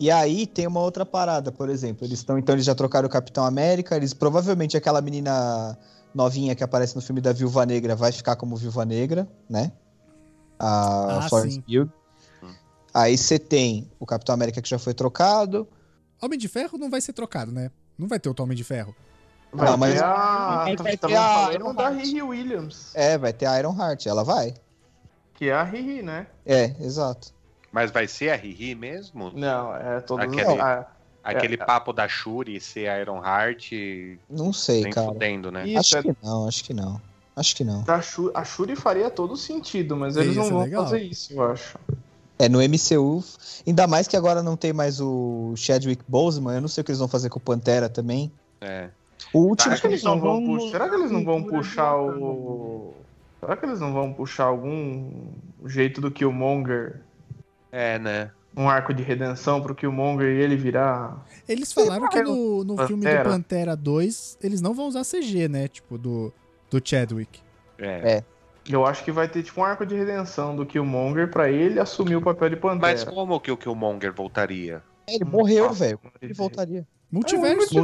S3: E aí tem uma outra parada, por exemplo. Eles estão, então eles já trocaram o Capitão América, eles provavelmente aquela menina novinha que aparece no filme da Viúva Negra vai ficar como Viúva Negra, né? A
S2: Ah,
S3: Florence
S2: sim.
S3: Pugh.
S4: Hum.
S3: Aí você tem o Capitão América que já foi trocado.
S2: Homem de Ferro não vai ser trocado, né? Não vai ter outro Homem de Ferro.
S1: Vai
S2: Ah,
S3: Não, mas-
S1: ter a.
S3: Mas vai ter
S1: também
S3: a
S1: falaram da
S3: Ironheart.
S1: Riri Williams.
S3: É, vai ter a Iron Heart, ela vai.
S1: Que é a Riri, né?
S3: É, exato.
S4: Mas vai ser a Riri mesmo?
S1: Não, é todas as-
S4: Aquele-
S1: ah,
S4: Aquele papo da Shuri ser a Iron Heart,
S3: Não sei,
S4: nem
S3: cara.
S4: fudendo, né?
S1: Isso,
S3: Acho
S1: é-
S3: que não, acho que não. Acho que não.
S1: da Shuri, a Shuri faria todo sentido, mas eles
S2: Isso, é
S1: não vão
S2: legal.
S1: fazer isso, eu acho.
S3: É no MCU. Ainda mais que agora não tem mais o Chadwick Boseman. Eu não sei o que eles vão fazer com o Pantera também.
S4: É.
S3: O último
S1: Será que eles não vão,
S5: vão-
S1: pu- será que eles não tá vão
S5: cultura de
S1: puxar
S5: Wakanda.
S1: o. Será que eles não vão puxar algum jeito do Killmonger?
S4: É, né?
S1: Um arco de redenção pro Killmonger e ele virar.
S2: Eles falaram que no, no filme do
S1: Pantera.
S2: Pantera 2, eles não vão usar CG, né? Tipo, do, do Chadwick.
S4: É.
S1: Eu acho que vai ter tipo um arco de redenção do Killmonger pra ele assumir o papel de Pantera.
S4: Mas como que o Killmonger voltaria?
S3: Ele morreu,
S1: Nossa,
S3: velho.
S1: como
S3: Ele
S1: diz.
S3: voltaria.
S2: Multiverso.
S1: É, o multiverso,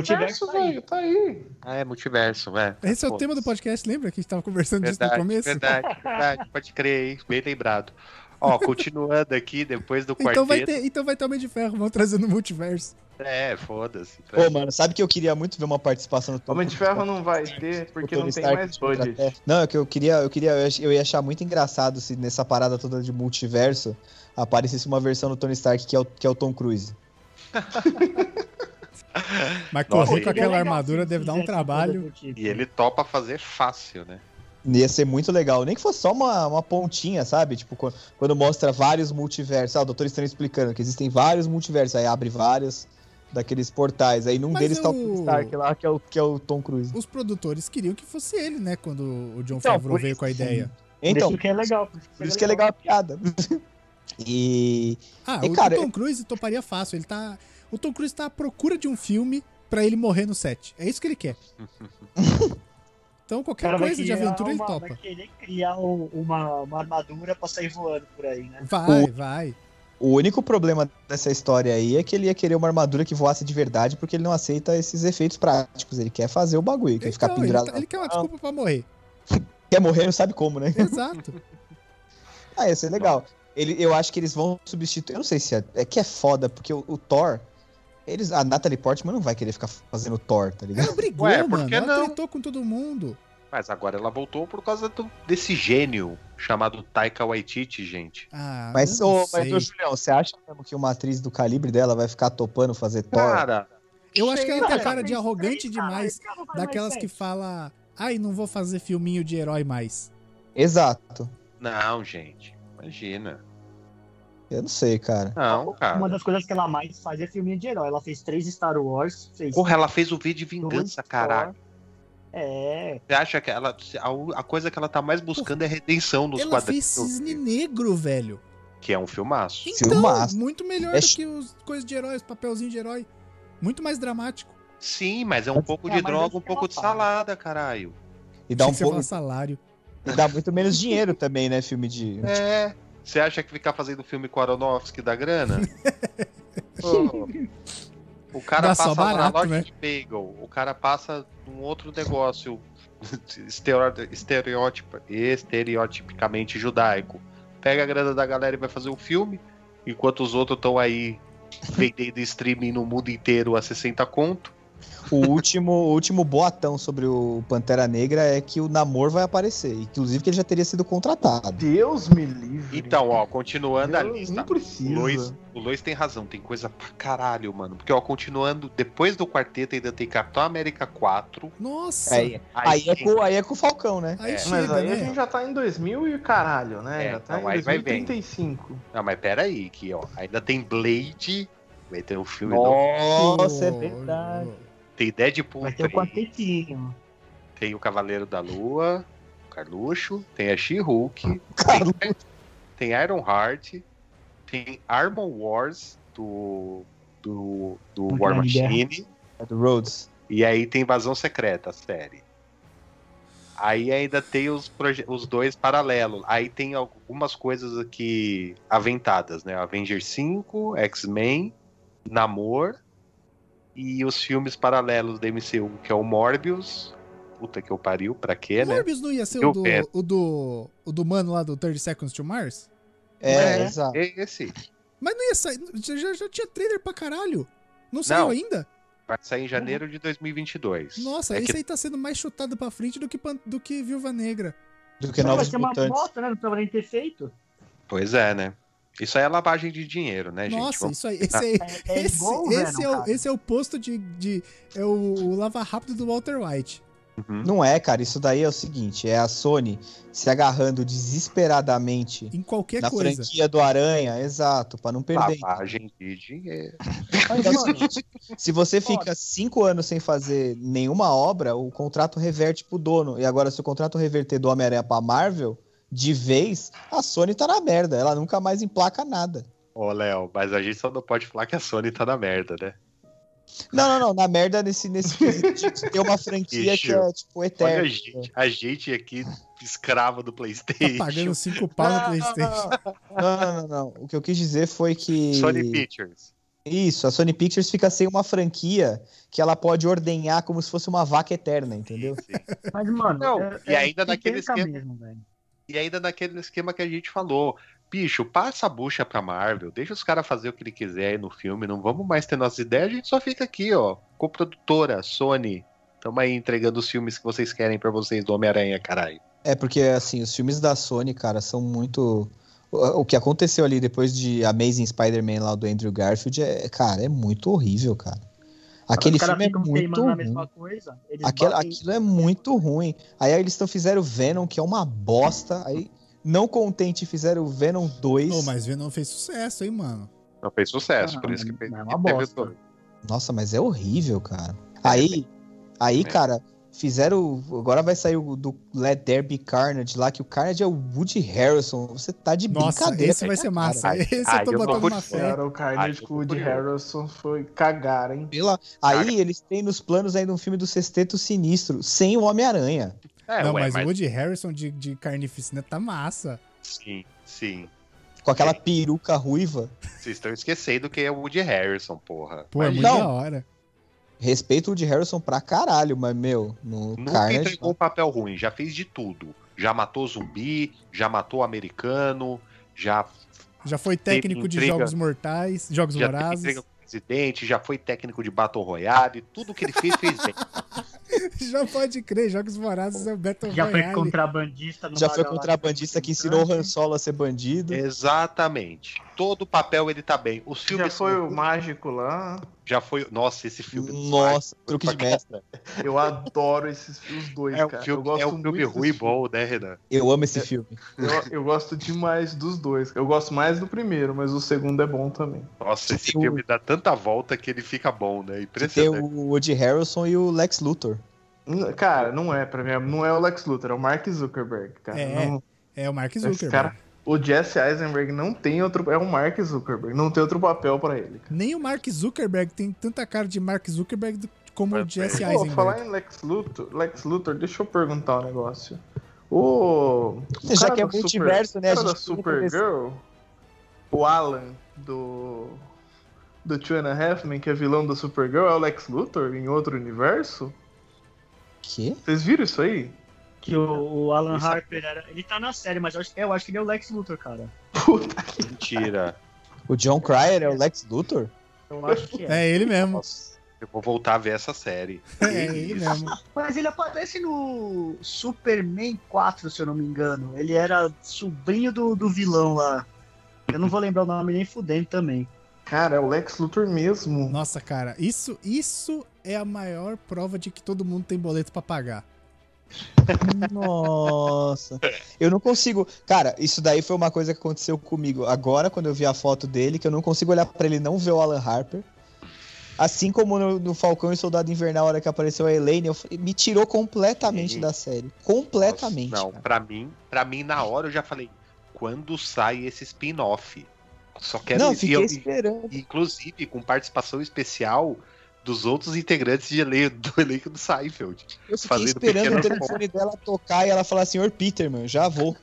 S5: Multiverso,
S1: velho, tá aí.
S4: Ah, é multiverso, é.
S2: Esse é o
S4: Pô,
S2: tema do podcast, lembra que a gente tava conversando disso no
S4: Verdade,
S2: começo?
S4: verdade, verdade. Pode crer, hein? Bem lembrado. Ó, continuando aqui, depois do quarteto.
S2: Então vai, ter, então vai ter Homem de Ferro, vão trazer no multiverso.
S4: É, foda-se.
S3: Pô, mano, sabe que eu queria muito ver uma participação do Tony
S1: Homem de Ferro não vai ter porque
S3: Tony
S1: não tem
S3: Stark
S1: mais
S3: contra a
S1: budget.
S3: Terra. Não, é que eu queria, eu queria, eu ia- eu ia achar muito engraçado se nessa parada toda de multiverso aparecesse uma versão do Tony Stark que é o, que é o Tom Cruise.
S2: Mas
S4: Nossa,
S2: correr
S5: é
S2: com
S4: seria
S2: aquela armadura deve dar um trabalho.
S5: tipo.
S4: E ele topa fazer fácil, né?
S3: Ia ser muito legal. Nem que fosse só uma, uma pontinha, sabe? Tipo, quando, quando mostra vários multiversos. Ah, o Doutor Estranho explicando que existem vários multiversos. Aí abre vários daqueles portais. Aí num
S2: Mas
S3: deles tá o
S2: eu-
S3: Tony Stark lá, que é o, que é o Tom Cruise.
S2: Os produtores queriam que fosse ele, né? Quando o John
S5: Então,
S2: Favreau
S5: por
S2: veio com a ideia.
S3: Então,
S5: por isso que é legal.
S3: por isso que é legal a piada. E,
S2: Ah,
S3: E,
S2: o
S3: cara,
S2: Tom Cruise toparia fácil. Ele tá. O Tom Cruise tá à procura de um filme pra ele morrer no set. É isso que ele quer. Então
S5: O
S2: qualquer
S5: cara vai
S2: coisa de
S5: criar
S2: aventura ele
S5: uma-
S2: topa.
S5: Vai querer criar um- uma, uma armadura pra sair voando por aí, né?
S2: Vai, vai.
S3: O único problema dessa história aí é que ele ia querer uma armadura que voasse de verdade, porque ele não aceita esses efeitos práticos. Ele quer fazer o bagulho, ele quer ficar
S2: Então, ele,
S3: pendurado.
S2: tá-
S3: Ele,
S2: ele quer uma desculpa pra morrer.
S3: Quer morrer, não sabe como, né?
S2: Exato.
S3: Ah, ia ser legal. Ele, eu acho que eles vão substituir. Eu não sei se é, é que é foda, porque o, o Thor. Eles, a Natalie Portman não vai querer ficar fazendo Thor, tá ligado?
S2: Ela brigou,
S4: Ué, por
S2: mano.
S4: que
S2: Ela
S4: não?
S2: tretou com todo mundo.
S4: Mas agora ela voltou por causa do- desse gênio chamado Taika Waititi, gente.
S2: Ah,
S3: Mas,
S2: eu não
S3: ô, mas
S2: sei.
S3: ô, Julião, você acha mesmo que uma atriz do calibre dela vai ficar topando fazer Thor?
S4: Cara,
S2: Eu acho que ela
S5: Cara,
S2: tem cara de arrogante demais.
S5: Cara, vai
S2: Daquelas
S5: mais
S2: que fala. Ai, não vou fazer filminho de herói mais.
S3: Exato.
S4: não, gente. Imagina.
S3: Eu não sei, cara.
S4: Não, cara.
S5: Uma das coisas que ela mais faz é filme de herói. Ela fez três Star Wars, fez.
S4: Porra, ela fez o V de vingança,
S5: dois
S4: caralho.
S5: Thor. É,
S4: Você acha que ela. A, u- a coisa que ela tá mais buscando é redenção nos
S2: ela fez
S4: quadrinhos.
S2: Cisne Negro, velho.
S4: Que é um filmaço.
S2: Então,
S3: Filmaço.
S2: muito melhor
S3: É
S2: do
S3: ch-
S2: que os coisas de heróis, papelzinho de herói. Muito mais dramático.
S4: Sim, mas é um
S3: Mas-
S4: pouco
S3: Ah,
S4: de
S3: mas
S4: droga,
S3: esse
S4: um
S3: é
S4: pouco
S3: uma
S4: de
S3: parte.
S4: salada, caralho.
S3: E dá
S2: Dá
S3: um pouco.
S2: salário.
S3: E dá muito menos dinheiro também, né? Filme de.
S4: É. Você acha que ficar fazendo filme com Aronofsky dá grana? Pô, o cara
S2: Dá só
S4: passa
S2: barato,
S4: na loja
S2: né?
S4: de bagel, o cara passa num outro negócio estero- estereotipa- estereotipicamente judaico. Pega a grana da galera e vai fazer um filme, enquanto os outros estão aí vendendo streaming no mundo inteiro a 60 conto.
S3: O último, o último boatão sobre o Pantera Negra é que o Namor vai aparecer. Inclusive que ele já teria sido contratado.
S6: Deus me livre.
S4: Então, ó, continuando a
S6: Eu-
S4: lista.
S6: Não
S4: O
S6: precisa.
S4: Lois, o Lois tem razão, tem coisa pra caralho, mano. Porque, ó, continuando, depois do quarteto ainda tem Capitão América 4.
S2: Nossa! Aí,
S3: Aí, aí, é
S4: tem-
S3: com, aí é com o Falcão, né?
S4: é,
S2: chega,
S6: Mas aí
S2: né?
S6: a gente já tá em 2000 e caralho, né?
S4: É,
S6: já tá
S4: então,
S6: em
S4: aí vai bem.
S6: 2035.
S4: Não, mas peraí, que, ó, ainda tem Blade. Vai ter um filme novo.
S3: Nossa, é
S2: Pô,
S3: verdade.
S4: Tem Deadpool
S5: Vai ter o
S4: 3,
S5: quartetinho.
S4: tem o Cavaleiro da Lua, o Carluxo, tem a She-Hulk,
S3: Cara,
S4: tem Iron Heart, tem Armor Wars do, do, do
S5: Máquina
S4: War
S5: de Guerra.
S4: Machine.
S3: é do Rhodes.
S4: E aí tem Invasão Secreta, a série. Aí ainda tem os, proje- os dois paralelos. Aí tem algumas coisas aqui aventadas, né? Avengers 5, X-Men, Namor e os filmes paralelos da MCU, que é o Morbius. Puta que eu pariu, pra quê, né?
S2: Morbius não ia ser o
S4: Eu
S2: do,
S4: peço.
S2: o, do, o do mano lá do 30 Seconds to Mars?
S3: É,
S4: É.
S3: exato.
S4: Esse.
S2: Mas não ia sair. Já, já tinha trailer pra caralho. Não saiu
S4: Não.
S2: ainda?
S4: Vai sair em janeiro de 2022.
S2: Nossa,
S4: é
S2: esse
S4: que
S2: aí tá sendo mais chutado pra frente do que, Pan- do que Viúva Negra.
S3: Do que
S5: Mas Vai
S3: novos
S5: ter uma
S3: mutantes.
S5: moto, né? Não precisava nem ter feito.
S4: Pois é, né? Isso aí é lavagem de dinheiro, né, gente?
S2: Nossa,
S4: Vamos-
S2: isso aí. Esse aí.
S5: É, é
S2: Esse,
S5: igual o
S2: esse
S5: Venom,
S2: é o,
S5: cara.
S2: esse é o posto de. de é o, o lava rápido do Walter White.
S4: Uhum.
S3: Não é, cara. Isso daí é o seguinte: é a Sony se agarrando desesperadamente
S2: Em qualquer
S3: na
S2: coisa.
S3: franquia do Aranha, exato, pra
S2: é
S3: não perder.
S4: Lavagem de dinheiro.
S3: Mas é o seguinte, se você fica cinco anos sem fazer nenhuma obra, o contrato reverte pro dono. E agora, se o contrato reverter do Homem-Aranha pra Marvel, de vez, a Sony tá na merda. Ela nunca mais emplaca nada.
S4: Ô, Léo, mas a gente só não pode falar que a Sony tá na merda, né?
S3: Não, não, não. Na merda nesse, nesse quesito de ter uma franquia
S4: Ixi,
S3: que é, tipo,
S4: Olha a
S3: eterna.
S4: gente, a gente aqui, escravo do
S2: Tá
S4: Playstation.
S2: pagando 5 pau no Playstation.
S3: Não, não, não, não. O que eu quis dizer foi que...
S4: Sony Pictures.
S3: Isso, a Sony Pictures fica sem uma franquia que ela pode ordenhar como se fosse uma vaca eterna, entendeu?
S5: Mas, mano. é,
S4: Não, e ainda naquele
S5: penca
S4: esquema-
S5: mesmo, velho.
S4: E ainda naquele esquema que a gente falou. Bicho, passa a bucha pra Marvel, deixa os caras fazer o que ele quiser aí no filme, não vamos mais ter nossas ideias, a gente só fica aqui, ó. Coprodutora, Sony. Tamo aí entregando os filmes que vocês querem pra vocês do Homem-Aranha, caralho.
S3: É, porque, assim, os filmes da Sony, cara, são muito. O o que aconteceu ali depois de Amazing Spider-Man lá do Andrew Garfield, é, cara, é muito horrível, cara. Aquele
S5: Os caras
S3: filme é
S5: ficam
S3: muito
S5: queimando na
S3: ruim.
S5: mesma coisa. Eles
S3: Aquela-
S5: batem-
S3: aquilo é muito ruim. Aí eles tão, fizeram o Venom, que é uma bosta. Aí, não contente, fizeram o Venom 2.
S2: Ô, mas Venom fez sucesso, hein, mano.
S4: Não fez sucesso,
S5: Ah,
S4: por isso que
S5: mas
S4: fez.
S5: é uma
S4: que teve
S5: bosta.
S4: dois.
S3: Nossa, mas é horrível, cara.
S5: É,
S3: Aí, aí, cara, fizeram. Agora vai sair o do Let There Be Carnage lá, que o Carnage é o Woody Harrison. Você tá de
S2: Nossa,
S3: brincadeira.
S2: esse vai ser
S3: cara.
S2: massa.
S4: Ai,
S2: Esse
S4: ai,
S2: eu tô
S4: eu não
S2: botando
S4: vou
S2: uma
S4: te
S2: fé.
S6: Era o
S4: Ah, eu
S6: Carnage
S4: tô
S6: com o de
S4: curioso.
S6: Harrison foi cagar, hein?
S3: Pela- Aí eles têm nos planos ainda um filme do Sexteto Sinistro, sem o Homem-Aranha.
S4: É,
S2: não,
S4: ué,
S2: mas,
S4: mas
S2: o Woody Harrison de, de Carnificina tá massa.
S4: sim, sim.
S3: Com aquela peruca ruiva.
S4: Vocês estão esquecendo que é o Woody Harrison, porra.
S2: Pô, é
S4: Mas
S2: muito
S3: Não.
S2: da hora.
S3: Respeito o de Harrison pra caralho, mas, meu, no
S4: Nunca
S3: Carnage.
S4: entregou um papel ruim, já fez de tudo. Já matou zumbi, já matou americano, já,
S2: Já foi
S4: Teve
S2: técnico de
S4: intriga.
S2: jogos mortais, jogos
S4: já teve
S2: vorazes.
S4: entrega com o presidente, já foi técnico de Battle Royale, tudo que ele fez, fez bem.
S2: Já pode crer, jogos vorazes é o Battle
S5: Já foi
S2: Royale.
S5: contrabandista numa
S3: Já foi
S5: galáxia
S3: contrabandista que ensinou o Han
S5: distante.
S3: Solo a ser bandido.
S4: É, Exatamente. Todo papel ele tá bem. Os filmes
S2: é
S6: Já foi o mágico lá.
S4: já foi- Nossa, esse filme. do
S3: Nossa, truque de
S4: pra
S3: mestre.
S6: Eu adoro esses os dois,
S4: Marvel. É
S6: cara.
S4: um
S6: eu
S4: filme,
S6: gosto
S4: é um filme
S6: muito
S4: ruim e
S6: desse filme.
S4: bom, né, Renan?
S3: Eu amo esse filme.
S6: Eu, eu gosto demais dos dois. Eu gosto mais do primeiro, mas o segundo é bom também.
S4: Nossa, esse
S3: Tem o-
S4: filme dá tanta volta que ele fica bom, né?
S3: Tem
S4: Impressionante.
S3: o Woody Harrison e o Lex Luthor.
S6: N- Cara, não é pra mim. Não é o Lex Luthor, é o Mark Zuckerberg, cara.
S2: É,
S6: Não-
S2: É o Mark
S6: esse
S2: Zuckerberg.
S6: cara, o Jesse Eisenberg não tem outro. É o Mark Zuckerberg. Não tem outro papel pra ele.
S2: Nem o Mark Zuckerberg tem tanta cara de Mark Zuckerberg do- como o
S8: Mas,
S2: Jesse
S6: Pô,
S2: Eisenberg.
S6: falar em Lex Luthor, Lex Luthor, deixa eu perguntar um negócio. O, o
S3: Já
S6: cara
S3: que é
S6: da Super-
S3: multiverso,
S6: o
S3: né, a
S6: cara da
S3: gente tem que conversar.
S6: Supergirl, o Alan do do Two and a Half Men, que é vilão da Supergirl, é o Lex Luthor em outro universo?
S3: Que?
S6: Vocês viram isso aí?
S5: Que o, o Alan Harper era. Ele tá na série, mas eu acho, eu acho que ele é o Lex Luthor, cara.
S6: Puta,
S4: Mentira.
S3: O John Cryer é o Lex Luthor?
S5: Eu acho que é.
S2: É ele mesmo.
S4: Nossa, eu vou voltar a ver essa série.
S2: É ele mesmo.
S5: Mas ele aparece no Superman 4, se eu não me engano. Ele era sobrinho do, do vilão lá. Eu não vou lembrar o nome nem fudendo também.
S6: cara, é o Lex Luthor mesmo.
S2: Nossa, cara, isso, isso é a maior prova de que todo mundo tem boleto pra pagar.
S3: Nossa. Eu não consigo. Cara, isso daí foi uma coisa que aconteceu comigo agora, quando eu vi a foto dele, que eu não consigo olhar pra ele e não ver o Alan Harper. Assim como no, no Falcão e Soldado Invernal, a hora que apareceu a Elaine, eu f- me tirou completamente
S4: Sim.
S3: da série. Completamente.
S4: Nossa, Não,
S3: cara.
S4: pra mim, pra mim, na hora eu já falei, quando sai esse spin-off? Só quero
S3: não,
S4: e
S3: fiquei
S4: eu-
S3: esperando.
S4: inclusive com participação especial dos outros integrantes de ele- do elenco do Seinfeld.
S3: Eu fiquei
S4: fazendo
S3: esperando o
S4: pequenas
S3: telefone dela tocar e ela falar, senhor Peterman, já vou.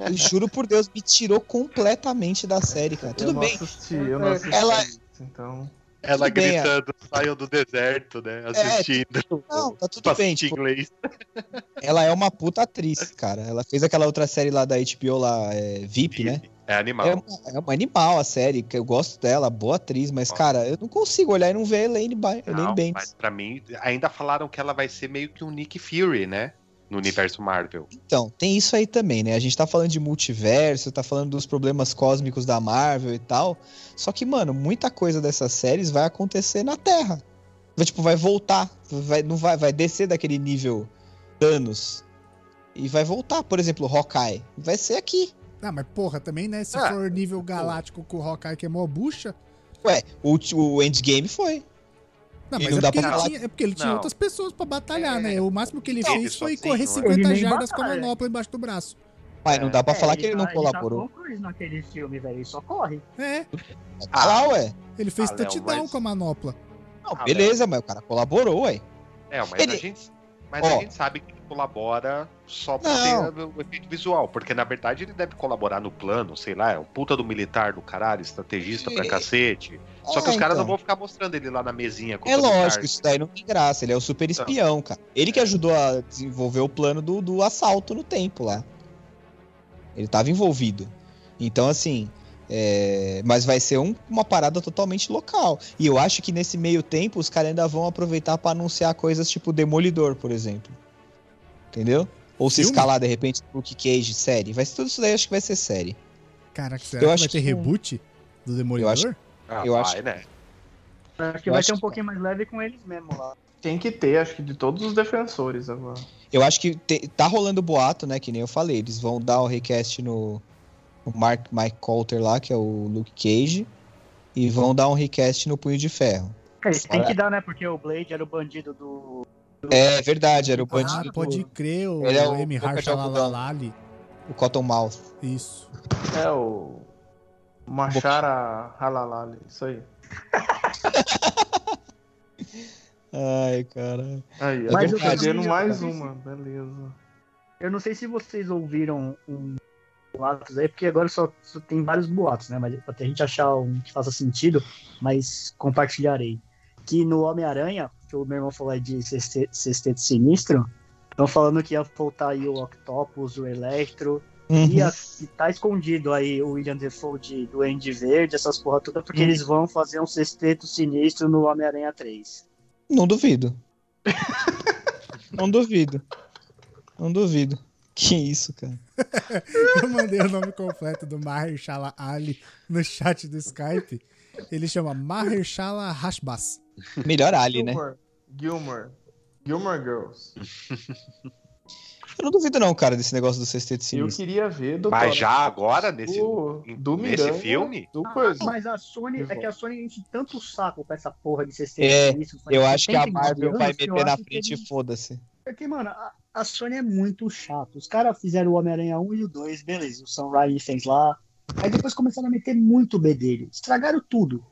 S3: Eu juro por Deus, me tirou completamente da série, cara. Tudo
S6: eu não
S3: bem.
S6: assisti, eu não assisti
S3: Ela- é
S6: isso, então.
S4: Ela
S3: Tudo bem,
S4: gritando, saiu do deserto, né? Assistindo.
S3: Não, tá tudo
S4: Paciente
S3: bem. Tipo,
S4: inglês.
S3: Ela é uma puta atriz, cara. Ela fez aquela outra série lá da HBO, lá, é, VIP, né?
S4: É
S3: É
S4: animal.
S3: uma, é uma animal a série, que eu gosto dela, boa atriz, mas, cara, eu não consigo olhar e não ver a Elaine, ba Elaine
S4: Não,
S3: Banks.
S4: mas pra mim, ainda falaram que ela vai ser meio que um Nick Fury, né? No universo Marvel.
S3: Então, tem isso aí também, né? A gente tá falando de multiverso, tá falando dos problemas cósmicos da Marvel e tal. Só que, mano, muita coisa dessas séries vai acontecer na Terra. Vai, tipo, vai voltar. Vai, não vai, vai descer daquele nível Thanos. E vai voltar, por exemplo, Hawkeye. Vai ser aqui.
S2: Ah, mas porra, também, né? Se
S4: Ah,
S2: for nível galáctico com o Hawkeye que é mó bucha.
S3: Ué, o, ulti- o Endgame foi.
S2: Não,
S3: E
S2: mas
S3: não
S2: é,
S3: dá
S2: porque
S3: pra
S2: ele
S3: falar-
S2: tinha, é porque ele tinha
S4: Não. É.
S2: outras pessoas pra batalhar, né? O máximo que ele
S4: Não,
S2: fez
S4: ele
S2: foi
S4: sozinho,
S2: correr
S4: né?
S2: 50
S5: Ele nem
S2: jardas com a
S5: batalha.
S2: manopla embaixo do braço.
S3: Mas não dá pra
S5: É,
S3: falar que ele não
S5: tá-
S3: colaborou.
S5: Ele tá concluído naquele filme, velho. Ele só corre.
S2: É,
S3: Ah, lá, ué.
S2: ele fez
S4: Ah, Léo,
S2: touchdown
S4: mas-
S2: com a manopla.
S3: Não,
S4: Ah,
S3: beleza, mas o cara colaborou, ué.
S4: É, mas,
S3: Ele-
S4: a, gente, mas
S3: Ó.
S4: a gente sabe que ele colabora só pra
S3: Não.
S4: ter o efeito visual. Porque, na verdade, ele deve colaborar no plano, sei lá, é um puta do militar do caralho, estrategista pra
S3: E-
S4: cacete. Só que
S3: É,
S4: os caras
S3: então.
S4: não vão ficar mostrando ele lá na mesinha com
S3: É
S4: o Tony
S3: lógico,
S4: Stark.
S3: isso daí não tem graça. Ele é o super
S4: Então.
S3: espião, cara. Ele que ajudou a desenvolver o plano do, do assalto no tempo lá. Ele tava envolvido. Então, assim. é, Mas vai ser um- uma parada totalmente local. E eu acho que nesse meio tempo os caras ainda vão aproveitar pra anunciar coisas tipo Demolidor, por exemplo. Entendeu? Ou se
S2: Filme?
S3: escalar de repente Luke Cage, série. Vai ser tudo isso daí, acho que vai ser série.
S2: Caraca, será
S3: Eu
S2: que
S3: acho
S2: vai ter
S3: que-
S2: reboot do Demolidor?
S3: acho-
S4: Ah,
S3: Eu
S4: vai,
S3: acho-
S4: né?
S5: Acho que
S3: Eu
S5: vai
S3: acho
S5: ser um
S3: que-
S5: pouquinho mais leve com eles mesmo lá.
S6: Tem que ter, acho que de todos os defensores agora.
S3: Eu acho que te- tá rolando boato, né? Que nem eu falei. Eles vão dar o recast no, no Mark, Mike Coulter lá, que é o Luke Cage. E vão dar um recast no Punho de Ferro.
S5: Cara, eles têm
S3: Olha.
S5: que dar, né? Porque o Blade era o bandido do.
S3: É verdade, era o bandido
S2: Ah, pode
S3: do,
S2: crer, o,
S3: Ele é
S2: o
S3: o
S2: M.
S3: Boca de
S2: Hart
S3: Algodão.
S2: Lalalali.
S3: o Cottonmouth.
S2: Isso.
S6: É o Machara Halalali, isso aí.
S3: Ai, cara.
S6: Aí,
S3: É
S6: mas
S3: Mas
S6: eu
S3: eu
S6: tô
S1: um
S5: também já-
S6: mais uma, beleza.
S5: Eu não sei se vocês ouviram um boatos aí, porque agora só, só tem vários boatos, né? Mas até a gente achar um que faça sentido, mas compartilharei. Que no Homem-Aranha, que o meu irmão falou aí de sexte- sexteto sinistro, estão falando que ia voltar aí o Octopus, o Electro,
S3: Uhum.
S5: e, a, e tá escondido aí o William Defoe de Duende Verde, essas porra toda, porque eles vão fazer um sexteto sinistro no Homem-Aranha 3.
S3: Não duvido. Não duvido. Não duvido. Que isso, cara.
S2: Eu mandei o nome completo do Mahershala Ali no chat do Skype. Ele chama Mahershala Hashbaz.
S3: Melhor Ali, né?
S6: Gilmore, Gilmore, Gilmore Girls.
S3: Eu não duvido, não, cara, desse negócio do sexteto
S6: Eu
S3: sinistro.
S6: queria ver, doutor.
S4: Mas já agora, nesse,
S3: Uh,
S6: do, do
S4: nesse
S6: Miranda,
S4: filme?
S6: do coisa.
S5: Ah, Mas a Sony, é que a Sony enche tanto o saco com essa porra de ser
S3: É,
S5: sinistro, faz
S3: Eu acho que a
S5: 79
S3: Marvel
S5: anos,
S3: vai
S5: que eu
S3: meter na
S5: acho que
S3: frente
S5: eles-
S3: e foda-se.
S5: Porque, mano, a, a Sony é muito chata. Os caras fizeram o Homem-Aranha 1 e o 2, beleza, o Sam Raimi fez lá. Aí depois começaram a meter muito o bedelho. Estragaram tudo.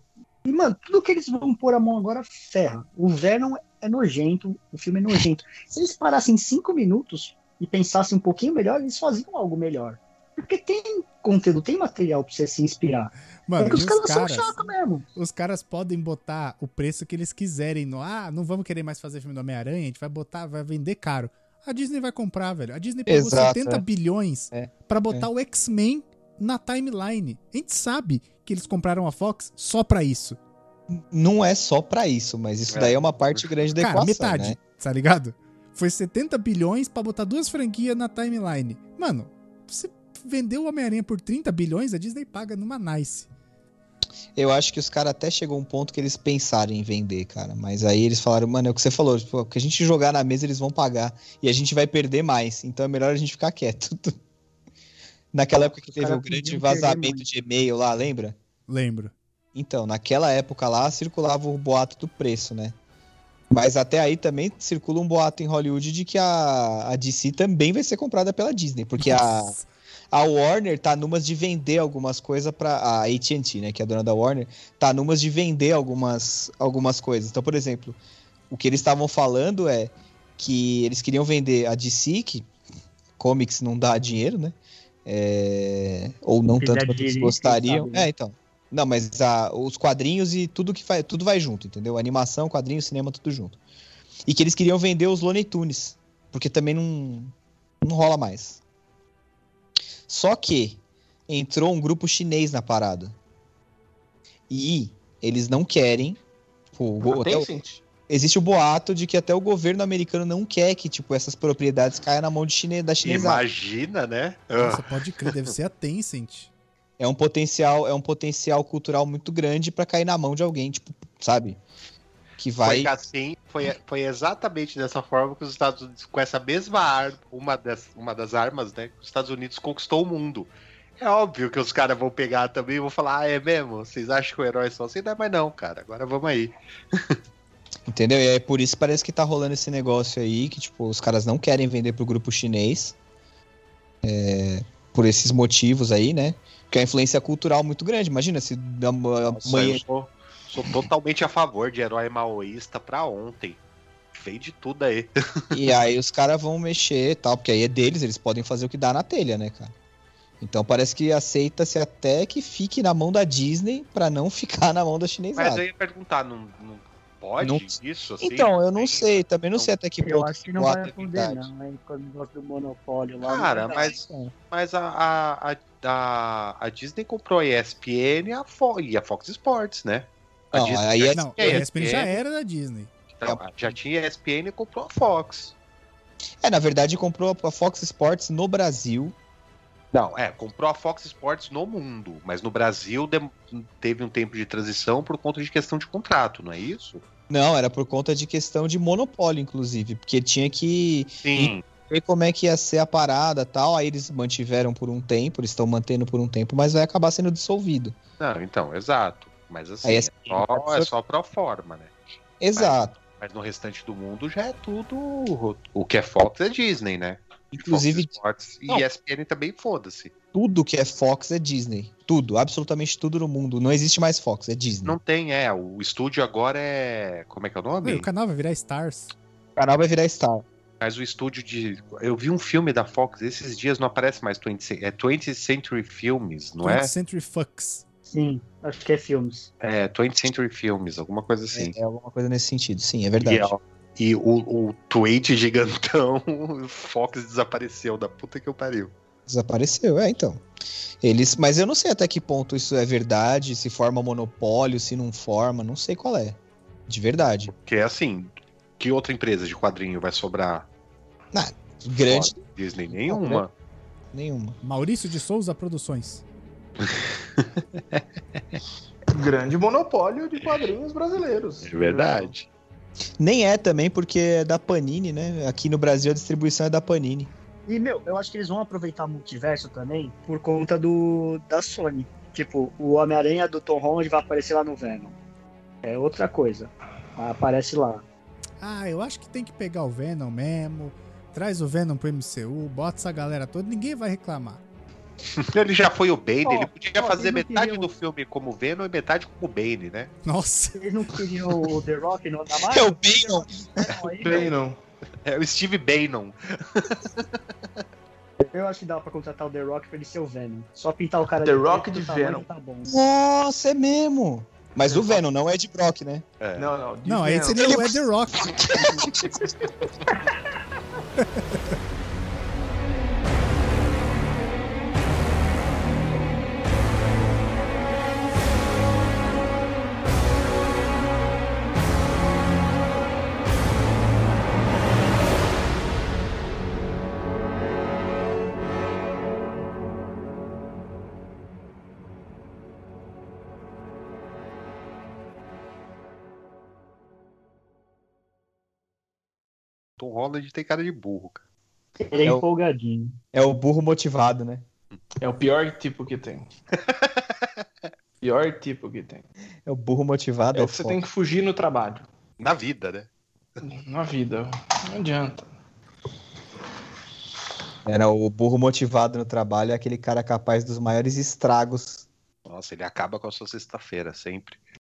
S5: E, mano, tudo que eles vão pôr a mão agora ferra. O Venom é nojento, o filme é nojento. Se eles parassem cinco minutos e pensassem um pouquinho melhor, eles faziam algo melhor. Porque tem conteúdo, tem material pra você se inspirar.
S2: Mano,
S5: é que
S2: e
S5: os caras,
S2: os
S5: são
S2: caras,
S5: chatos mesmo.
S2: os caras podem botar o preço que eles quiserem. No, ah, não vamos querer mais fazer filme do Homem-Aranha, a gente vai botar, vai vender caro. A Disney vai comprar, velho. A Disney pagou
S3: Exato,
S2: 70
S3: é.
S2: bilhões
S3: É,
S2: pra botar o X-Men na timeline. A gente sabe que eles compraram a Fox só pra isso.
S3: Não é só pra isso, mas isso
S4: É.
S3: daí é uma parte grande da
S2: Cara,
S3: equação,
S2: metade,
S3: né?
S2: tá ligado? Foi 70 bilhões pra botar duas franquias na timeline. Mano, você vendeu o Homem-Aranha por 30 bilhões, a Disney paga numa nice.
S3: Eu acho que os caras até chegou um ponto que eles pensaram em vender, cara. Mas aí eles falaram, mano, é o que você falou, tipo, o que a gente jogar na mesa eles vão pagar e a gente vai perder mais. Então é melhor a gente ficar quieto. Naquela época que teve
S5: caras
S3: o grande
S5: podiam perder
S3: vazamento
S5: muito.
S3: de e-mail lá, lembra?
S2: Lembro.
S3: Então, naquela época lá circulava o boato do preço, né? Mas até aí também circula um boato em Hollywood de que a, a DC também vai ser comprada pela Disney, porque a,
S2: Nossa.
S3: a Warner tá numas de vender algumas coisas pra. a AT&T, né, que é a dona da Warner, tá numas de vender algumas algumas coisas. Então, por exemplo, o que eles estavam falando é que eles queriam vender a DC, que comics não dá dinheiro, né? É, ou não
S5: Apesar
S3: tanto quanto
S5: de
S3: eles
S5: eles,
S3: gostariam.
S5: quem sabe, né?
S3: É, então. Não, mas a- os quadrinhos e tudo que faz, tudo vai junto, entendeu? Animação, quadrinho, cinema, tudo junto. E que eles queriam vender os Looney Tunes, porque também não não rola mais. Só que entrou um grupo chinês na parada. E eles não querem. Tipo, o go- até o-
S6: Tencent?
S3: existe o boato de que até o governo americano não quer que tipo, essas propriedades caiam na mão de chine, da chinesada.
S4: Imagina, né?
S2: Nossa, pode crer, deve ser a Tencent.
S3: É um potencial, é um potencial cultural muito grande pra cair na mão de alguém, tipo, sabe? Que vai.
S4: Foi assim, foi, foi exatamente dessa forma que os Estados Unidos, com essa mesma arma, uma das, uma das armas, né? que Os Estados Unidos conquistou o mundo. É óbvio que os caras vão pegar também e vão falar, ah, é mesmo? Vocês acham que o herói é só assim? Não é mais não, cara. Agora vamos aí.
S3: Entendeu? E é por isso que parece que tá rolando esse negócio aí, que tipo, os caras não querem vender pro grupo chinês. é, por esses motivos aí, né? Porque é a influência cultural muito grande. Imagina se da- amanhã.
S4: eu sou, sou totalmente a favor de herói maoísta pra ontem. Vem de tudo aí.
S3: E aí os caras vão mexer e tal, porque aí é deles, eles podem fazer o que dá na telha, né, cara? Então parece que aceita-se até que fique na mão da Disney pra não ficar na mão da
S4: Mas
S3: chinesada.
S4: eu ia perguntar, não, não pode
S3: Não-
S4: isso? Assim?
S3: Então, eu não
S4: Tem-
S3: sei, também não sei até que
S5: Eu
S3: ponto
S5: acho que não
S3: boato
S5: vai
S3: é
S5: poder,
S3: verdade.
S5: não, hein? Quando gosta do monopólio lá. né?
S4: Cara,
S5: não vai
S4: mas-
S5: dar, cara.
S4: Mas a, a, a, a, a Disney comprou a ESPN e a, Fo e a Fox Sports, né? A
S3: Não,
S4: Disney
S3: aí é-
S2: Não,
S4: é,
S2: a ESPN já
S4: é.
S2: era da Disney.
S4: então, já tinha a ESPN e comprou a Fox.
S3: É, na verdade, comprou a Fox Sports no Brasil.
S4: Não, é, comprou a Fox Sports no mundo, mas no Brasil dem- teve um tempo de transição por conta de questão de contrato, não é isso?
S3: Não, era por conta de questão de monopólio, inclusive, porque tinha que
S4: Sim.
S3: ver como é que ia ser a parada tal. Aí eles mantiveram por um tempo, eles estão mantendo por um tempo, mas vai acabar sendo dissolvido.
S4: Não, então, exato. Mas assim,
S3: Aí
S4: é,
S3: a
S4: só, é só pro forma, né?
S3: Exato.
S4: Mas no restante do mundo já é tudo. O que é Fox é Disney, né?
S3: Inclusive,
S4: Fox Sports e
S3: Não.
S4: ESPN também, foda-se.
S3: tudo que é Fox é Disney. Tudo, absolutamente tudo no mundo. Não existe mais Fox, é Disney.
S4: Não tem, é. O estúdio agora é. Como é que é o nome?
S2: Ué, o canal vai virar Stars.
S3: O canal vai virar Star.
S4: Mas o estúdio de. Eu vi um filme da Fox esses dias, não aparece mais 20, cen- é 20th Century Films, não é?
S2: 20th Century Fox.
S5: Sim, acho que é filmes.
S4: É, 20th Century Films, alguma coisa assim.
S3: É, é alguma coisa nesse sentido, sim, é
S4: E,
S3: verdade.
S4: ó, e o, o tweet gigantão, o Fox desapareceu da puta que eu pariu.
S3: Desapareceu, é, então. Eles, mas eu não sei até que ponto isso é verdade, se forma monopólio, se não forma, não sei qual é. De verdade.
S4: Porque assim, que outra empresa de quadrinho vai sobrar?
S3: Grande
S4: Fora Disney nenhuma.
S3: nenhuma.
S2: Maurício de Souza Produções.
S6: Grande monopólio de quadrinhos brasileiros.
S4: É verdade.
S3: Nem é também porque é da Panini, né? Aqui no Brasil a distribuição é da Panini.
S5: E, meu, eu acho que eles vão aproveitar o multiverso também por conta do da Sony. Tipo, o Homem-Aranha do Tom Holland vai aparecer lá no Venom. É outra coisa. Aparece lá.
S2: Ah, eu acho que tem que pegar o Venom mesmo. Traz o Venom pro MCU, bota essa galera toda, ninguém vai reclamar.
S4: Ele já foi o Bane,
S5: Ó,
S4: ele podia
S5: ó,
S4: fazer
S5: eu não queria
S4: metade
S5: um-
S4: do filme como Venom e metade como Bane, né?
S2: Nossa.
S5: Eles não queriam o The Rock no da
S3: É
S5: Marvel?
S3: o Bane,
S5: Não, aí,
S6: Bem, não.
S4: É o Steve Bannon.
S5: Eu acho que dá pra contratar o The Rock pra ele ser o Venom. Só pintar o cara
S6: The
S5: de preto,
S6: Rock de
S5: tamanho,
S6: Venom.
S5: Tá bom.
S3: Nossa, é mesmo. Mas o Venom não é de Brock, né?
S4: É.
S6: Não, não. de
S2: Não, aí
S6: Venom.
S2: seria o Ed The Rock.
S4: Tom Holland tem cara de burro, cara.
S5: Ele é,
S3: É o-
S5: empolgadinho.
S3: É o burro motivado, né?
S1: É o pior tipo que tem. pior tipo que tem.
S3: É o burro motivado.
S1: É
S3: É
S1: o que você
S3: foda.
S1: tem que fugir no trabalho.
S4: Na vida, né?
S1: Na vida. Não adianta.
S3: Era o burro motivado no trabalho, é aquele cara capaz dos maiores estragos.
S4: Nossa, ele acaba com a sua sexta-feira sempre.